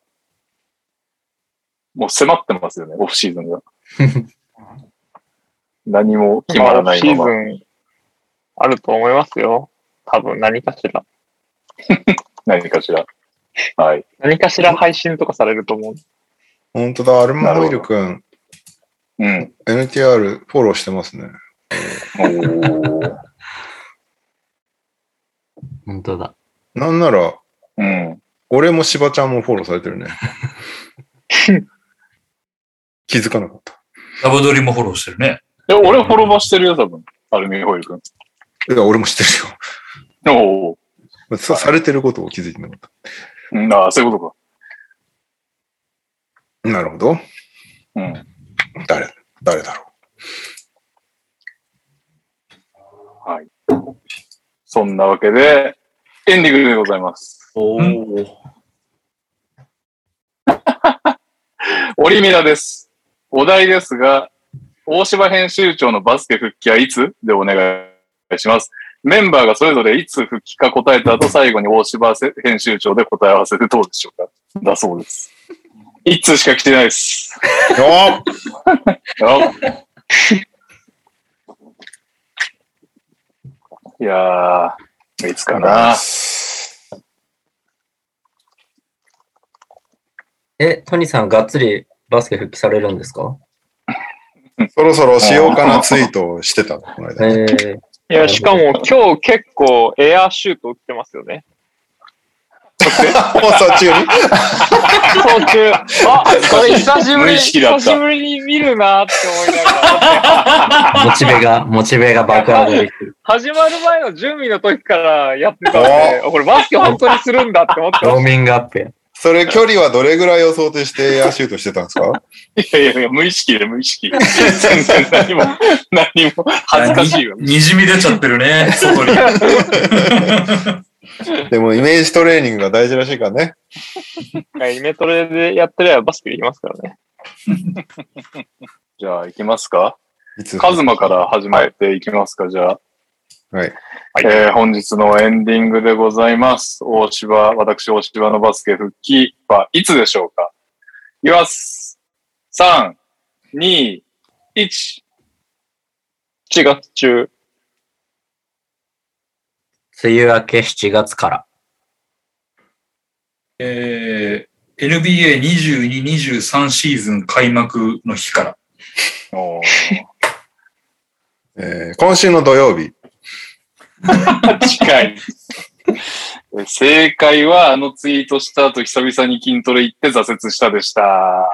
B: もう迫ってますよね、オフシーズンが。何も決まらない
C: シー
B: ま
C: ズ
B: ま。
C: ンあると思いますよ。多分何かしら。
B: 何かしら。はい。
C: 何かしら配信とかされると思う。
A: 本当だ、アルミホイルくん、
B: うん。
A: *laughs* NTR フォローしてますね。
B: おー
E: 本当だ。
A: なんなら、
B: うん。
A: 俺もしばちゃんもフォローされてるね。 *laughs* 気づかなかった。
D: ラブドリもフォローしてるね。
B: え、俺フォローバーしてるよ、多分。アルミホイル君。
A: いや、俺も知ってるよ
B: おお。
A: まあ *laughs* さ。されてることを気づいてなかっ
B: うんああ、そういうことか。
A: た。なるほど。
B: うん。
A: 誰、誰だろ
B: そんなわけで、エンディングでございます。
F: おー。
B: *laughs* オリミラです。お題ですが、大芝編集長のバスケ復帰はいつでお願いします。メンバーがそれぞれいつ復帰か答えた後、最後に大芝編集長で答え合わせてどうでしょうかだそうです。一通しか来てないです。
A: う。よっ
B: あ *laughs* いやー、いつ
A: *laughs*
B: かな。
E: え、トニーさんがっつりバスケ復帰されるんですか
A: *laughs* そろそろしようかなツイートをしてた、この
E: え
A: *laughs* 間。
B: *laughs*
C: い
E: ー、
C: や、しかも今日結構エアーシュート打ってますよね。
A: 放送中に
C: 途中、あ、これ久しぶ
B: 無
C: り
B: 意
C: に、
B: 識だった
C: 久しぶりに見るなって思いながら、
E: モチベが、モチベが爆上がり。
C: 始まる前の準備の時からやってたんで、あこれバスケ本当にするんだって思って
E: ロ
C: ま
E: ー
C: し
E: ミングアップや。
A: それ距離はどれぐらいを想定してエアシュートしてたんですか
B: *laughs* いやいやいや、無意識で無意識。全然何も、
A: *laughs*
B: 何も、恥ずかしいよ。
D: にじみ出ちゃってるね、外に。 *laughs*
A: でもイメージトレーニングが大事らしいからね。
C: た。イメトレでやってればバスケできますからね。
B: じゃあ、行きますか。
A: いつ
B: カズマから始めていきますか、じゃあ。
A: はい。
B: えー本日のエンディングでございます。大芝、私大芝のバスケ復帰はいつでしょうかいきます。3、2、1。
C: 7月中。
E: 梅雨明け7月から。
D: えー、NBA22、23シーズン開幕の日から。
B: おー
A: えー今週の土曜日、 *laughs*
B: 近い。えー正解は、あのツイートした後、久々に筋トレ行って挫折したで
A: *laughs*
B: した。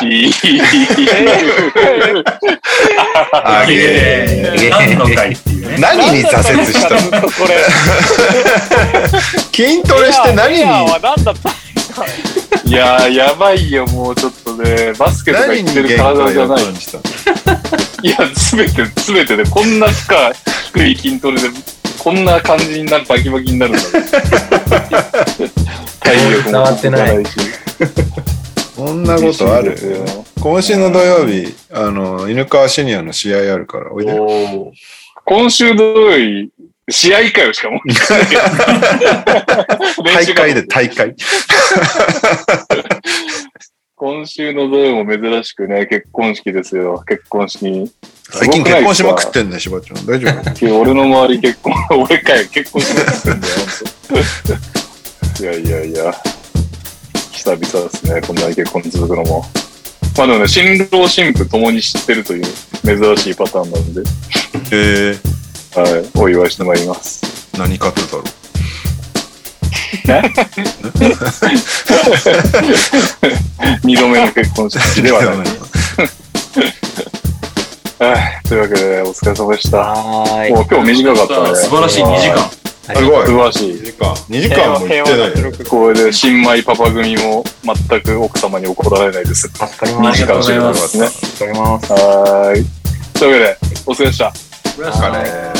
B: し
A: あげ
D: えー何の回っていう
A: ー
D: ね。
A: 何に挫折したの
C: の *laughs* これ。
A: 筋トレして何
C: エアー
A: に、
C: は何だった
B: *laughs* いやー、やばいよ、もうちょっとね。バスケとか
A: 何
B: 行
A: に
B: ってる
A: 限界
B: 体じゃ
A: を
B: ない。
A: 感じたの
B: いや、すべて、すべてで、こんな負荷、低い筋トレで、こんな感じになる、バキバキになるんだ。
A: *laughs*
B: 体力も続かないし。
A: こんなことある今週の土曜日、あの、犬川シニアの試合あるから、おいで。
D: おー
B: 今週土曜日、試合かよ、しかも。練
A: *laughs* 大
B: 習か
A: 会で大会。
B: 今週の土曜も珍しくね、結婚式ですよ。結婚式。
A: 最近結婚しまくってんね、しばちゃん。大丈夫
B: 俺の周り結婚、俺かよ、結婚しまくってんだよ、ほんといやいやいや。久々ですね、こんなに結婚続くのも。まあでもね、新郎新婦ともに知ってるという珍しいパターンなので、
A: えー、
B: はい、お祝いしてまいります。
A: 何勝つだろう。
B: 二度目の結婚式ではない。はい、というわけで、お疲れ様でした。
E: はーい。
B: もう今日短かったね。
D: 素晴らしい2時間。
A: すごい。
B: 素晴らしい。
A: 2時間も行ってないよ。
B: これで新米パパ組も全く奥様に怒られないです。
E: 助かり
D: あ
E: ま
D: り
E: す。
D: がとうございま
B: です
D: す。
B: ね。
E: 助かります。
B: はーい。というわけで、お疲れ様でした。
A: お疲れ。